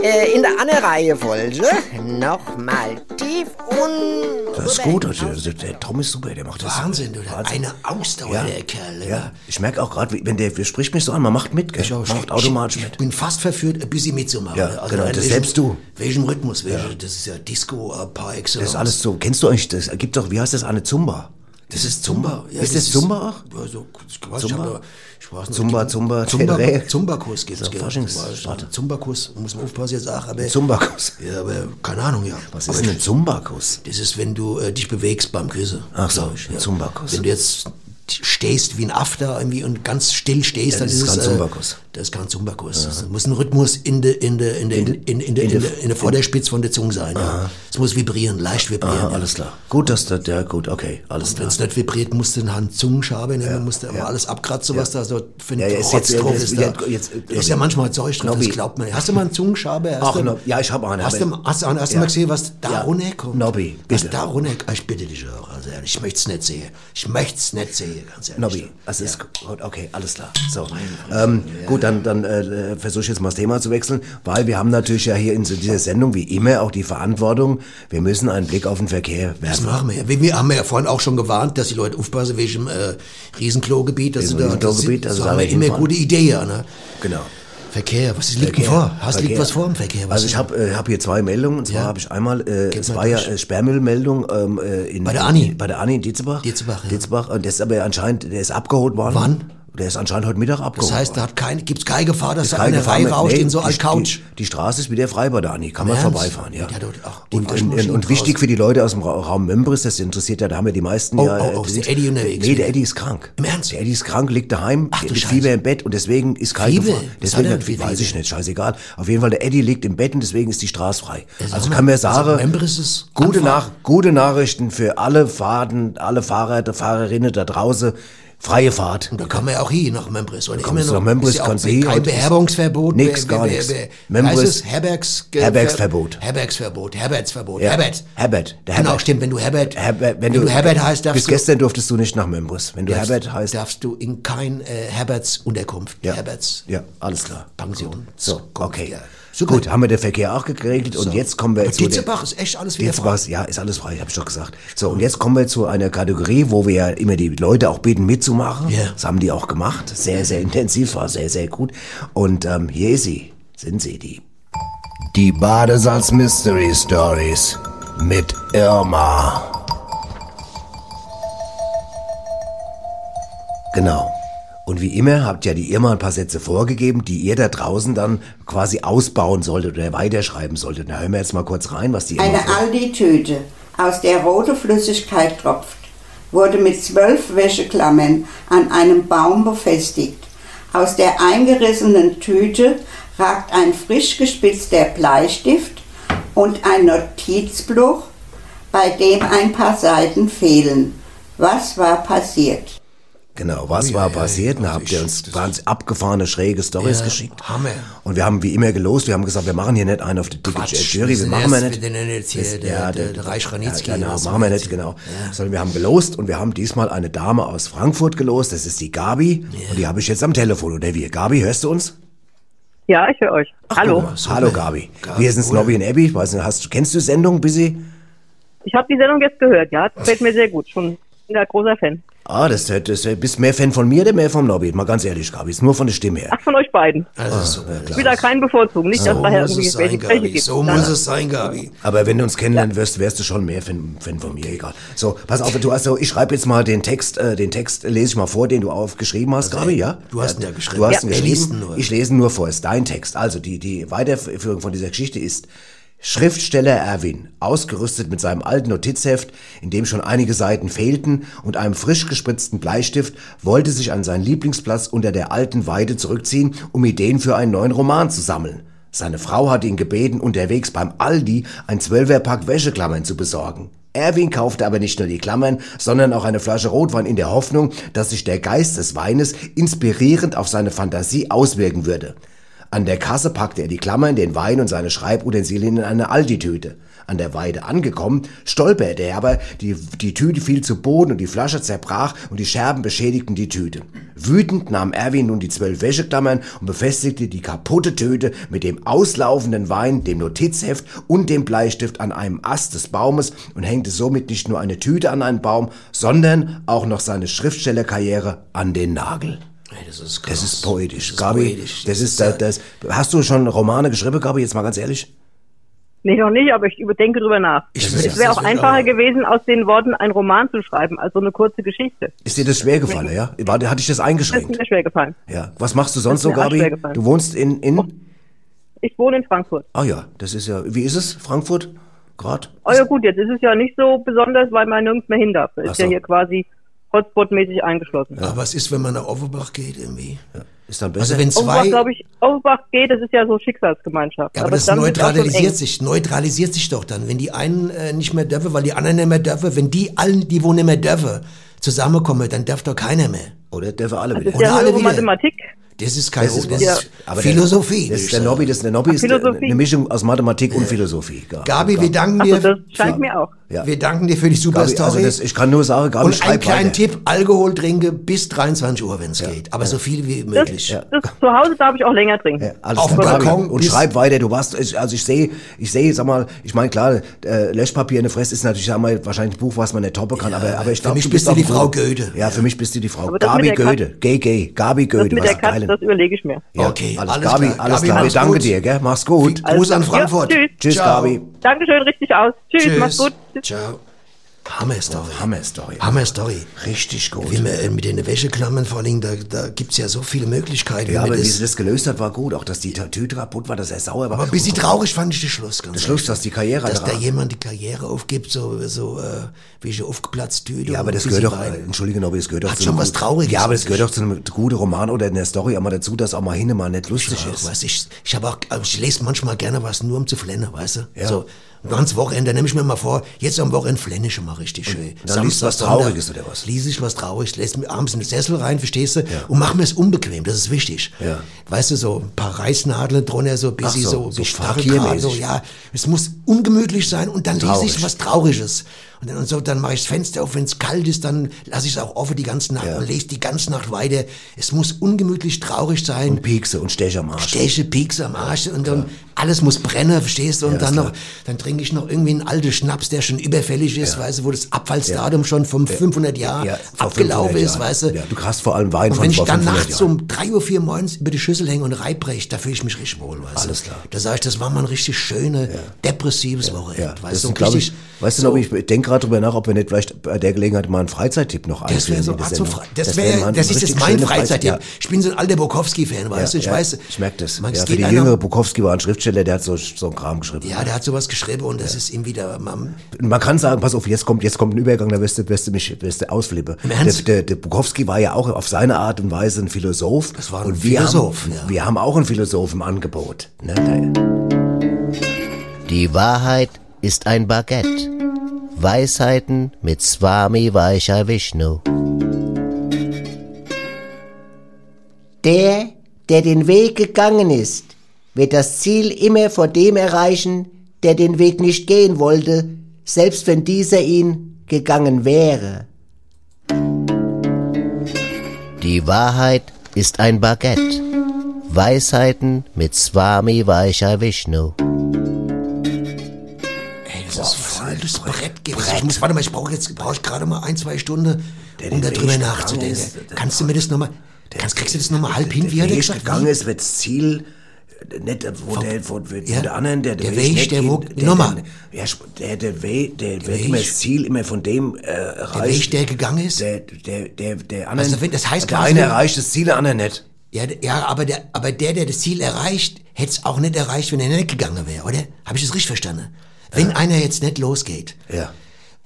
[SPEAKER 7] äh, in der anderen Reihefolge. Nochmal tief und.
[SPEAKER 1] Das ist gut. Also, der, der Tom ist super, der macht das.
[SPEAKER 2] Wahnsinn, du, der hat eine Ausdauer, der Kerl. ne?
[SPEAKER 1] Ja, ich merke auch gerade, wenn der, der spricht mich so an, man macht mit, gell?
[SPEAKER 2] auch.
[SPEAKER 1] macht automatisch
[SPEAKER 2] ich,
[SPEAKER 1] mit.
[SPEAKER 2] bin fast verführt, ein bisschen mitzumachen.
[SPEAKER 1] Ja,
[SPEAKER 2] ne?
[SPEAKER 1] genau,
[SPEAKER 2] in
[SPEAKER 1] das
[SPEAKER 2] welchem-
[SPEAKER 1] selbst du.
[SPEAKER 2] Welchem Rhythmus? Welche, Das ist ja Disco äh, par excellence.
[SPEAKER 1] Das ist alles so. Kennst du eigentlich, das gibt doch, wie heißt das, eine Zumba?
[SPEAKER 2] Das ist Zumba. Ja,
[SPEAKER 1] Ist das Zumba auch?
[SPEAKER 2] Ja, so, ich weiß, Zumba? Ich hab, da- ich weiß nicht,
[SPEAKER 1] Zumba,
[SPEAKER 2] die-
[SPEAKER 1] Zumba,
[SPEAKER 2] Zumba,
[SPEAKER 1] Tedere.
[SPEAKER 2] Zumba-Kurs gibt's,
[SPEAKER 1] So,
[SPEAKER 2] gell?
[SPEAKER 1] Faschings-
[SPEAKER 2] Zumba- Zumba-Kurs, muss man aufpassen jetzt auch, aber...
[SPEAKER 1] Zumbakus.
[SPEAKER 2] Ja, aber keine Ahnung, ja.
[SPEAKER 1] Was
[SPEAKER 2] aber
[SPEAKER 1] ist denn ein Zumbakus?
[SPEAKER 2] Das ist, wenn du äh, dich bewegst beim Küssen.
[SPEAKER 1] Ach so,
[SPEAKER 2] glaub ich, ja.
[SPEAKER 1] Zumbakus.
[SPEAKER 2] Wenn du jetzt t- stehst wie ein After irgendwie und ganz still stehst, dann
[SPEAKER 1] das
[SPEAKER 2] ist
[SPEAKER 1] ist kein
[SPEAKER 2] es, äh,
[SPEAKER 1] Zumbakus.
[SPEAKER 2] Das ist kein Zumbakus. Das muss ein Rhythmus in der in der in der in, in, in, der- in, der- in der Vorderspitze von der Zunge sein. Ja. Es muss vibrieren, leicht vibrieren.
[SPEAKER 1] Ah,
[SPEAKER 2] ja.
[SPEAKER 1] alles klar. Gut, dass der, ja, gut, okay, alles
[SPEAKER 2] Wenn
[SPEAKER 1] klar.
[SPEAKER 2] es nicht vibriert, musst du eine Hand Zungenschabe nehmen, musst du aber alles abkratzen, was da so für ein
[SPEAKER 1] Ja, ja, ist
[SPEAKER 2] Rotz
[SPEAKER 1] jetzt-
[SPEAKER 2] drauf
[SPEAKER 1] jetzt-
[SPEAKER 2] ist. Da.
[SPEAKER 1] jetzt-
[SPEAKER 2] da ist ja manchmal Zeug drauf, das
[SPEAKER 1] Nobby.
[SPEAKER 2] glaubt man nicht. Hast du mal einen Zungenschabe? Hast
[SPEAKER 1] Ach,
[SPEAKER 2] du-
[SPEAKER 1] no, ja, ich habe eine.
[SPEAKER 2] Hast
[SPEAKER 1] aber-
[SPEAKER 2] du, hast du hast du mal gesehen, was da
[SPEAKER 1] Ja.
[SPEAKER 2] runterkommt?
[SPEAKER 1] Nobby,
[SPEAKER 2] Was
[SPEAKER 1] bitte.
[SPEAKER 2] da runterkommt? Ich bitte dich auch, also ehrlich, ich möchte es nicht sehen. Ich möchte es nicht sehen, ganz ehrlich.
[SPEAKER 1] Nobby, also ist gut, okay, alles klar. So, ähm, gut, dann, dann äh, versuche ich jetzt mal das Thema zu wechseln, weil wir haben natürlich ja hier in so dieser Sendung wie immer auch die Verantwortung, wir müssen einen Blick auf den Verkehr
[SPEAKER 2] Das
[SPEAKER 1] werfen.
[SPEAKER 2] machen wir. ja. Wir, wir haben ja vorhin auch schon gewarnt, dass die Leute aufpassen wegen dem äh, Riesenklogebiet. Dass sie da, das
[SPEAKER 1] Riesenklogebiet,
[SPEAKER 2] das
[SPEAKER 1] also
[SPEAKER 2] haben
[SPEAKER 1] da
[SPEAKER 2] wir
[SPEAKER 1] wir
[SPEAKER 2] immer
[SPEAKER 1] hinfahren.
[SPEAKER 2] gute Ideen. Ne?
[SPEAKER 1] Genau.
[SPEAKER 2] Verkehr, was liegt denn
[SPEAKER 1] Verkehr.
[SPEAKER 2] vor? Hast liegt
[SPEAKER 1] Verkehr.
[SPEAKER 2] was vor im Verkehr? Was
[SPEAKER 1] Also ich habe äh, hab hier zwei Meldungen. Und zwar
[SPEAKER 2] Ja.
[SPEAKER 1] habe ich einmal, äh, es
[SPEAKER 2] mal
[SPEAKER 1] war ja
[SPEAKER 2] durch.
[SPEAKER 1] äh, Sperrmüllmeldung ähm, äh, in
[SPEAKER 2] Bei der Anni.
[SPEAKER 1] bei der Anni in Dietzebach.
[SPEAKER 2] Dietzebach, ja.
[SPEAKER 1] Dietzebach. Und der ist aber anscheinend, der ist abgeholt worden.
[SPEAKER 2] Wann?
[SPEAKER 1] Der ist anscheinend heute Mittag abgeholt.
[SPEAKER 2] Das heißt, da hat kein, gibt's keine Gefahr, dass da
[SPEAKER 1] Keine
[SPEAKER 2] eine
[SPEAKER 1] Gefahr
[SPEAKER 2] Reihe
[SPEAKER 1] mehr.
[SPEAKER 2] rauscht
[SPEAKER 1] Nee,
[SPEAKER 2] in so
[SPEAKER 1] die-
[SPEAKER 2] einer Couch.
[SPEAKER 1] Die, die Straße ist wieder frei bei der Anni, kann
[SPEAKER 2] Im
[SPEAKER 1] man
[SPEAKER 2] Ernst?
[SPEAKER 1] vorbeifahren, ja.
[SPEAKER 2] Ja, dort auch die
[SPEAKER 1] und, und, und,
[SPEAKER 2] Waschmaschinen
[SPEAKER 1] und
[SPEAKER 2] draußen.
[SPEAKER 1] wichtig für die Leute aus dem Ra Raum Membris, das interessiert ja, da haben ja die meisten
[SPEAKER 2] Oh,
[SPEAKER 1] ja.
[SPEAKER 2] oh, oh,
[SPEAKER 1] äh,
[SPEAKER 2] ist der Eddie unterwegs?
[SPEAKER 1] Nee, der Eddie ist krank.
[SPEAKER 2] Im Ernst?
[SPEAKER 1] Der Eddie ist krank, liegt daheim,
[SPEAKER 2] Ach, du
[SPEAKER 1] mit
[SPEAKER 2] Scheiße.
[SPEAKER 1] Fieber im Bett und deswegen ist keine
[SPEAKER 2] Fieber?
[SPEAKER 1] Gefahr.
[SPEAKER 2] Was hat er
[SPEAKER 1] Deswegen
[SPEAKER 2] denn für
[SPEAKER 1] weiß
[SPEAKER 2] Fieber?
[SPEAKER 1] ich nicht, scheißegal. Auf jeden Fall, der Eddie liegt im Bett und deswegen ist die Straße frei.
[SPEAKER 2] sag
[SPEAKER 1] Also
[SPEAKER 2] mal,
[SPEAKER 1] kann man
[SPEAKER 2] sag mal,
[SPEAKER 1] sagen,
[SPEAKER 2] Membris ist
[SPEAKER 1] gute,
[SPEAKER 2] Anfahrt.
[SPEAKER 1] Nach gute Nachrichten für alle Fahrten, alle Fahrer, Fahrerinnen da draußen. Freie Fahrt.
[SPEAKER 2] Da kann man ja auch hier nach Membris. Oder
[SPEAKER 1] kommst du nach Membris,
[SPEAKER 2] ist ja
[SPEAKER 1] kannst
[SPEAKER 2] auch
[SPEAKER 1] du hier
[SPEAKER 2] Kein
[SPEAKER 1] heute-
[SPEAKER 2] Beherbergungsverbot.
[SPEAKER 1] Nix,
[SPEAKER 2] wer-
[SPEAKER 1] gar
[SPEAKER 2] wer-
[SPEAKER 1] nix.
[SPEAKER 2] wer- wer-
[SPEAKER 1] Membris-
[SPEAKER 2] heißt es? Herbergs, Ge-
[SPEAKER 1] Herbergsverbot.
[SPEAKER 2] Herbergsverbot. Herbertsverbot.
[SPEAKER 1] Ja.
[SPEAKER 2] Herbert.
[SPEAKER 1] Herbert, der
[SPEAKER 2] Genau,
[SPEAKER 1] Herbert.
[SPEAKER 2] stimmt. Wenn du Herbert,
[SPEAKER 1] Herbert,
[SPEAKER 2] wenn du, Herbert heißt, darfst
[SPEAKER 1] bis
[SPEAKER 2] du,
[SPEAKER 1] gestern durftest du nicht nach Membris. Wenn du
[SPEAKER 2] darfst,
[SPEAKER 1] Herbert heißt,
[SPEAKER 2] darfst du in kein äh, Herberts Unterkunft.
[SPEAKER 1] ja,
[SPEAKER 2] Herberts
[SPEAKER 1] ja, alles klar.
[SPEAKER 2] Pension.
[SPEAKER 1] So, okay.
[SPEAKER 2] Ja.
[SPEAKER 1] Super. Gut, haben wir den Verkehr auch geregelt und jetzt kommen wir
[SPEAKER 2] Aber
[SPEAKER 1] zu der-
[SPEAKER 2] Ditzebach ist echt alles wieder frei.
[SPEAKER 1] Dietzebach, ja, ist alles frei, habe ich doch gesagt. So, und jetzt kommen wir zu einer Kategorie, wo wir ja immer die Leute auch bitten mitzumachen.
[SPEAKER 2] Ja.
[SPEAKER 1] Das haben die auch gemacht. Sehr, sehr intensiv, war sehr, sehr gut. Und ähm, hier ist sie, sind sie, die. Die Badesalz Mystery Stories mit Irma. Genau. Und wie immer habt ja die Irma ein paar Sätze vorgegeben, die ihr da draußen dann quasi ausbauen solltet oder weiterschreiben solltet. Da hören wir jetzt mal kurz rein, was die Irma
[SPEAKER 10] Eine
[SPEAKER 1] vorgeschlagen hat.
[SPEAKER 10] Aldi-Tüte, aus der rote Flüssigkeit tropft, wurde mit zwölf Wäscheklammern an einem Baum befestigt. Aus der eingerissenen Tüte ragt ein frisch gespitzter Bleistift und ein Notizblock, bei dem ein paar Seiten fehlen. Was war passiert?
[SPEAKER 1] Genau, was war passiert? Dann habt ihr uns ganz abgefahrene, schräge Stories
[SPEAKER 2] Ja,
[SPEAKER 1] geschickt.
[SPEAKER 2] Hammer.
[SPEAKER 1] Und wir haben wie immer gelost, wir haben gesagt, wir machen hier nicht einen auf die dicke
[SPEAKER 2] Quatsch,
[SPEAKER 1] Jury,
[SPEAKER 2] wir
[SPEAKER 1] wir
[SPEAKER 2] sind
[SPEAKER 1] machen wir
[SPEAKER 2] erst-
[SPEAKER 1] nicht.
[SPEAKER 2] wir nennen jetzt hier
[SPEAKER 1] Das-
[SPEAKER 2] der- der- der Reich Ranitzky
[SPEAKER 1] Ja, genau,
[SPEAKER 2] was
[SPEAKER 1] machen wir nicht, genau. Sondern wir haben gelost und wir haben diesmal eine Dame aus Frankfurt gelost, das ist die Gabi. Und die habe ich jetzt am Telefon, oder wir. Gabi, hörst du uns?
[SPEAKER 11] Ja, ich höre euch. Hallo.
[SPEAKER 1] Hallo Gabi. Wir sind Snobby und Abby, ich weiß nicht, hast, kennst du die Sendung, Busy?
[SPEAKER 11] Ich habe die Sendung jetzt gehört, ja. Das gefällt mir sehr gut. Schon bin da großer Fan.
[SPEAKER 1] Ah, das, das, bist mehr Fan von mir oder mehr vom Nobby? Mal ganz ehrlich, Gabi, ist nur von der Stimme her.
[SPEAKER 11] Ach, von euch beiden.
[SPEAKER 1] Ah,
[SPEAKER 2] Also, super.
[SPEAKER 11] Ich will da keinen bevorzugen. Nicht, dass
[SPEAKER 2] So
[SPEAKER 11] daher
[SPEAKER 2] muss
[SPEAKER 11] irgendwie
[SPEAKER 2] es sein,
[SPEAKER 11] welche Gespräche
[SPEAKER 2] Gabi.
[SPEAKER 11] gibt.
[SPEAKER 2] So muss es sein, Gabi.
[SPEAKER 1] Aber wenn du uns kennenlernen wirst, wärst du schon mehr Fan, Fan von mir, egal. So, pass auf, du hast so, ich schreibe jetzt mal den Text, äh, den Text lese ich mal vor, den du aufgeschrieben hast, Gabi, ja?
[SPEAKER 2] Also, du hast ihn ja geschrieben.
[SPEAKER 1] Du hast
[SPEAKER 2] Ja.
[SPEAKER 1] ihn
[SPEAKER 2] Er liest ihn
[SPEAKER 1] geschrieben.
[SPEAKER 2] nur.
[SPEAKER 1] Ich lese ihn nur vor, ist dein Text. Also, die, die Weiterführung von dieser Geschichte ist, Schriftsteller Erwin, ausgerüstet mit seinem alten Notizheft, in dem schon einige Seiten fehlten, und einem frisch gespritzten Bleistift, wollte sich an seinen Lieblingsplatz unter der alten Weide zurückziehen, um Ideen für einen neuen Roman zu sammeln. Seine Frau hatte ihn gebeten, unterwegs beim Aldi ein Zwölferpack Wäscheklammern zu besorgen. Erwin kaufte aber nicht nur die Klammern, sondern auch eine Flasche Rotwein in der Hoffnung, dass sich der Geist des Weines inspirierend auf seine Fantasie auswirken würde. An der Kasse packte er die Klammern, den Wein und seine Schreibutensilien in eine Aldi-Tüte. An der Weide angekommen, stolperte er aber, die, die Tüte fiel zu Boden und die Flasche zerbrach und die Scherben beschädigten die Tüte. Wütend nahm Erwin nun die zwölf Wäscheklammern und befestigte die kaputte Tüte mit dem auslaufenden Wein, dem Notizheft und dem Bleistift an einem Ast des Baumes und hängte somit nicht nur eine Tüte an einen Baum, sondern auch noch seine Schriftstellerkarriere an den Nagel.
[SPEAKER 2] Ey, das ist
[SPEAKER 1] krass. Das ist poetisch, das ist Gabi. Poetisch. Das ist das, das. Hast du schon Romane geschrieben, Gabi? Jetzt mal ganz ehrlich.
[SPEAKER 11] Nee, noch nicht, aber ich überdenke drüber nach. Ich es wäre auch einfacher gewesen, aus den Worten einen Roman zu schreiben, als so eine kurze Geschichte.
[SPEAKER 1] Ist dir das schwer gefallen, ja? War, hatte ich das eingeschränkt?
[SPEAKER 11] Das ist mir schwer gefallen.
[SPEAKER 1] Ja. Was machst du sonst so, Gabi? Du wohnst in,
[SPEAKER 11] Oh.
[SPEAKER 1] in?
[SPEAKER 11] Ich wohne in Frankfurt.
[SPEAKER 1] Ah ja, das ist ja. Wie ist es, Frankfurt? Grad?
[SPEAKER 11] Oh ja, gut, jetzt ist es ja nicht so besonders, weil man nirgends mehr hin darf. Ist so. ja hier quasi Hotspot-mäßig eingeschlossen.
[SPEAKER 2] Ja. Aber was ist, wenn man nach Offenbach geht irgendwie? Ja.
[SPEAKER 1] Ist dann besser.
[SPEAKER 2] Also wenn
[SPEAKER 11] Offenbach, glaube ich, Offenbach geht, das ist ja so Schicksalsgemeinschaft.
[SPEAKER 2] Ja, aber, aber das neutralisiert sich, neutralisiert sich doch dann. Wenn die einen äh, nicht mehr dürfen, weil die anderen nicht mehr dürfen, wenn die allen, die wo nicht mehr dürfen, zusammenkommen, dann darf doch keiner mehr.
[SPEAKER 1] Oder dürfen alle
[SPEAKER 11] das
[SPEAKER 1] wieder.
[SPEAKER 11] Ist ja
[SPEAKER 1] alle
[SPEAKER 11] wieder. Mathematik.
[SPEAKER 2] Das ist kein, das ist, das ist ja. Philosophie. Äh,
[SPEAKER 1] Das ist der Nobby, das ist, der
[SPEAKER 11] Ah,
[SPEAKER 1] Nobby ist eine Mischung aus Mathematik und Philosophie.
[SPEAKER 2] Gabi, Gabi. wir danken dir.
[SPEAKER 11] So, das scheint für, mir auch.
[SPEAKER 2] Ja. Wir danken dir für die super Gabi, Story. Also
[SPEAKER 1] das, ich kann nur sagen, Gabi,
[SPEAKER 2] Und einen kleinen weiter. Tipp, Alkohol trinke bis 23 Uhr, wenn es ja. geht. Aber so viel wie möglich.
[SPEAKER 11] zu Hause darf ich auch länger trinken.
[SPEAKER 1] Auf dem Balkon. Und schreib weiter. Du warst, also ich sehe, ich sehe, sag mal, ich meine, klar, äh, Löschpapier in der Fresse ist natürlich sag mal, wahrscheinlich ein Buch, was man nicht toppen kann. aber, aber ich glaube,
[SPEAKER 2] Für mich bist du die Frau Goethe.
[SPEAKER 1] Ja, für mich bist du die Frau. Gabi Goethe. Gay, gay. Gabi Goethe.
[SPEAKER 11] Das mit der das überlege ich mir.
[SPEAKER 1] Ja, okay, alles, alles Gabi, klar. Alles klar. Wir danken gut. dir, gell? Mach's gut.
[SPEAKER 2] Alles Gruß an Frankfurt.
[SPEAKER 11] Also, Ja, tschüss.
[SPEAKER 1] Tschüss, Ciao. Gabi.
[SPEAKER 11] Dankeschön, richtig aus. Tschüss, tschüss. mach's gut. Tschüss.
[SPEAKER 2] Ciao. Hammer Story.
[SPEAKER 1] Oh, Hammer Story.
[SPEAKER 2] Hammer Story.
[SPEAKER 1] Richtig gut.
[SPEAKER 2] Wie man, äh, mit den Wäscheklammern vor allen Dingen, da, da gibt ja so viele Möglichkeiten.
[SPEAKER 1] Ja, aber wie sie das gelöst hat, war gut. Auch, dass die Tüte kaputt war, dass er sauer war.
[SPEAKER 2] Aber ein bisschen traurig fand ich den Schluss.
[SPEAKER 1] Ganz das Schluss, dass die Karriere
[SPEAKER 2] Dass da jemand die Karriere aufgibt, so, so äh, wie ich aufgeplatzt Tüte.
[SPEAKER 1] Ja, aber das gehört doch, rein. entschuldige, aber das gehört doch
[SPEAKER 2] hat schon was Trauriges.
[SPEAKER 1] Ja, aber das gehört doch zu einem guten Roman oder in der Story auch mal dazu, dass auch mal hin mal nicht lustig
[SPEAKER 2] ich
[SPEAKER 1] ist.
[SPEAKER 2] Weiß, ich, ich, hab auch, also ich lese manchmal gerne was, nur um zu flennen, weißt du? Ja. So, ganz Wochenende, nehme ich mir mal vor, jetzt am Wochenende flenne schon mal richtig schön.
[SPEAKER 1] Und dann liest was Trauriges oder was?
[SPEAKER 2] Lies ich was Trauriges, lässt mir abends in den Sessel rein, verstehst du? Ja. Und mach mir es unbequem, das ist wichtig.
[SPEAKER 1] Ja.
[SPEAKER 2] Weißt du, so ein paar Reißnadeln drunter, so ein bisschen
[SPEAKER 1] Ach
[SPEAKER 2] so,
[SPEAKER 1] so,
[SPEAKER 2] so, so ja. Es muss ungemütlich sein und dann Traurig. lese ich was Trauriges. Und dann, und so, dann mache ich das Fenster auf, wenn es kalt ist, dann lasse ich es auch offen die ganze Nacht ja. und lese die ganze Nacht weiter. Es muss ungemütlich traurig sein.
[SPEAKER 1] Und Piekse und Steche am Arsch.
[SPEAKER 2] Steche, Piekse am Arsch und dann alles muss brennen, verstehst du? Und ja, dann noch, dann trinke ich noch irgendwie einen alten Schnaps, der schon überfällig ist, ja. weißt du, wo das Abfallsdatum ja. schon vom 500 Jahr abgelaufen 500 ist, Jahren. weißt du.
[SPEAKER 1] Ja, du hast vor allem Wein
[SPEAKER 2] und
[SPEAKER 1] von
[SPEAKER 2] wenn ich dann nachts um 3 Uhr, 4 Uhr morgens über die Schüssel hänge und reibrecht, da fühle ich mich richtig wohl, weißt du.
[SPEAKER 1] Alles klar.
[SPEAKER 2] Da sage ich, das war mal ein richtig schönes, depressives Wochenende,
[SPEAKER 1] weißt du. Richtig, ich, weißt du so, noch, ich denke gerade drüber nach, ob wir nicht vielleicht bei der Gelegenheit mal einen Freizeittipp noch
[SPEAKER 2] Das wäre so, so das, wär, das, das ist jetzt mein Freizeittipp. Ich bin so ein alter Bukowski-Fan, weißt du, ich weiß.
[SPEAKER 1] Ich merke das. Ja, für die jüngere Bukowski war ein Schriftsteller, der hat so, so einen Kram geschrieben.
[SPEAKER 2] Ja, der hat sowas geschrieben und das ja. ist ihm wieder.
[SPEAKER 1] Man, man, kann sagen, pass auf, jetzt kommt, jetzt kommt ein Übergang, da wirst du, wirst du mich wirst du ausflippen. Der, der, der, Bukowski war ja auch auf seine Art und Weise ein Philosoph.
[SPEAKER 2] Das war ein
[SPEAKER 1] und
[SPEAKER 2] Philosoph.
[SPEAKER 1] Wir haben, ja. wir haben auch einen Philosophen im Angebot. Ne?
[SPEAKER 5] Die Wahrheit ist ein Baguette. Weisheiten mit Swami Vaishya Vishnu.
[SPEAKER 8] Der, der den Weg gegangen ist, wird das Ziel immer vor dem erreichen, der den Weg nicht gehen wollte, selbst wenn dieser ihn gegangen wäre.
[SPEAKER 5] Die Wahrheit ist ein Baguette. Weisheiten mit Swami Vaishya Vishnu.
[SPEAKER 2] Ey, das Boah, ist voll das Brett gewesen. Ich muss, warte mal, ich brauche jetzt brauch ich gerade mal ein, zwei Stunden, um darüber nachzudenken. Ist, Kannst du mir das nochmal, kannst, kriegst du das nochmal halb hin, wie
[SPEAKER 1] er
[SPEAKER 2] gesagt
[SPEAKER 1] gegangen ist, wird's Ziel äh, nicht wo Von, der wo, wo ja, der anderen der
[SPEAKER 2] der Weg der wo nochmal
[SPEAKER 1] der der der Weg der, der, der, der immer das Ziel immer von dem äh, erreicht
[SPEAKER 2] der Weg der gegangen ist
[SPEAKER 1] der der der der andere
[SPEAKER 2] also, das heißt
[SPEAKER 1] der eine erreicht das Ziel der andere nicht
[SPEAKER 2] ja ja aber der aber der der das Ziel erreicht hätte es auch nicht erreicht, wenn er nicht gegangen wäre, oder? Habe ich das richtig verstanden? Wenn einer jetzt nicht losgeht
[SPEAKER 1] Ja.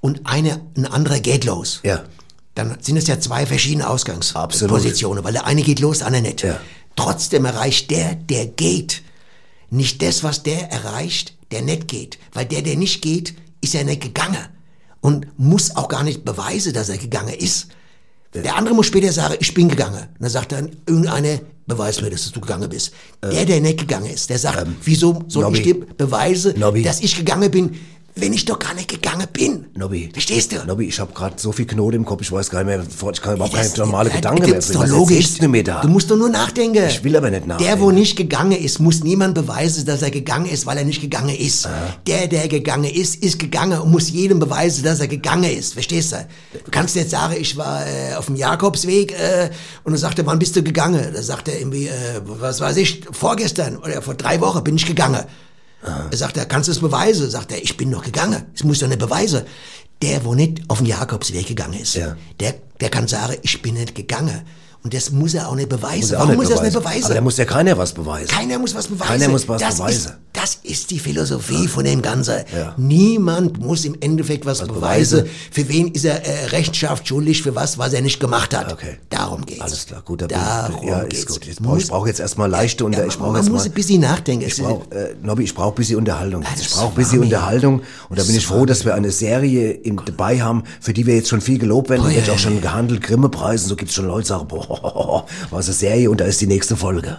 [SPEAKER 2] und einer, ein anderer geht los,
[SPEAKER 1] Ja.
[SPEAKER 2] dann sind es ja zwei verschiedene Ausgangspositionen, weil der eine geht los, der andere nicht. Trotzdem erreicht der, der geht, nicht das, was der erreicht, der nicht geht. Weil der, der nicht geht, ist ja nicht gegangen und muss auch gar nicht beweisen, dass er gegangen ist. Der andere muss später sagen, ich bin gegangen. Und dann sagt dann irgendeiner, beweis mir, dass du gegangen bist. der, der nicht gegangen ist, der sagt, wieso soll
[SPEAKER 1] Äh. Ähm, Nobby.
[SPEAKER 2] ich dir beweisen, dass ich gegangen bin, wenn ich doch gar nicht gegangen bin?
[SPEAKER 1] Nobby.
[SPEAKER 2] Verstehst du?
[SPEAKER 1] Nobby, ich habe gerade so viel Knoten im Kopf, ich weiß gar nicht mehr, ich kann überhaupt
[SPEAKER 2] Das-
[SPEAKER 1] keine normale
[SPEAKER 2] das
[SPEAKER 1] Gedanken mehr
[SPEAKER 2] gibt's
[SPEAKER 1] finden.
[SPEAKER 2] doch
[SPEAKER 1] Was
[SPEAKER 2] logisch.
[SPEAKER 1] erzählst Du, mir da?
[SPEAKER 2] Du musst doch nur nachdenken.
[SPEAKER 1] Ich will aber nicht nachdenken.
[SPEAKER 2] Der, wo nicht gegangen ist, muss niemand beweisen, dass er gegangen ist, weil er nicht gegangen ist. Der, der gegangen ist, ist gegangen und muss jedem beweisen, dass er gegangen ist. Verstehst du? Du kannst jetzt sagen, ich war äh, auf dem Jakobsweg äh, und dann sagt er, wann bist du gegangen? Da sagt er irgendwie, äh, was weiß ich, vorgestern oder vor drei Wochen bin ich gegangen. Er sagt er, kannst du es beweisen? Sagt er, ich bin noch gegangen. Das muss ich doch nicht beweisen. Der, wo nicht auf den Jakobsweg gegangen ist, der, der kann sagen, ich bin nicht gegangen. Und das muss er auch nicht beweisen.
[SPEAKER 1] Muss er auch
[SPEAKER 2] Warum
[SPEAKER 1] nicht
[SPEAKER 2] muss er das nicht
[SPEAKER 1] beweisen?
[SPEAKER 2] beweisen?
[SPEAKER 1] Aber da muss ja keiner was beweisen.
[SPEAKER 2] Keiner muss was beweisen.
[SPEAKER 1] Keiner muss was
[SPEAKER 2] das
[SPEAKER 1] beweisen.
[SPEAKER 2] Ist, das ist die Philosophie von dem Ganzen.
[SPEAKER 1] Ja.
[SPEAKER 2] Niemand muss im Endeffekt was, beweisen.
[SPEAKER 1] beweisen.
[SPEAKER 2] Für wen ist er äh, Rechtschaft schuldig, für was, was er nicht gemacht hat. Darum geht's.
[SPEAKER 1] Alles klar, gut, da bin
[SPEAKER 2] Darum
[SPEAKER 1] ich, ja,
[SPEAKER 2] geht's.
[SPEAKER 1] ist gut. Jetzt brauch, ich brauche jetzt erstmal leichte und
[SPEAKER 2] ja,
[SPEAKER 1] ich
[SPEAKER 2] man
[SPEAKER 1] brauche jetzt
[SPEAKER 2] muss
[SPEAKER 1] mal,
[SPEAKER 2] ein bisschen nachdenken. Es
[SPEAKER 1] Ich
[SPEAKER 2] ist-
[SPEAKER 1] brauche, äh, Nobby, ich brauche ein bisschen Unterhaltung. Ich
[SPEAKER 2] ist
[SPEAKER 1] brauche ein bisschen
[SPEAKER 2] Swami.
[SPEAKER 1] Unterhaltung und da bin ich froh, dass wir eine Serie im, dabei haben, für die wir jetzt schon viel gelobt werden. Die
[SPEAKER 2] Ui,
[SPEAKER 1] wird auch
[SPEAKER 2] ui,
[SPEAKER 1] schon gehandelt, Grimme-Preisen, so gibt's schon Leute, die sagen, boah, was eine Serie und da ist die nächste Folge.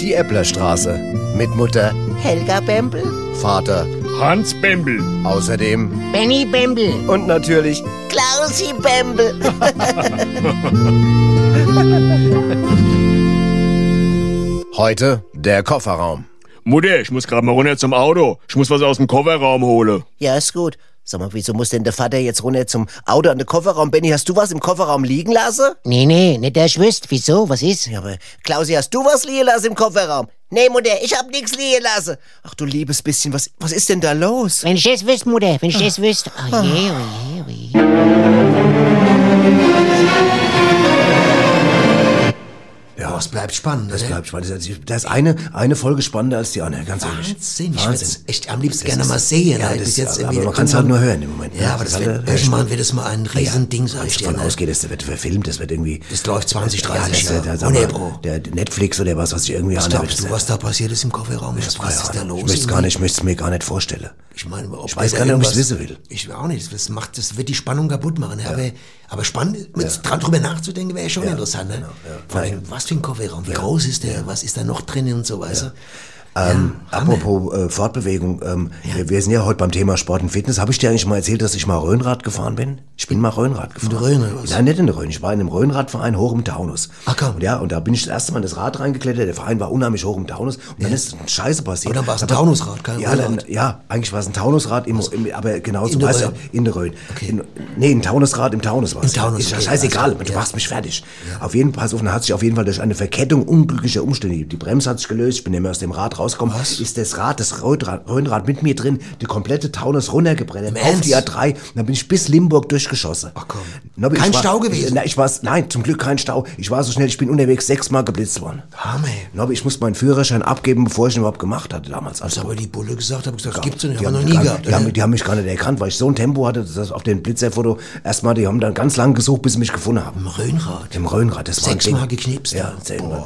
[SPEAKER 9] Die Epplerstraße. Mit Mutter,
[SPEAKER 8] Helga Bembel?
[SPEAKER 9] Vater Hans Bembel. Außerdem
[SPEAKER 8] Benny Bembel.
[SPEAKER 9] und natürlich
[SPEAKER 8] Klausi Bembel.
[SPEAKER 9] heute der Kofferraum.
[SPEAKER 12] Mutter, ich muss gerade mal runter zum Auto. Ich muss was aus dem Kofferraum holen.
[SPEAKER 5] Ja, ist gut. Sag mal, wieso muss denn der Vater jetzt runter zum Auto an den Kofferraum? Benny, hast du was im Kofferraum liegen lassen?
[SPEAKER 4] Nee, nee, nicht, dass ich wüsste. Wieso? Was ist?
[SPEAKER 5] Ja, aber Klausi, hast du was liegen lassen im Kofferraum? Nee, Mutter, ich hab nichts liegen lassen. Ach du liebes bisschen, was, was ist denn da los?
[SPEAKER 4] Wenn ich das wüsste, Mutter, wenn ich das wüsste. Oh je, oh je.
[SPEAKER 1] Ja,
[SPEAKER 2] das bleibt spannend.
[SPEAKER 1] Das bleibt spannend. Das ist- Das ist eine, eine Folge spannender als die andere,
[SPEAKER 2] Ah,
[SPEAKER 1] ganz ehrlich.
[SPEAKER 2] Wahnsinn, ich würde es echt am liebsten gerne mal sehen.
[SPEAKER 1] Ja, das
[SPEAKER 2] halt, bis
[SPEAKER 1] ist,
[SPEAKER 2] jetzt
[SPEAKER 1] aber
[SPEAKER 2] irgendwie-
[SPEAKER 1] man kann es halt nur hören im Moment. ne?
[SPEAKER 2] Ja, aber das
[SPEAKER 1] ist
[SPEAKER 2] wird,
[SPEAKER 1] halt-
[SPEAKER 2] irgendwann wird es mal ein Riesending sein.
[SPEAKER 1] Wenn ich davon ausgehe, das wird verfilmt, das wird irgendwie.
[SPEAKER 2] Das läuft 20, 30
[SPEAKER 1] das ist
[SPEAKER 2] Jahre.
[SPEAKER 1] der-
[SPEAKER 2] Ohne
[SPEAKER 1] der-
[SPEAKER 2] Bro.
[SPEAKER 1] Der Netflix oder was, was ich irgendwie
[SPEAKER 2] Was
[SPEAKER 1] an-
[SPEAKER 2] glaubst du, was da passiert ist im Kofferraum? Was, was ist da los?
[SPEAKER 1] Ich möchte es gar nicht, ich möchte es mir gar nicht vorstellen.
[SPEAKER 2] Ich meine, ob
[SPEAKER 1] Ich weiß
[SPEAKER 2] da
[SPEAKER 1] gar nicht, ob ich es
[SPEAKER 2] irgendwas-
[SPEAKER 1] wissen will.
[SPEAKER 2] Ich will auch nicht. Das macht, das wird die Spannung kaputt machen. ne? Aber, aber spannend, mit dran drüber nachzudenken, wäre ja schon interessant.
[SPEAKER 1] genau,
[SPEAKER 2] Ne? Vor allem, was für ein Kofferraum? Wie groß ist der? Was ist da noch drin und so weiter?
[SPEAKER 1] Ähm, apropos äh, Fortbewegung, ähm, wir- wir sind ja heute beim Thema Sport und Fitness. Habe ich dir eigentlich mal erzählt, dass ich mal Röhnrad gefahren bin? Ich bin mal Röhnrad gefahren. In
[SPEAKER 2] der Rhön oder was?
[SPEAKER 1] Nein, nicht in der Rhön. Ich war in einem Röhnradverein hoch im Taunus. Ach komm. Und ja, und da bin ich das erste Mal in das Rad reingeklettert. Der Verein war unheimlich hoch im Taunus. Und dann ist Scheiße passiert.
[SPEAKER 2] Und dann war es ein
[SPEAKER 1] Aber-
[SPEAKER 2] Taunusrad, kein
[SPEAKER 1] ja, dann,
[SPEAKER 2] Röhnrad.
[SPEAKER 1] ja, eigentlich war es ein Taunusrad, im, im, aber genauso
[SPEAKER 2] In der
[SPEAKER 1] weißt du,
[SPEAKER 2] Rhön.
[SPEAKER 1] in der Rhön. In, nee, ein Taunusrad im Taunus war es.
[SPEAKER 2] Im Taunus,
[SPEAKER 1] Ist ja
[SPEAKER 2] okay,
[SPEAKER 1] scheißegal,
[SPEAKER 2] also,
[SPEAKER 1] du
[SPEAKER 2] ja.
[SPEAKER 1] machst mich fertig. Auf jeden Fall, pass auf, dann hat sich auf jeden Fall durch eine Verkettung unglücklicher Umstände, die- die Bremse hat sich gelöst, ich bin nicht mehr aus dem Rad rausgekommen, ist das Rad, das Röhnrad, Röhnrad mit mir drin, die komplette Taunus runtergebrennt,
[SPEAKER 2] Im
[SPEAKER 1] auf die
[SPEAKER 2] Ernst?
[SPEAKER 1] A3, und dann bin ich bis Limburg durchgeschossen. Ach komm.
[SPEAKER 2] Kein Stau gewesen?
[SPEAKER 1] Ich, na, ich war's, nein, zum Glück kein Stau. Ich war so schnell, ich bin unterwegs sechsmal geblitzt worden.
[SPEAKER 2] Hammer.
[SPEAKER 1] Nobby, ich muss meinen Führerschein abgeben, bevor ich ihn überhaupt gemacht hatte damals. Also,
[SPEAKER 2] aber die Bulle gesagt, habe gesagt, das gibt's doch
[SPEAKER 1] die
[SPEAKER 2] nicht, haben wir
[SPEAKER 1] haben,
[SPEAKER 2] noch nie
[SPEAKER 1] gar-
[SPEAKER 2] gehabt.
[SPEAKER 1] die, haben,
[SPEAKER 2] oder?
[SPEAKER 1] die haben mich gar nicht erkannt, weil ich so ein Tempo hatte, dass auf dem Blitzerfoto erstmal, die haben dann ganz lang gesucht, bis sie mich gefunden haben. Im
[SPEAKER 2] Röhnrad?
[SPEAKER 1] Im Röhnrad, das war ein
[SPEAKER 2] Sechsmal
[SPEAKER 1] Ding.
[SPEAKER 2] geknipst.
[SPEAKER 1] Ja, zehnmal.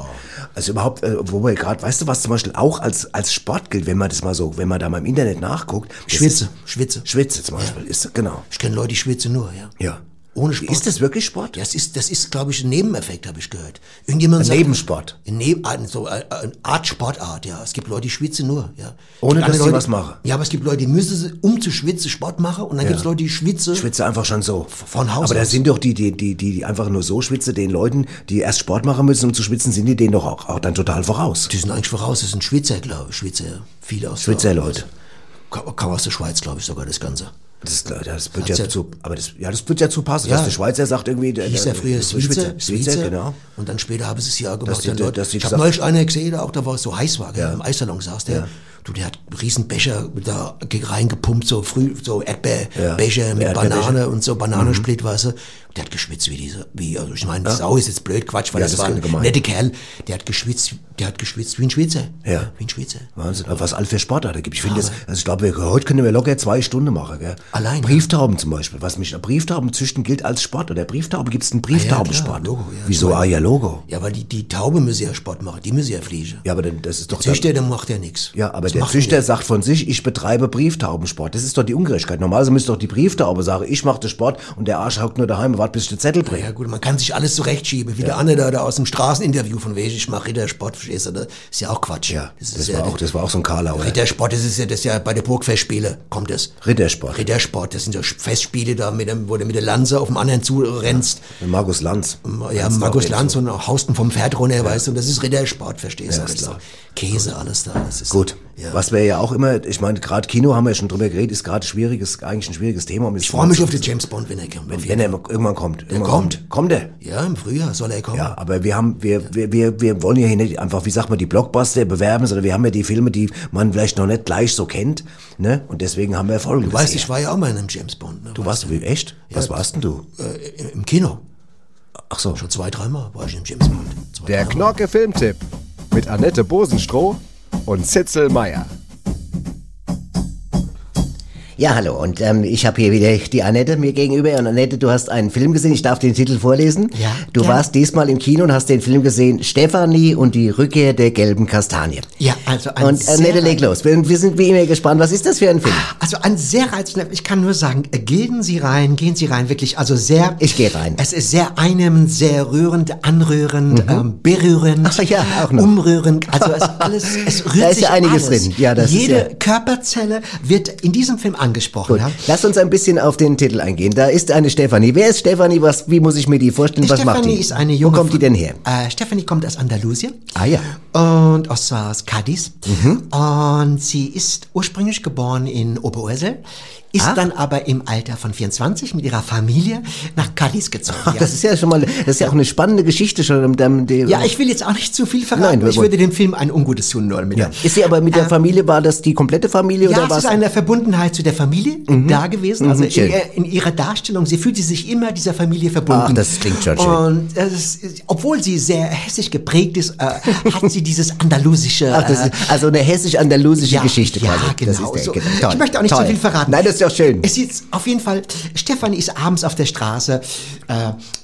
[SPEAKER 1] Also überhaupt, äh, wo wir gerade, weißt du, was zum Beispiel auch als, als Sport gilt, wenn man das mal so, wenn man da mal im Internet nachguckt. das
[SPEAKER 2] Schwitze,
[SPEAKER 1] ist-
[SPEAKER 2] Schwitze.
[SPEAKER 1] Schwitze zum Beispiel, ist, genau.
[SPEAKER 2] Ich kenne Leute, die schwitzen nur, ja.
[SPEAKER 1] Ja.
[SPEAKER 2] Ohne Sport. Ist
[SPEAKER 1] das wirklich Sport?
[SPEAKER 2] Das ist, das ist glaube ich, ein Nebeneffekt, habe ich gehört. Irgendjemand
[SPEAKER 1] Ein
[SPEAKER 2] sagt,
[SPEAKER 1] Nebensport.
[SPEAKER 2] Ein Neb ein- so äh, eine Art Sportart, ja. Es gibt Leute, die schwitzen nur, ja. Es
[SPEAKER 1] Ohne,
[SPEAKER 2] gibt andere
[SPEAKER 1] dass sie
[SPEAKER 2] Leute,
[SPEAKER 1] was machen.
[SPEAKER 2] Ja, aber es gibt Leute, die müssen, sie- um zu schwitzen, Sport machen. Und dann
[SPEAKER 1] Ja.
[SPEAKER 2] gibt es Leute, die schwitzen.
[SPEAKER 1] Schwitze einfach schon so.
[SPEAKER 2] von Haus
[SPEAKER 1] Aber da
[SPEAKER 2] aus.
[SPEAKER 1] sind doch die, die, die, die die einfach nur so schwitze, den Leuten, die erst Sport machen müssen, um zu schwitzen, sind die denen doch auch, auch dann total voraus.
[SPEAKER 2] Die sind eigentlich voraus, das sind Schwitzer, glaube ich. Schwitzer, viele aus der-
[SPEAKER 1] Schwitzer Leute.
[SPEAKER 2] Kam, kam aus der Schweiz, glaube ich, sogar das Ganze.
[SPEAKER 1] Das, das
[SPEAKER 2] Hat's
[SPEAKER 1] wird ja,
[SPEAKER 2] ja-
[SPEAKER 1] zu, aber das, ja, das wird ja zu passen,
[SPEAKER 2] Ja.
[SPEAKER 1] dass der Schweizer sagt irgendwie, der,
[SPEAKER 2] Hieß ja früher Schweizer,
[SPEAKER 1] Schweizer, Schweizer, genau.
[SPEAKER 2] Und dann später haben sie es ja auch gemacht.
[SPEAKER 1] die-
[SPEAKER 2] ja, Leute.
[SPEAKER 1] dass die
[SPEAKER 2] ich habe
[SPEAKER 1] gesagt-
[SPEAKER 2] neulich einer gesehen, der auch da war es so heiß war, gell,
[SPEAKER 1] Ja.
[SPEAKER 2] im Eissalon saß der.
[SPEAKER 1] Ja.
[SPEAKER 2] Du, der hat einen riesen Becher da reingepumpt, so früh, so Erdbeerbecher
[SPEAKER 1] Ja.
[SPEAKER 2] mit
[SPEAKER 1] Erdbeerbecher.
[SPEAKER 2] Banane und so Bananensplit, weißt du. Der hat geschwitzt wie diese, wie, also ich meine, Sau ist jetzt blöd Quatsch, weil
[SPEAKER 13] Ja,
[SPEAKER 2] das,
[SPEAKER 13] das
[SPEAKER 2] war
[SPEAKER 13] kann
[SPEAKER 2] ein
[SPEAKER 13] ich gemein.
[SPEAKER 2] netter Kerl. Der hat geschwitzt, der hat geschwitzt wie ein Schwitzer.
[SPEAKER 13] Ja.
[SPEAKER 2] Wie ein Schwitzer.
[SPEAKER 13] Wahnsinn, aber was all für Sportarten gibt. Ich finde das, also ich glaube, wir, heute können wir locker zwei Stunden machen, gell?
[SPEAKER 2] Allein,
[SPEAKER 13] Brieftauben zum Beispiel. Was mich Brieftauben züchten gilt als Sport. Oder Brieftauben gibt es einen
[SPEAKER 2] Ah ja, klar,
[SPEAKER 13] Brieftaubensport.
[SPEAKER 2] Logo, ja.
[SPEAKER 13] Wieso? Ah ja, Logo.
[SPEAKER 2] Ja, aber die, die Taube müssen ja Sport machen, die müssen ja fliegen.
[SPEAKER 13] Ja, aber dann, das ist
[SPEAKER 2] Der
[SPEAKER 13] doch
[SPEAKER 2] Züchter, der macht ja nichts.
[SPEAKER 13] Ja, aber
[SPEAKER 2] Was
[SPEAKER 13] der
[SPEAKER 2] macht denn
[SPEAKER 13] Züchter sagt von sich, ich betreibe Brieftaubensport. Das ist doch die Ungerechtigkeit. Normalerweise müsste doch die Brieftaube sagen, ich mache den Sport und der Arsch hockt nur daheim und wartet, bis ich den Zettel bringe.
[SPEAKER 2] Ja gut, man kann sich alles zurechtschieben, wie der Anne da, da aus dem Straßeninterview von wegen, ich mache Rittersport, verstehst du, das ist ja auch Quatsch. Ja, das, ist
[SPEAKER 13] Das
[SPEAKER 2] ja
[SPEAKER 13] war, auch, das war auch so ein Karlauer.
[SPEAKER 2] Rittersport, das ist ja, das ist ja bei der Burgfestspiele kommt das.
[SPEAKER 13] Rittersport.
[SPEAKER 2] Rittersport, das sind so Festspiele da, mit dem, wo du mit der Lanze auf dem anderen zurennst.
[SPEAKER 13] Mit Markus Lanz.
[SPEAKER 2] Ja,
[SPEAKER 13] Lanz
[SPEAKER 2] Markus
[SPEAKER 13] Tauben.
[SPEAKER 2] Lanz und auch Hausten vom Pferd runter, weißt du, und das ist Rittersport, verstehst
[SPEAKER 13] Ja,
[SPEAKER 2] du?
[SPEAKER 13] ist
[SPEAKER 2] Das ist
[SPEAKER 13] klar.
[SPEAKER 2] so Käse, alles da. Das ist
[SPEAKER 13] Gut. Was wir ja auch immer, ich meine, gerade Kino haben wir ja schon drüber geredet, ist gerade schwieriges, eigentlich ein schwieriges Thema. um
[SPEAKER 2] Ich freue mich auf den James Bond, wenn er kommt.
[SPEAKER 13] Wenn, wenn er ne, irgendwann kommt.
[SPEAKER 2] Der
[SPEAKER 13] irgendwann
[SPEAKER 2] kommt.
[SPEAKER 13] Kommt er?
[SPEAKER 2] Ja, im Frühjahr soll er kommen.
[SPEAKER 13] Ja, aber wir haben, wir, wir, wir, wir wollen ja hier nicht einfach, wie sagt man, die Blockbuster bewerben, sondern wir haben ja die Filme, die man vielleicht noch nicht gleich so kennt, ne? Und deswegen haben wir folgendes.
[SPEAKER 2] Du weißt,
[SPEAKER 13] hier.
[SPEAKER 2] ich war ja auch mal in einem James Bond. Ne?
[SPEAKER 13] Du warst, wie, echt? Was
[SPEAKER 2] Ja.
[SPEAKER 13] warst denn du?
[SPEAKER 2] Äh, Im Kino.
[SPEAKER 13] Ach so.
[SPEAKER 2] Schon zwei, dreimal war ich im James Bond.
[SPEAKER 5] Der Knorke Filmtipp mit Annette Bosenstroh und Zitzel Meier.
[SPEAKER 1] Ja, hallo. Und ähm, ich habe hier wieder die Annette mir gegenüber. Und Annette, du hast einen Film gesehen. Ich darf den Titel vorlesen.
[SPEAKER 8] Ja.
[SPEAKER 1] Du
[SPEAKER 8] Ja.
[SPEAKER 1] warst diesmal im Kino und hast den Film gesehen. Stefanie und die Rückkehr der gelben Kastanie.
[SPEAKER 8] Ja, also ein
[SPEAKER 1] Und äh,
[SPEAKER 8] sehr
[SPEAKER 1] Annette, leg los. Wir, wir sind wie immer gespannt. Was ist das für ein Film?
[SPEAKER 8] Also ein sehr reizender, ich kann nur sagen, äh, gehen Sie rein, gehen Sie rein, wirklich, also sehr... Ich gehe rein. Es ist sehr einnehmend, sehr rührend, anrührend,
[SPEAKER 1] Mhm.
[SPEAKER 8] ähm, berührend, ja, auch noch. umrührend, also es, alles, es rührt
[SPEAKER 1] Da ist
[SPEAKER 8] sich
[SPEAKER 1] ja einiges
[SPEAKER 8] alles.
[SPEAKER 1] drin. Ja, das ist
[SPEAKER 8] Jede
[SPEAKER 1] ja-
[SPEAKER 8] Körperzelle wird in diesem Film angesprochen.
[SPEAKER 1] Gut,
[SPEAKER 8] Ja?
[SPEAKER 1] lass uns ein bisschen auf den Titel eingehen. Da ist eine Stefanie. Wer ist Stefanie? Was, wie muss ich mir die vorstellen? Was macht
[SPEAKER 8] Stefanie
[SPEAKER 1] die?
[SPEAKER 8] ist eine junge
[SPEAKER 1] Wo kommt die denn her?
[SPEAKER 8] Äh, Stephanie kommt aus Andalusien.
[SPEAKER 1] Ah ja.
[SPEAKER 8] Und aus, äh, aus Cadiz.
[SPEAKER 1] Mhm.
[SPEAKER 8] Und sie ist ursprünglich geboren in Oberursel, ist
[SPEAKER 1] Ah.
[SPEAKER 8] dann aber im Alter von 24 mit ihrer Familie nach Cadiz gezogen.
[SPEAKER 1] Ach, Ah, das ist ja schon mal, das ist ja auch eine spannende Geschichte schon. um- um- die-
[SPEAKER 8] ja, ich will jetzt auch nicht zu viel verraten.
[SPEAKER 1] Nein, wir
[SPEAKER 8] ich
[SPEAKER 1] wollen-
[SPEAKER 8] würde dem Film ein ungutes tun wollen. mit
[SPEAKER 1] ja.
[SPEAKER 8] der-
[SPEAKER 1] Ist sie aber mit der Familie, war das die komplette Familie
[SPEAKER 8] Äh. Ja,
[SPEAKER 1] oder
[SPEAKER 8] es
[SPEAKER 1] was?
[SPEAKER 8] ist eine Verbundenheit zu der Familie
[SPEAKER 1] Mhm.
[SPEAKER 8] da gewesen. Also
[SPEAKER 1] Mhm, schön.
[SPEAKER 8] in, ihr- in ihrer Darstellung, sie fühlte sich immer dieser Familie verbunden.
[SPEAKER 1] Ach, das klingt schon schön.
[SPEAKER 8] Und es ist, obwohl sie sehr hessisch geprägt ist, äh, hat sie dieses andalusische.
[SPEAKER 1] Ach, das
[SPEAKER 8] äh,
[SPEAKER 1] ist also eine hessisch-andalusische
[SPEAKER 8] Ja,
[SPEAKER 1] Geschichte
[SPEAKER 8] ja,
[SPEAKER 1] quasi. das
[SPEAKER 8] genau
[SPEAKER 1] ist der,
[SPEAKER 8] so.
[SPEAKER 1] genau. Toll,
[SPEAKER 8] Ich möchte auch nicht
[SPEAKER 1] toll.
[SPEAKER 8] zu viel verraten.
[SPEAKER 1] Nein, das ist doch schön.
[SPEAKER 8] es ist auf jeden Fall, Stefanie ist abends auf der Straße. Äh,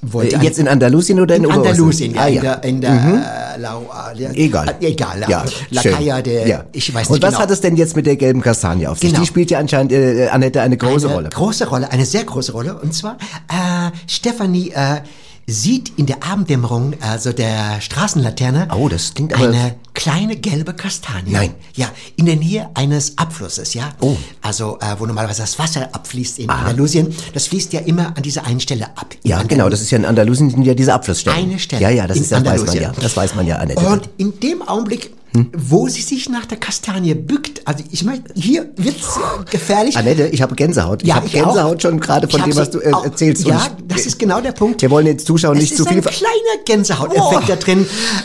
[SPEAKER 8] wollte
[SPEAKER 1] Äh,
[SPEAKER 8] ein-
[SPEAKER 1] Jetzt in Andalusien oder in,
[SPEAKER 8] in
[SPEAKER 1] Oberursel?
[SPEAKER 8] Andalusien, ja,
[SPEAKER 1] Ah,
[SPEAKER 8] in
[SPEAKER 1] ja.
[SPEAKER 8] der, in der
[SPEAKER 1] Mhm.
[SPEAKER 8] äh, Lau, äh, der-
[SPEAKER 1] Egal.
[SPEAKER 8] Äh, egal, La,
[SPEAKER 1] Ja,
[SPEAKER 8] La
[SPEAKER 1] schön.
[SPEAKER 8] Calla, der,
[SPEAKER 1] Ja.
[SPEAKER 8] ich weiß
[SPEAKER 1] Und
[SPEAKER 8] nicht
[SPEAKER 1] was
[SPEAKER 8] genau.
[SPEAKER 1] hat es denn jetzt mit der gelben Kastanie auf sich?
[SPEAKER 8] Genau.
[SPEAKER 1] Die spielt ja anscheinend, äh, Annette, eine große Rolle.
[SPEAKER 8] Große Rolle, eine sehr große Rolle. Und zwar, äh, Stefanie äh, sieht in der Abenddämmerung, also der Straßenlaterne, oh, das klingt
[SPEAKER 1] aber-
[SPEAKER 8] eine kleine gelbe Kastanie.
[SPEAKER 1] Nein.
[SPEAKER 8] Ja, in der Nähe eines Abflusses, ja. Oh. Also, äh, wo normalerweise das Wasser abfließt in Andalusien. Das fließt ja immer an dieser einen Stelle ab.
[SPEAKER 1] Ja, genau, das ist ja in Andalusien sind ja diese Abflussstellen.
[SPEAKER 8] Eine Stelle
[SPEAKER 1] Ja, ja, das
[SPEAKER 8] in
[SPEAKER 1] ist, das weiß man
[SPEAKER 8] Andalusien.
[SPEAKER 1] ja. Das weiß man ja, Annette.
[SPEAKER 8] Äh, Und in dem Augenblick,
[SPEAKER 1] Hm?
[SPEAKER 8] wo sie sich nach der Kastanie bückt, also ich meine, hier wird's äh, gefährlich.
[SPEAKER 1] Annette, ich habe Gänsehaut. ich habe
[SPEAKER 8] ich
[SPEAKER 1] Gänsehaut
[SPEAKER 8] auch.
[SPEAKER 1] schon gerade von
[SPEAKER 8] Ich hab
[SPEAKER 1] dem, was
[SPEAKER 8] sie
[SPEAKER 1] du äh,
[SPEAKER 8] auch-
[SPEAKER 1] erzählst.
[SPEAKER 8] Ja, das ist genau der Punkt.
[SPEAKER 1] Wir wollen jetzt Zuschauern nicht
[SPEAKER 8] es
[SPEAKER 1] zu viel.
[SPEAKER 8] ist ein
[SPEAKER 1] ver-
[SPEAKER 8] kleiner Gänsehauteffekt
[SPEAKER 1] Oh.
[SPEAKER 8] da drin.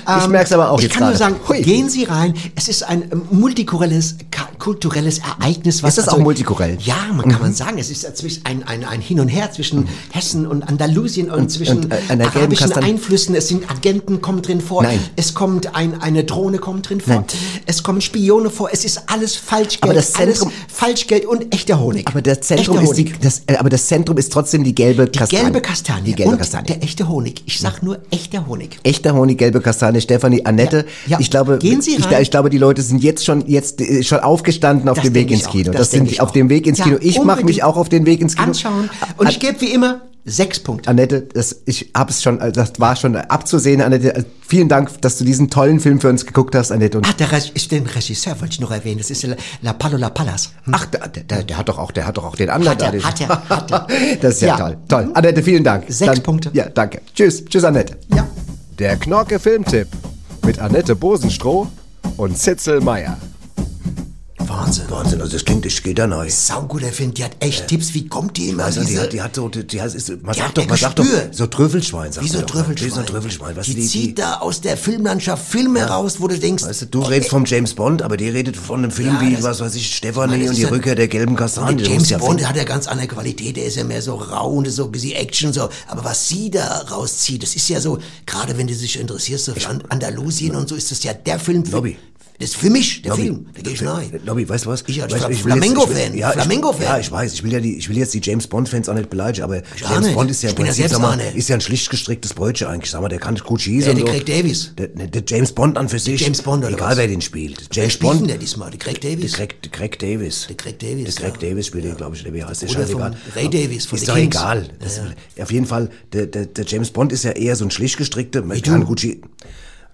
[SPEAKER 8] Ähm,
[SPEAKER 1] Ich merk's aber auch
[SPEAKER 8] Ich
[SPEAKER 1] jetzt
[SPEAKER 8] kann nur
[SPEAKER 1] gerade.
[SPEAKER 8] sagen, gehen Sie rein. Es ist ein ähm, multikulturelles ka- kulturelles Ereignis. Was also
[SPEAKER 1] Ist das auch multikulturell?
[SPEAKER 8] Ja, man kann
[SPEAKER 1] Mhm.
[SPEAKER 8] man sagen. Es ist zwischen ein, ein, ein Hin und Her zwischen Hessen und Andalusien und,
[SPEAKER 1] Und-
[SPEAKER 8] zwischen
[SPEAKER 1] und, äh, einer gelben
[SPEAKER 8] arabischen
[SPEAKER 1] Kastan-
[SPEAKER 8] Einflüssen. Es sind Agenten kommen drin vor.
[SPEAKER 1] Nein.
[SPEAKER 8] Es kommt ein, eine Drohne kommt drin vor. Es kommen Spione vor. Es ist alles Falschgeld.
[SPEAKER 1] Aber das Zentrum-
[SPEAKER 8] alles Falschgeld und echter Honig.
[SPEAKER 1] aber das Zentrum
[SPEAKER 8] Echter
[SPEAKER 1] ist die,
[SPEAKER 8] Honig.
[SPEAKER 1] das, äh, aber das Zentrum ist trotzdem die gelbe Kastanie.
[SPEAKER 8] gelbe Kastanie.
[SPEAKER 1] Die gelbe
[SPEAKER 8] und
[SPEAKER 1] Kastanie.
[SPEAKER 8] Der echte Honig. Ich sag nur echter Honig.
[SPEAKER 1] Echter Honig, gelbe Kastanie, Stefanie, Annette.
[SPEAKER 8] Ja, ja.
[SPEAKER 1] Ich glaube,
[SPEAKER 8] Gehen Sie
[SPEAKER 1] ich,
[SPEAKER 8] rein.
[SPEAKER 1] ich glaube, die Leute sind jetzt schon jetzt äh, schon aufgestanden auf
[SPEAKER 8] Das
[SPEAKER 1] dem Weg
[SPEAKER 8] denk ich
[SPEAKER 1] ins
[SPEAKER 8] auch.
[SPEAKER 1] Kino.
[SPEAKER 8] Das
[SPEAKER 1] Das,
[SPEAKER 8] denk
[SPEAKER 1] sind
[SPEAKER 8] ich
[SPEAKER 1] auf
[SPEAKER 8] auch.
[SPEAKER 1] dem Weg ins
[SPEAKER 8] Ja,
[SPEAKER 1] Kino. Ich mache mich
[SPEAKER 8] unbedingt
[SPEAKER 1] auch auf den Weg ins Kino.
[SPEAKER 8] Anschauen. Und ich gebe wie immer sechs Punkte.
[SPEAKER 1] Annette, das, ich hab's schon, also das war schon abzusehen, Annette. Also Vielen Dank, dass du diesen tollen Film für uns geguckt hast, Annette. Und
[SPEAKER 8] Ach, der Reg ist den Regisseur wollte ich noch erwähnen. Das ist La, La Palo La Palas.
[SPEAKER 2] Hm?
[SPEAKER 1] Ach, der, der, der hat doch auch, der hat doch auch den anderen.
[SPEAKER 8] Hat er,
[SPEAKER 1] da, den-
[SPEAKER 8] hat er, hat er.
[SPEAKER 1] Das ist ja,
[SPEAKER 8] Ja. Mhm.
[SPEAKER 1] toll. Toll. Annette, vielen Dank. Sechs Punkte. Ja, danke. Tschüss. Tschüss, Annette.
[SPEAKER 5] Der Knorke Filmtipp mit Annette Bosenstroh und Zitzel Meier.
[SPEAKER 2] Wahnsinn. Wahnsinn.
[SPEAKER 1] Wahnsinn, also das klingt, ich gehe da neu.
[SPEAKER 2] Sauguter Film, die hat echt Tipps. Wie kommt die immer?
[SPEAKER 1] Also die
[SPEAKER 2] diese-
[SPEAKER 1] hat, die hat so, die, die hat, ist, man
[SPEAKER 2] Die hat
[SPEAKER 1] sagt doch,
[SPEAKER 2] ein
[SPEAKER 1] man sagt doch,
[SPEAKER 2] Gespür.
[SPEAKER 1] so Trüffelschwein, sagt
[SPEAKER 2] Wie so
[SPEAKER 1] man
[SPEAKER 2] ein
[SPEAKER 1] doch.
[SPEAKER 2] Trüffelschwein.
[SPEAKER 1] Wie so ein Trüffelschwein. Weißt
[SPEAKER 2] die,
[SPEAKER 1] du, die,
[SPEAKER 2] zieht da aus der Filmlandschaft Filme raus, wo du denkst,
[SPEAKER 1] Weißt du, du redest vom James Bond, aber die redet von einem Film
[SPEAKER 2] Äh, Ja,
[SPEAKER 1] wie,
[SPEAKER 2] das-
[SPEAKER 1] was weiß ich,
[SPEAKER 2] Mann,
[SPEAKER 1] Stefanie
[SPEAKER 2] das
[SPEAKER 1] und
[SPEAKER 2] ist
[SPEAKER 1] die
[SPEAKER 2] ja-
[SPEAKER 1] Rückkehr der gelben
[SPEAKER 2] und
[SPEAKER 1] Kastanie.
[SPEAKER 2] der
[SPEAKER 1] Das
[SPEAKER 2] James
[SPEAKER 1] ist ja
[SPEAKER 2] Bond
[SPEAKER 1] Film.
[SPEAKER 2] hat ja ganz andere Qualität, der ist ja mehr so rau und so ein bisschen Action so. Aber was sie da rauszieht, das ist ja so, gerade wenn du dich interessierst so für An Andalusien und so, ist das ja der Film für,
[SPEAKER 1] Lobby.
[SPEAKER 2] Das ist für mich, der
[SPEAKER 1] Lobby.
[SPEAKER 2] Film. Da geh ich rein.
[SPEAKER 1] Lobby, weißt du was?
[SPEAKER 2] Ich als
[SPEAKER 1] Weißt du,
[SPEAKER 2] Fla-
[SPEAKER 1] will jetzt-
[SPEAKER 2] Flamengo-Fan,
[SPEAKER 1] ich will- Ja, ich-
[SPEAKER 2] Flamengo-Fan.
[SPEAKER 1] Ja, ich weiß. Ich will ja die, ich will jetzt die James Bond-Fans auch nicht beleidigen, aber
[SPEAKER 2] auch
[SPEAKER 1] James
[SPEAKER 2] nicht.
[SPEAKER 1] Bond ist ja
[SPEAKER 2] Ich bin ja selbst
[SPEAKER 1] sag mal,
[SPEAKER 2] einer.
[SPEAKER 1] ist ja ein schlicht gestricktes Brötchen eigentlich. Sag mal, der kann gut schießen.
[SPEAKER 2] Ja,
[SPEAKER 1] und
[SPEAKER 2] der
[SPEAKER 1] so.
[SPEAKER 2] Craig Davis.
[SPEAKER 1] Der, ne, der James Bond an für sich.
[SPEAKER 2] James Bond oder
[SPEAKER 1] Egal
[SPEAKER 2] was?
[SPEAKER 1] wer den spielt.
[SPEAKER 2] Wer
[SPEAKER 1] James
[SPEAKER 2] spielt denn
[SPEAKER 1] Bond.
[SPEAKER 2] der diesmal? Der Craig Davis?
[SPEAKER 1] Der Craig, der Craig Davis. Der
[SPEAKER 2] Craig Davis.
[SPEAKER 1] Der Craig Davis spielt den, glaube ich, oder wie heißt der?
[SPEAKER 2] Bruder
[SPEAKER 1] Scheißegal.
[SPEAKER 2] von Ray Davis, von
[SPEAKER 1] Ist
[SPEAKER 2] The
[SPEAKER 1] doch
[SPEAKER 2] Kings.
[SPEAKER 1] egal. Das, Auf jeden Fall, der, der, der James Bond ist ja eher so ein schlicht gestrickter, man kann gut schießen.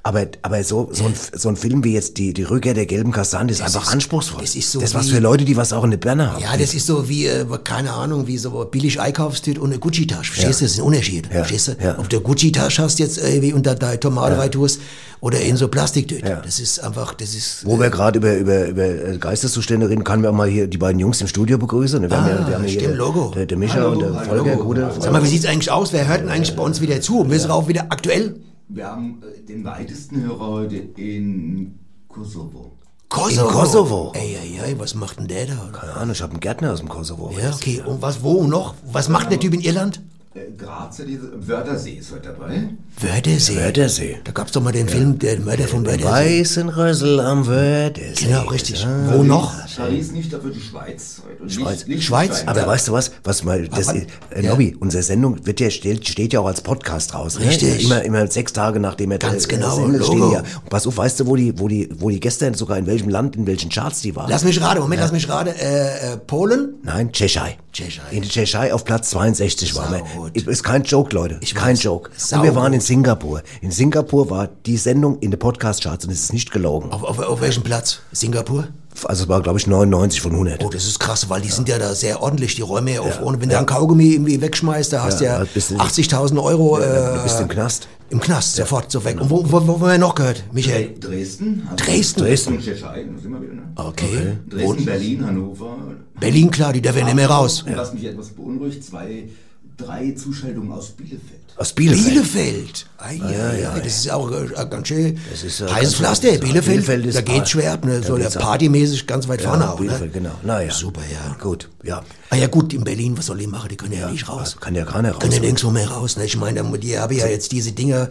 [SPEAKER 1] Aber, aber so, so, ein, so ein Film wie jetzt die, die Rückkehr der gelben Kastanien ist einfach anspruchsvoll. Das ist
[SPEAKER 2] so
[SPEAKER 1] Das ist was
[SPEAKER 2] wie-
[SPEAKER 1] für Leute, die was auch in der Birne haben.
[SPEAKER 2] Ja, das ist so wie, äh, keine Ahnung, wie so billig Einkaufstüte und eine Gucci-Tasche. Verstehst du? Das ist ein Unterschied. Verstehst du? Ob du eine Gucci-Tasche hast jetzt irgendwie unter deine Tomate
[SPEAKER 1] Ja.
[SPEAKER 2] rein tust oder in so Plastiktüte. Das ist einfach, das ist
[SPEAKER 1] Wo wir gerade über, über, über äh, Geisteszustände reden, können wir auch mal hier die beiden Jungs im Studio begrüßen. Wir haben
[SPEAKER 2] Ah,
[SPEAKER 1] ja, wir haben ja
[SPEAKER 2] stimmt,
[SPEAKER 1] hier
[SPEAKER 2] Logo.
[SPEAKER 1] Der, der Micha
[SPEAKER 2] Hallo,
[SPEAKER 1] und der
[SPEAKER 2] hallo.
[SPEAKER 1] Volker, gute.
[SPEAKER 2] Sag mal, wie sieht's eigentlich aus? Wer hört denn eigentlich bei uns wieder zu? Wir sind auch wieder aktuell.
[SPEAKER 14] Wir haben äh, den weitesten Hörer heute in Kosovo.
[SPEAKER 2] Kosovo.
[SPEAKER 1] In Kosovo.
[SPEAKER 2] Ey, ey, ey, was macht denn der da?
[SPEAKER 1] Keine Ahnung, ich habe einen Gärtner aus dem Kosovo.
[SPEAKER 2] Ja, okay. Und was, wo und noch? Was macht der Typ in Irland?
[SPEAKER 14] Äh, Grazer, diese Wörthersee ist heute dabei.
[SPEAKER 2] Wörthersee.
[SPEAKER 1] Wörthersee.
[SPEAKER 2] Da gab's doch mal den Film, der Mörder vom Wörthersee.
[SPEAKER 1] Weißen Rössel am Wörthersee. Ah.
[SPEAKER 2] Genau, richtig. Wo noch?
[SPEAKER 8] Äh.
[SPEAKER 14] Paris nicht, dafür die Schweiz heute. Und
[SPEAKER 1] Schweiz.
[SPEAKER 14] Liech- Liechtenstein.
[SPEAKER 1] Aber weißt du was? Was mal, das,
[SPEAKER 14] Aber-
[SPEAKER 1] äh, Nobby, unsere Sendung wird ja, steht, steht ja auch als Podcast raus. Ne?
[SPEAKER 2] Richtig.
[SPEAKER 1] Immer, immer sechs Tage nachdem er
[SPEAKER 2] Ganz
[SPEAKER 1] äh,
[SPEAKER 2] genau,
[SPEAKER 1] sendet,
[SPEAKER 2] Logo.
[SPEAKER 1] stehen die ja. Und pass auf, weißt du, wo die, wo die, wo die gestern sogar in welchem Land, in welchen Charts die waren?
[SPEAKER 2] Lass mich raten, Moment, lass mich raten. Äh, äh, Polen?
[SPEAKER 1] Nein, Tschechei.
[SPEAKER 2] Tschechei.
[SPEAKER 1] In der Tschechei auf Platz 62 waren wir. Ist kein Joke, Leute. kein Joke. Und wir waren in Singapur. In Singapur war die Sendung in den Podcast-Charts und es ist nicht gelogen.
[SPEAKER 2] Auf, auf, auf welchem Platz? Singapur?
[SPEAKER 1] Also es war, glaube ich, 99 von 100.
[SPEAKER 2] Oh, das ist krass, weil die sind ja da sehr ordentlich, die Räume ja auf. Und wenn du einen Kaugummi irgendwie wegschmeißt, da hast du ja,
[SPEAKER 1] ja, bist du-
[SPEAKER 2] 80.000 Euro.
[SPEAKER 1] Ja, du bist
[SPEAKER 2] äh,
[SPEAKER 1] im Knast.
[SPEAKER 2] Im Knast, sofort, so weg. Und wo, wo, wo haben wir noch gehört, Michael?
[SPEAKER 14] Dresden. haben wir-
[SPEAKER 2] Dresden?
[SPEAKER 14] Dresden. Tschechei, da sind wir wieder, ne?
[SPEAKER 2] Okay.
[SPEAKER 14] Dresden, Berlin, Hannover.
[SPEAKER 2] Berlin, klar, die dürfen ja nicht mehr raus.
[SPEAKER 14] Und Was mich etwas beunruhigt, zwei, drei Zuschaltungen aus Bielefeld.
[SPEAKER 1] Aus
[SPEAKER 2] Bielefeld.
[SPEAKER 1] Bielefeld.
[SPEAKER 2] Bielefeld. Ei, ei, ei, das ist auch äh, ganz schön heißes Pflaster. Bielefeld, da geht's schwer ab. Ne? So der partymäßig ganz weit vorne auch. Ne?
[SPEAKER 1] Bielefeld, genau. Naja. Super, ja. Gut, ja.
[SPEAKER 2] Ah ja gut, in Berlin, was soll ich machen? Die können ja, nicht raus.
[SPEAKER 1] Kann ja keiner raus.
[SPEAKER 2] Können ja nirgendwo mehr raus. Ne? Ich meine, da- die habe ja jetzt diese Dinger,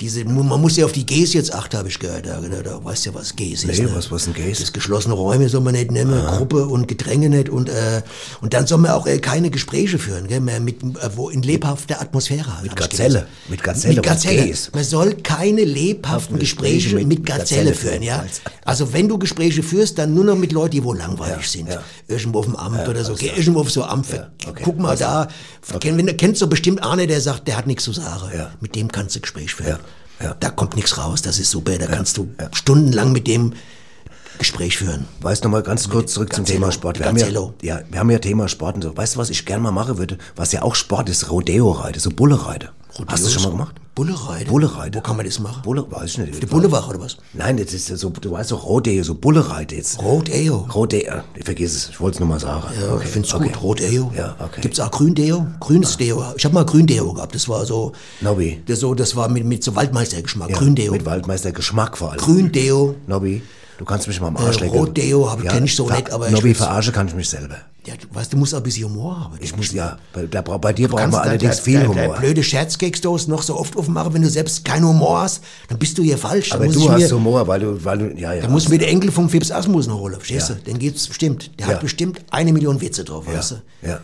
[SPEAKER 2] diese, man muss ja auf die Gs jetzt acht, habe ich gehört. Da, ne? da, da weißt du ja, was Gs ist.
[SPEAKER 1] Nee,
[SPEAKER 2] Ne?
[SPEAKER 1] was, was ein Ah. Gays?
[SPEAKER 2] Das geschlossene Räume soll man nicht nehmen, Gruppe und Gedränge nicht und äh, und dann soll man auch äh, keine Gespräche führen, gell, mehr mit äh, wo in lebhafter Atmosphäre. hab ich
[SPEAKER 1] Gazelle.
[SPEAKER 2] gelesen.
[SPEAKER 1] Mit Gazelle,
[SPEAKER 2] Mit
[SPEAKER 1] was
[SPEAKER 2] Gazelle.
[SPEAKER 1] Gays.
[SPEAKER 2] Man soll keine lebhaften Gespräche mit, Gazelle, führen, ja. Also wenn du Gespräche führst, dann nur noch mit Leuten, die wohl langweilig sind. Irgendwo auf dem Amt oder so. Geh irgendwo auf so ein Amt. Guck
[SPEAKER 1] Also,
[SPEAKER 2] mal da. Kenn, wenn, du- kennst du bestimmt Arne, der sagt, der hat nichts zu sagen. Mit dem kannst du Gespräch führen. Da kommt nichts raus, das ist super. Da kannst du stundenlang mit dem Gespräch führen.
[SPEAKER 1] Weißt du noch mal ganz kurz zurück zum
[SPEAKER 2] Gazzello.
[SPEAKER 1] Thema Sport. Wir haben, ja,
[SPEAKER 2] Gazzello.
[SPEAKER 1] ja, wir haben ja Thema Sport und so. Weißt du, was ich gerne mal machen würde? Was ja auch Sport ist, Rodeo-Reite, so Bulle-Reite. Hast du schon mal gemacht?
[SPEAKER 2] Bullereide?
[SPEAKER 1] Bullereide.
[SPEAKER 2] Wo kann man das machen?
[SPEAKER 1] Bulle, weiß ich nicht.
[SPEAKER 2] Die Bullewach oder was?
[SPEAKER 1] Nein, das ist ja so, du weißt doch, Rodeo, so Bullereite jetzt.
[SPEAKER 2] Rodeo.
[SPEAKER 1] Rodeo, ich vergiss es, ich wollte es nur mal sagen.
[SPEAKER 2] Ja, ich find's gut. Rot-Deo.
[SPEAKER 1] Ja, okay.
[SPEAKER 2] Gibt's auch Gründeo? Grünes Deo. Ich habe mal Gründeo gehabt. Das war so,
[SPEAKER 1] Nobby.
[SPEAKER 2] das, so, das war mit, mit so Waldmeistergeschmack. Gründeo.
[SPEAKER 1] Mit Waldmeister Geschmack vor allem.
[SPEAKER 2] Gründeo.
[SPEAKER 1] Nobby, du kannst mich mal am Arsch
[SPEAKER 2] Äh,
[SPEAKER 1] lecken.
[SPEAKER 2] Rotdeo hab ich- kenn ich so nicht, aber ich
[SPEAKER 1] Nobby,
[SPEAKER 2] will's-
[SPEAKER 1] verarsche kann ich mich selber.
[SPEAKER 2] Ja, du weißt, du musst auch ein bisschen Humor haben.
[SPEAKER 1] Ich muss, ja, bei, da, bra- bei dir
[SPEAKER 2] Du
[SPEAKER 1] brauchen wir
[SPEAKER 2] da-
[SPEAKER 1] allerdings
[SPEAKER 2] da-
[SPEAKER 1] viel
[SPEAKER 2] da- da
[SPEAKER 1] Humor.
[SPEAKER 2] blöde Scherzgags noch so oft aufmachen, wenn du selbst keinen Humor hast, dann bist du hier falsch.
[SPEAKER 1] Aber
[SPEAKER 2] dann muss
[SPEAKER 1] du
[SPEAKER 2] ich
[SPEAKER 1] hast
[SPEAKER 2] mir,
[SPEAKER 1] Humor, weil du, weil du, ja, ja.
[SPEAKER 2] Dann muss ich mir den Enkel vom Fips Asmussen holen, verstehst
[SPEAKER 1] Ja.
[SPEAKER 2] du? Den gibt's bestimmt. Der
[SPEAKER 1] Ja.
[SPEAKER 2] hat bestimmt eine Million Witze drauf,
[SPEAKER 1] ja,
[SPEAKER 2] weißt du?
[SPEAKER 1] ja.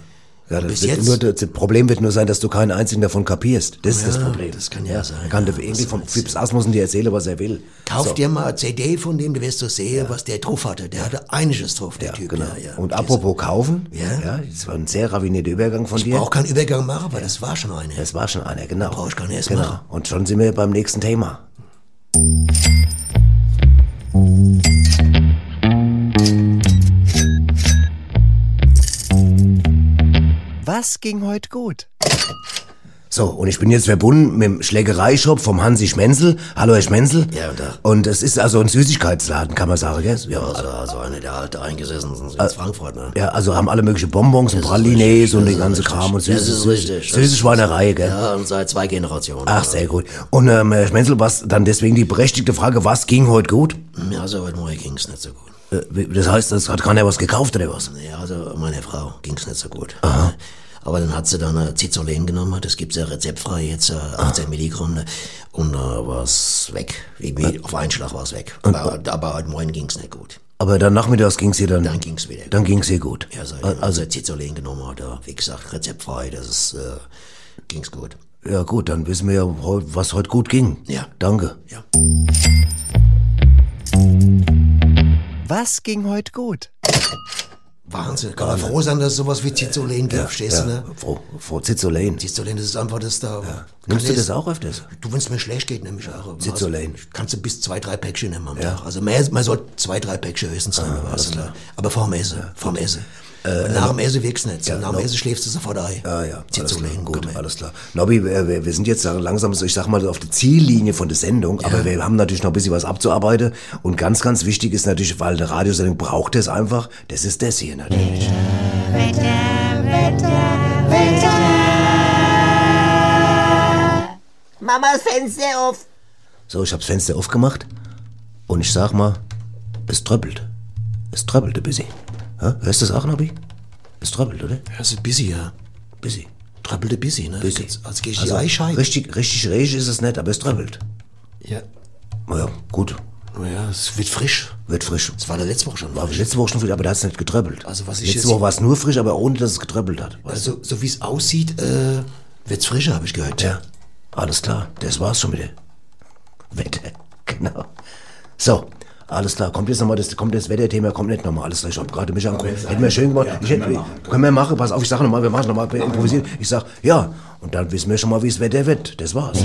[SPEAKER 1] Ja, das,
[SPEAKER 2] bis
[SPEAKER 1] wird
[SPEAKER 2] jetzt-
[SPEAKER 1] nur, das Problem wird nur sein, dass du keinen einzigen davon kapierst. Das ist das Problem. Das kann ja, sein. Kann der Enkel vom Fips Asmussen dir erzählen, was er will.
[SPEAKER 2] Kauf
[SPEAKER 1] So.
[SPEAKER 2] dir mal eine CD von dem, du wirst so sehen, was der drauf hatte. Der hatte einiges drauf, der Typ. Genau. Ja, ja.
[SPEAKER 1] Und apropos kaufen, ja. das war ein sehr raffinierter Übergang von
[SPEAKER 2] Ich
[SPEAKER 1] dir.
[SPEAKER 2] brauche keinen Übergang machen, weil das war schon eine.
[SPEAKER 1] Das war schon einer, genau. Brauche
[SPEAKER 2] ich gar nicht erst
[SPEAKER 1] genau.
[SPEAKER 2] machen.
[SPEAKER 1] Und schon sind wir beim nächsten Thema.
[SPEAKER 5] Was ging heute gut?
[SPEAKER 1] So, und ich bin jetzt verbunden mit dem Schlägereishop vom Hansi Schmenzel. Hallo, Herr Schmenzel. Ja, da. Und es ist also ein Süßigkeitsladen, kann man sagen, gell? Ja, also,
[SPEAKER 2] also eine der alte Eingesessenen
[SPEAKER 1] Äh.
[SPEAKER 2] sind aus Frankfurt, ne?
[SPEAKER 1] ja, also haben alle mögliche Bonbons und Pralines und den ganzen Kram und
[SPEAKER 2] Das
[SPEAKER 1] süße,
[SPEAKER 2] ist
[SPEAKER 1] süße,
[SPEAKER 2] richtig.
[SPEAKER 1] süße Schweinerei, gell?
[SPEAKER 2] Ja, und seit zwei Generationen.
[SPEAKER 1] Ach, sehr gut. Und ähm, Herr Schmenzel, was dann deswegen die berechtigte Frage, was ging heute gut?
[SPEAKER 2] Ja, also heute Morgen ging's nicht so gut.
[SPEAKER 1] Äh, wie- Das heißt, es hat keiner was gekauft oder was?
[SPEAKER 2] Ja, also meine Frau ging's nicht so gut. Aber dann hat sie dann äh, Cizolen genommen, das gibt's ja rezeptfrei jetzt, äh,
[SPEAKER 1] Ah.
[SPEAKER 2] 18 Milligramm, ne? und äh, war's weg.
[SPEAKER 1] Äh.
[SPEAKER 2] Irgendwie auf einen Schlag war's weg. Aber, aber heute Morgen ging's nicht gut.
[SPEAKER 1] Aber dann nachmittags ging's ihr dann. Dann
[SPEAKER 2] ging's wieder.
[SPEAKER 1] Dann ging's ihr gut.
[SPEAKER 2] Ja, seit,
[SPEAKER 1] Al-
[SPEAKER 2] also Cizolen genommen hat, äh, wie gesagt, rezeptfrei, das ist, äh, ging's gut.
[SPEAKER 1] Ja gut, dann wissen wir ja, heu- was heute gut ging.
[SPEAKER 2] Ja.
[SPEAKER 1] Danke.
[SPEAKER 8] Was ging heute gut?
[SPEAKER 2] Wahnsinn, kann man froh sein, dass es sowas wie Cizolen gibt, verstehst du, ne?
[SPEAKER 1] Frau, Frau Zitzolen.
[SPEAKER 2] Cizolen, das ist einfach das da.
[SPEAKER 1] Nimmst du
[SPEAKER 2] Kann
[SPEAKER 1] das
[SPEAKER 2] lesen.
[SPEAKER 1] auch öfters?
[SPEAKER 2] Du, wenn es mir schlecht geht, nehme ich auch.
[SPEAKER 1] Citroën.
[SPEAKER 2] Also, Kannst du bis zwei, drei Päckchen nehmen am
[SPEAKER 1] Ja. Ah,
[SPEAKER 2] Tag. Also mehr, man soll zwei, drei Päckchen höchstens nehmen. weißt du, ne? Aber vorm Essen, vorm Essen.
[SPEAKER 1] Äh,
[SPEAKER 2] Und nach dem Essen wirkst du nicht. so. nach dem Essen schläfst du sofort ein.
[SPEAKER 1] Ah, Ja, ja. Alles klar, gut, alles klar. Nobby, wir, wir, wir sind jetzt langsam, so, ich sag mal, so auf der Ziellinie von der Sendung, aber wir haben natürlich noch ein bisschen was abzuarbeiten. Und ganz, ganz wichtig ist natürlich, weil eine Radiosendung braucht es einfach, das ist das hier natürlich.
[SPEAKER 15] Mamas Fenster auf.
[SPEAKER 1] So, ich habe das Fenster aufgemacht und ich sag mal, es tröppelt. Es tröppelt ein bisschen. Ja, hörst du das auch, Nobby? Es tröppelt, oder?
[SPEAKER 2] Ja, es ist Also busy, ja.
[SPEAKER 1] Busy.
[SPEAKER 2] Tröppelte busy, ne?
[SPEAKER 1] Busy. Also
[SPEAKER 2] Als gehe ich die Eischeibe.
[SPEAKER 1] richtig, richtig reich ist es nicht, aber es tröppelt.
[SPEAKER 2] Ja.
[SPEAKER 1] Naja, gut.
[SPEAKER 2] Naja, es wird frisch.
[SPEAKER 1] Wird frisch. Es
[SPEAKER 2] war der letzte Woche schon
[SPEAKER 1] War letzte Woche schon frisch, aber da hat es nicht getröppelt.
[SPEAKER 2] Also was ich
[SPEAKER 1] Letzte
[SPEAKER 2] jetzt-
[SPEAKER 1] Woche war es nur frisch, aber ohne, dass es getröppelt hat.
[SPEAKER 2] Also, so wie es aussieht, äh, wird's frischer, habe ich gehört.
[SPEAKER 1] Ja, alles klar. Das war's schon mit der Wetter. Genau. So, alles klar. Kommt jetzt nochmal das, kommt das Wetterthema, kommt nicht nochmal. Alles klar, ich hab gerade mich angeguckt. Hätten wir schön gemacht. ich hätte, können, wir machen. Pass auf, ich sage nochmal, wir machen nochmal improvisiert. Ich sag, ja. Und dann wissen wir schon mal, wie es Wetter wird. Das war's.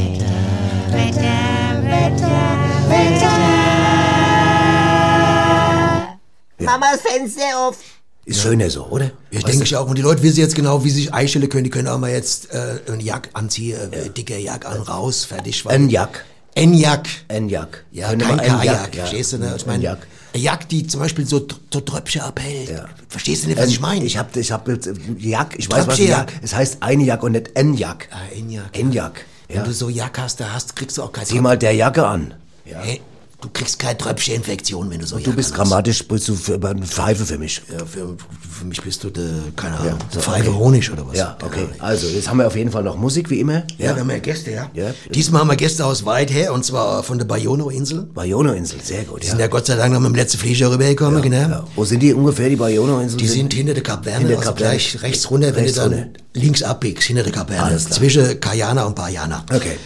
[SPEAKER 15] Mamas Fenster auf.
[SPEAKER 1] Ist schöner so, oder?
[SPEAKER 2] Ich denke ich auch. Und die Leute wissen jetzt genau, wie sie sich einstellen können. Die können auch mal jetzt äh, einen Jack anziehen, äh, dicker Jack an, raus, fertig. weil-
[SPEAKER 1] Ein Jack.
[SPEAKER 2] Ein Jack.
[SPEAKER 1] Ein Jack.
[SPEAKER 2] Ja,
[SPEAKER 1] Können wir
[SPEAKER 2] kein
[SPEAKER 1] mal einen
[SPEAKER 2] Kajak,
[SPEAKER 1] Jack, ja.
[SPEAKER 2] verstehst du, ne? Ich
[SPEAKER 1] Ein
[SPEAKER 2] meine,
[SPEAKER 1] Jack.
[SPEAKER 2] eine Jack, die zum Beispiel so, so Tröpfchen abhält. Verstehst du nicht, was
[SPEAKER 1] Ähm,
[SPEAKER 2] ich meine?
[SPEAKER 1] Ich habe, ich habe Jack, ich weiß was ein
[SPEAKER 2] Trapschier.
[SPEAKER 1] Jack. Es heißt ein Jack und nicht ein Jack.
[SPEAKER 2] Ah, ein Jack.
[SPEAKER 1] Ein Jack.
[SPEAKER 2] Wenn du so Jack hast, da hast, kriegst du auch kein
[SPEAKER 1] Zieh mal der Jacke an. Ja.
[SPEAKER 2] Hey, du kriegst keine Tröpfcheninfektion, wenn du so
[SPEAKER 1] Und du
[SPEAKER 2] Jack
[SPEAKER 1] bist
[SPEAKER 2] anhast.
[SPEAKER 1] grammatisch, bist du für, über eine Pfeife für mich.
[SPEAKER 2] Ja, für, für mich bist du, der, keine Ahnung,
[SPEAKER 1] so,
[SPEAKER 2] Pfeife
[SPEAKER 1] okay.
[SPEAKER 2] Honig oder was.
[SPEAKER 1] Ja, okay. Also, jetzt haben wir auf jeden Fall noch Musik, wie immer.
[SPEAKER 2] Ja, wir haben ja Gäste, ja.
[SPEAKER 1] Ja.
[SPEAKER 2] Diesmal haben wir Gäste aus weit her, und zwar von der Bayono-Insel.
[SPEAKER 1] Bayono-Insel, sehr gut,
[SPEAKER 2] Die
[SPEAKER 1] ja.
[SPEAKER 2] sind ja Gott sei Dank noch mit dem letzten Flieger rübergekommen, genau.
[SPEAKER 1] Wo sind die ungefähr, die Bayono-Inseln?
[SPEAKER 2] Die sind hinter der Kapverne,
[SPEAKER 1] Hinter
[SPEAKER 2] also
[SPEAKER 1] Kap Verne.
[SPEAKER 2] gleich rechts runter, wenn
[SPEAKER 1] Rechts
[SPEAKER 2] du dann
[SPEAKER 1] runter.
[SPEAKER 2] links abbiegst, hinter der Kapverne.
[SPEAKER 1] Alles klar.
[SPEAKER 2] Zwischen Kajana und Bajana.
[SPEAKER 1] Okay.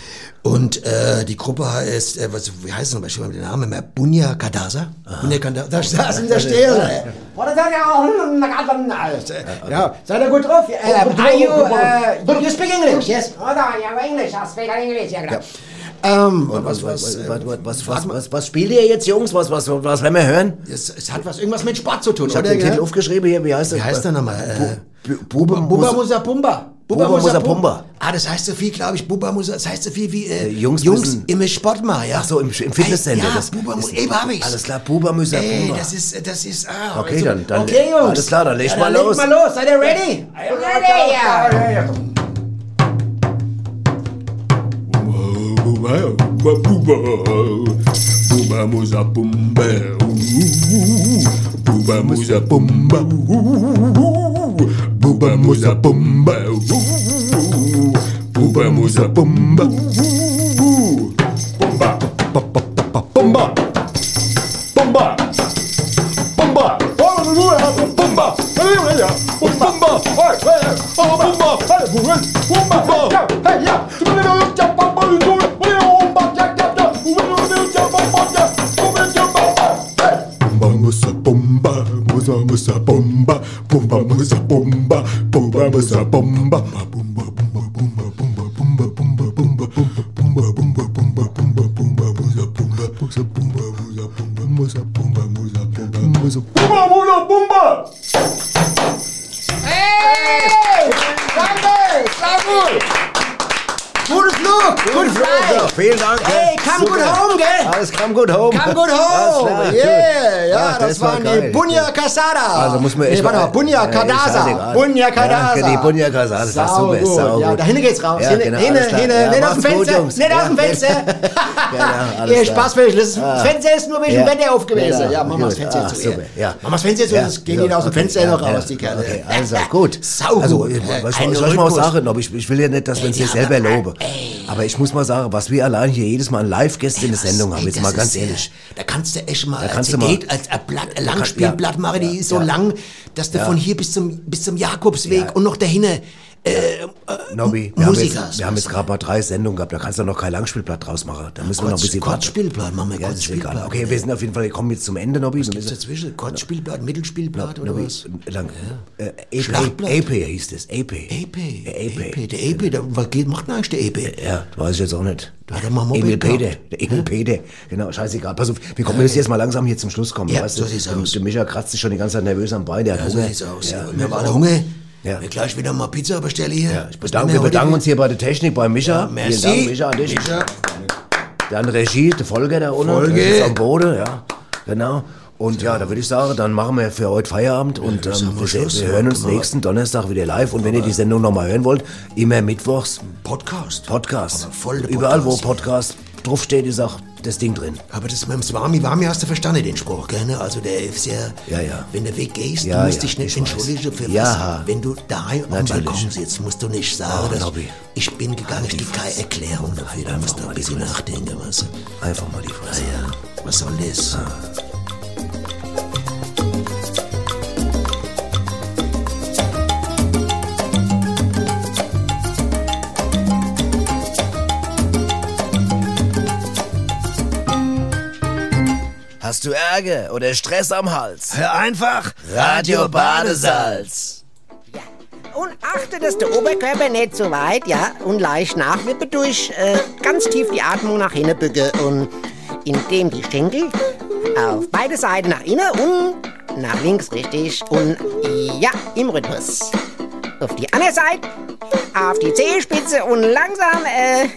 [SPEAKER 2] Und äh, die Gruppe heißt, äh, was, wie heißt es nochmal, ich weiß nicht den Namen mehr, Bunya Kadasa. Bunya Kadasa, da saßen da Sterne.
[SPEAKER 16] Ja, seid ihr gut
[SPEAKER 1] Oh,
[SPEAKER 8] Äh,
[SPEAKER 16] drauf?
[SPEAKER 2] Ähm,
[SPEAKER 15] Um, are you, uh, you
[SPEAKER 16] speak English? Yes.
[SPEAKER 15] Oh, no, you English. I speak English. Yeah, yeah.
[SPEAKER 2] Ähm,
[SPEAKER 1] was, was, was, was, was, was, was, was spielt ihr jetzt, Jungs? Was, was, was, werden wir hören?
[SPEAKER 2] äh, Es, es hat was, irgendwas mit Sport zu tun,
[SPEAKER 1] Ich habe
[SPEAKER 2] oder?
[SPEAKER 1] den
[SPEAKER 2] gell?
[SPEAKER 1] Titel aufgeschrieben hier, wie heißt das?
[SPEAKER 2] Wie heißt der nochmal? Äh,
[SPEAKER 1] Bube
[SPEAKER 2] Bubba
[SPEAKER 1] muss...
[SPEAKER 2] Musa Pumba.
[SPEAKER 1] Bubba Musa Pumba.
[SPEAKER 2] Ah, das heißt so viel, glaube ich, Bubba Musa, das heißt so viel wie äh,
[SPEAKER 1] Jungs müssen-
[SPEAKER 2] im Sport mal, ja.
[SPEAKER 1] Ach so, im, im Fitnesscenter.
[SPEAKER 2] Ja,
[SPEAKER 1] das
[SPEAKER 2] Bubba
[SPEAKER 1] ist-
[SPEAKER 2] Musa, eben hab ich's.
[SPEAKER 1] Alles klar, Buba Musa
[SPEAKER 2] Ey,
[SPEAKER 1] Pumba.
[SPEAKER 2] das ist, das ist, ah.
[SPEAKER 1] Okay,
[SPEAKER 2] also-
[SPEAKER 1] dann, dann...
[SPEAKER 2] Okay, Jungs.
[SPEAKER 1] Alles klar, dann leg
[SPEAKER 2] Ja,
[SPEAKER 1] mal
[SPEAKER 2] dann leg
[SPEAKER 1] los.
[SPEAKER 2] mal los, seid ihr ready?
[SPEAKER 17] Bumba musa bumba, bumba musa bumba, bumba musa bumba, bumba musa bumba, bumba, bumba, bumba, bumba, bumba, Bumba musa bumba, musa musa bumba, bumba musa bumba, bumba musa bumba, bumba bumba bumba bumba bumba bumba bumba bumba bumba bumba bumba bumba musa bumba musa bumba musa bumba musa bumba musa bumba musa bumba musa bumba.
[SPEAKER 15] Hey! Danke! Sehr gut!
[SPEAKER 2] Guten Flug! Guten Flug!
[SPEAKER 1] Vielen Dank.
[SPEAKER 2] Hey, come
[SPEAKER 1] Super.
[SPEAKER 2] good home, gell?
[SPEAKER 1] Alles come good home.
[SPEAKER 2] Come good
[SPEAKER 1] Alles
[SPEAKER 2] home!
[SPEAKER 1] klar,
[SPEAKER 2] yeah!
[SPEAKER 1] gut.
[SPEAKER 2] Ja,
[SPEAKER 1] Ach,
[SPEAKER 2] das, waren die
[SPEAKER 1] geil.
[SPEAKER 2] Bunya Casada!
[SPEAKER 1] Also muss man
[SPEAKER 2] nee,
[SPEAKER 1] echt
[SPEAKER 2] warte mal, Bunya
[SPEAKER 1] Ja, ist
[SPEAKER 2] Kadasa!
[SPEAKER 1] scheißegal.
[SPEAKER 2] Bunya
[SPEAKER 1] Ja,
[SPEAKER 2] Kadasa!
[SPEAKER 1] die Bunja Kadasa, das war
[SPEAKER 2] Sau
[SPEAKER 1] super,
[SPEAKER 2] gut.
[SPEAKER 1] sau
[SPEAKER 2] Ja,
[SPEAKER 1] gut.
[SPEAKER 2] da hinten geht's raus.
[SPEAKER 1] Ja,
[SPEAKER 2] Hinten,
[SPEAKER 1] genau,
[SPEAKER 2] hinten,
[SPEAKER 1] alles klar.
[SPEAKER 2] hinten,
[SPEAKER 1] Ja,
[SPEAKER 2] nicht aus dem
[SPEAKER 1] macht's gut,
[SPEAKER 2] Fenster!
[SPEAKER 1] Jungs.
[SPEAKER 2] Nicht aus dem
[SPEAKER 1] Ja.
[SPEAKER 2] Fenster!
[SPEAKER 1] Ja, alles
[SPEAKER 2] Ihr
[SPEAKER 1] klar.
[SPEAKER 2] Spaß, wenn ich das
[SPEAKER 1] Ah.
[SPEAKER 2] Fenster ist nur wegen
[SPEAKER 1] Ja.
[SPEAKER 2] dem Wetter auf gewesen.
[SPEAKER 1] Genau,
[SPEAKER 2] Ja, machen wir das
[SPEAKER 1] gut.
[SPEAKER 2] Fenster
[SPEAKER 1] Ah,
[SPEAKER 2] zu. ihr.
[SPEAKER 1] super, ja.
[SPEAKER 2] Machen wir das Fenster zu,
[SPEAKER 1] Ja,
[SPEAKER 2] sonst gehen
[SPEAKER 1] so,
[SPEAKER 2] die da aus dem
[SPEAKER 1] okay,
[SPEAKER 2] Fenster
[SPEAKER 1] ja,
[SPEAKER 2] noch
[SPEAKER 1] ja,
[SPEAKER 2] raus, die Kerle.
[SPEAKER 1] Okay, also gut.
[SPEAKER 2] Sau
[SPEAKER 1] Also,
[SPEAKER 2] gut.
[SPEAKER 1] äh, was
[SPEAKER 2] Ein
[SPEAKER 1] soll ich mal
[SPEAKER 2] Rhythmus.
[SPEAKER 1] sagen, ob ich, ich will ja nicht, dass wir uns hier selber loben. Aber ich muss mal sagen, was wir allein hier jedes Mal Live-Gäste in der Sendung haben,
[SPEAKER 2] Ey,
[SPEAKER 1] jetzt
[SPEAKER 2] das
[SPEAKER 1] mal
[SPEAKER 2] ist
[SPEAKER 1] ganz
[SPEAKER 2] sehr-
[SPEAKER 1] ehrlich.
[SPEAKER 2] Da kannst du echt mal,
[SPEAKER 1] Da kannst
[SPEAKER 2] als
[SPEAKER 1] du mal-
[SPEAKER 2] geht, als ein Blatt, ein
[SPEAKER 1] Da kann-
[SPEAKER 2] Langspielblatt
[SPEAKER 1] ja,
[SPEAKER 2] machen, die
[SPEAKER 1] ja,
[SPEAKER 2] ist so
[SPEAKER 1] ja.
[SPEAKER 2] lang, dass du
[SPEAKER 1] Ja.
[SPEAKER 2] von hier bis zum, bis zum Jakobsweg und noch dahinter, äh,
[SPEAKER 1] Nobby, wir haben
[SPEAKER 2] Musiker
[SPEAKER 1] jetzt,
[SPEAKER 2] ist
[SPEAKER 1] wir haben jetzt gerade mal drei Sendungen gehabt, da kannst du noch kein Langspielblatt draus machen. Da müssen wir noch ein
[SPEAKER 2] kurz,
[SPEAKER 1] bisschen
[SPEAKER 2] kurz
[SPEAKER 1] warten.
[SPEAKER 2] Spielblatt, machen wir
[SPEAKER 1] Ja,
[SPEAKER 2] kurz
[SPEAKER 1] ist egal.
[SPEAKER 2] Spielblatt.
[SPEAKER 1] Okay, wir sind auf jeden Fall, wir kommen jetzt zum Ende, Nobby. Was
[SPEAKER 2] gibt's dazwischen? Kurz Spielblatt, Mittelspielblatt oder was?
[SPEAKER 1] Lang, äh,
[SPEAKER 2] Schlachtblatt?
[SPEAKER 1] AP, AP hieß das, AP. AP,
[SPEAKER 2] EP, der EP, der, was geht, macht denn eigentlich der E EP?
[SPEAKER 1] E Ja, weiß ich jetzt auch nicht.
[SPEAKER 2] Da hat er mal ein Moped
[SPEAKER 1] Emil Pede,
[SPEAKER 2] gehabt.
[SPEAKER 1] der Emil Pede, genau, scheißegal. Pass auf, wir kommen wir müssen jetzt mal langsam hier zum Schluss kommen.
[SPEAKER 2] Ja,
[SPEAKER 1] weißt
[SPEAKER 2] so
[SPEAKER 1] du,
[SPEAKER 2] sieht's
[SPEAKER 1] der, der Micha kratzt sich schon die ganze Zeit nervös am Bein, der hat
[SPEAKER 2] Ja, so
[SPEAKER 1] Hunger.
[SPEAKER 2] sieht's aus. Ja, mir war der Hunger.
[SPEAKER 1] also, Ja.
[SPEAKER 2] Wir gleich wieder mal Pizza bestellen hier.
[SPEAKER 1] Ja, ich bedanke, wir bedanken uns hier bei der Technik, bei Micha.
[SPEAKER 2] merci.
[SPEAKER 1] Vielen Dank, Micha, an dich.
[SPEAKER 2] Micha.
[SPEAKER 1] Dann Regie, der Folge da unten.
[SPEAKER 2] Folge.
[SPEAKER 1] Das ist am Boden, ja. Genau. Und ja, da würde ich sagen, dann machen wir für heute Feierabend und ähm, wir,
[SPEAKER 2] Schluss,
[SPEAKER 1] wir
[SPEAKER 2] ja,
[SPEAKER 1] hören uns
[SPEAKER 2] können wir-
[SPEAKER 1] nächsten Donnerstag wieder live. Und wenn ihr die Sendung nochmal hören wollt, immer mittwochs.
[SPEAKER 2] Podcast.
[SPEAKER 1] Podcast.
[SPEAKER 2] voll der
[SPEAKER 1] Überall, wo
[SPEAKER 2] Podcast.
[SPEAKER 1] Podcast draufsteht, ist auch das Ding drin.
[SPEAKER 2] Aber das mit dem Swami Wami hast du verstanden, den Spruch, gell? ne? Also der ist sehr,
[SPEAKER 1] Ja, ja.
[SPEAKER 2] wenn der Weg gehst,
[SPEAKER 1] Ja,
[SPEAKER 2] du musst
[SPEAKER 1] ja,
[SPEAKER 2] dich nicht
[SPEAKER 1] ich weiß.
[SPEAKER 2] entschuldigen für
[SPEAKER 1] Ja.
[SPEAKER 2] was. Wenn du daheim am
[SPEAKER 1] Natürlich.
[SPEAKER 2] Balkon sitzt, musst du nicht sagen,
[SPEAKER 1] Ach,
[SPEAKER 2] dass
[SPEAKER 1] Nobby.
[SPEAKER 2] ich bin gegangen, es gibt keine Erklärung dafür. Da musst du ein bisschen nachdenken, was.
[SPEAKER 1] Einfach mal die Fresse. Ah.
[SPEAKER 2] Ja, was soll das?
[SPEAKER 1] Hast du Ärger oder Stress am Hals?
[SPEAKER 7] Hör einfach
[SPEAKER 1] Radio Badesalz.
[SPEAKER 7] Und achte, dass der Oberkörper nicht so weit, ja, und leicht nachwippe durch äh, ganz tief die Atmung nach hinten bücke und indem die Schenkel auf beide Seiten nach innen und nach links richtig und ja, im Rhythmus. Auf die andere Seite, auf die Zehenspitze und langsam, äh,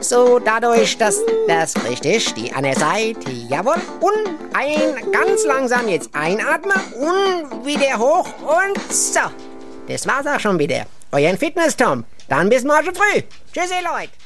[SPEAKER 7] so dadurch, dass das richtig, die andere Seite, jawohl, und ein, ganz langsam jetzt einatmen und wieder hoch und so. Das war's auch schon wieder. Euren Fitness-Tom. Dann bis morgen früh. Tschüssi, Leute.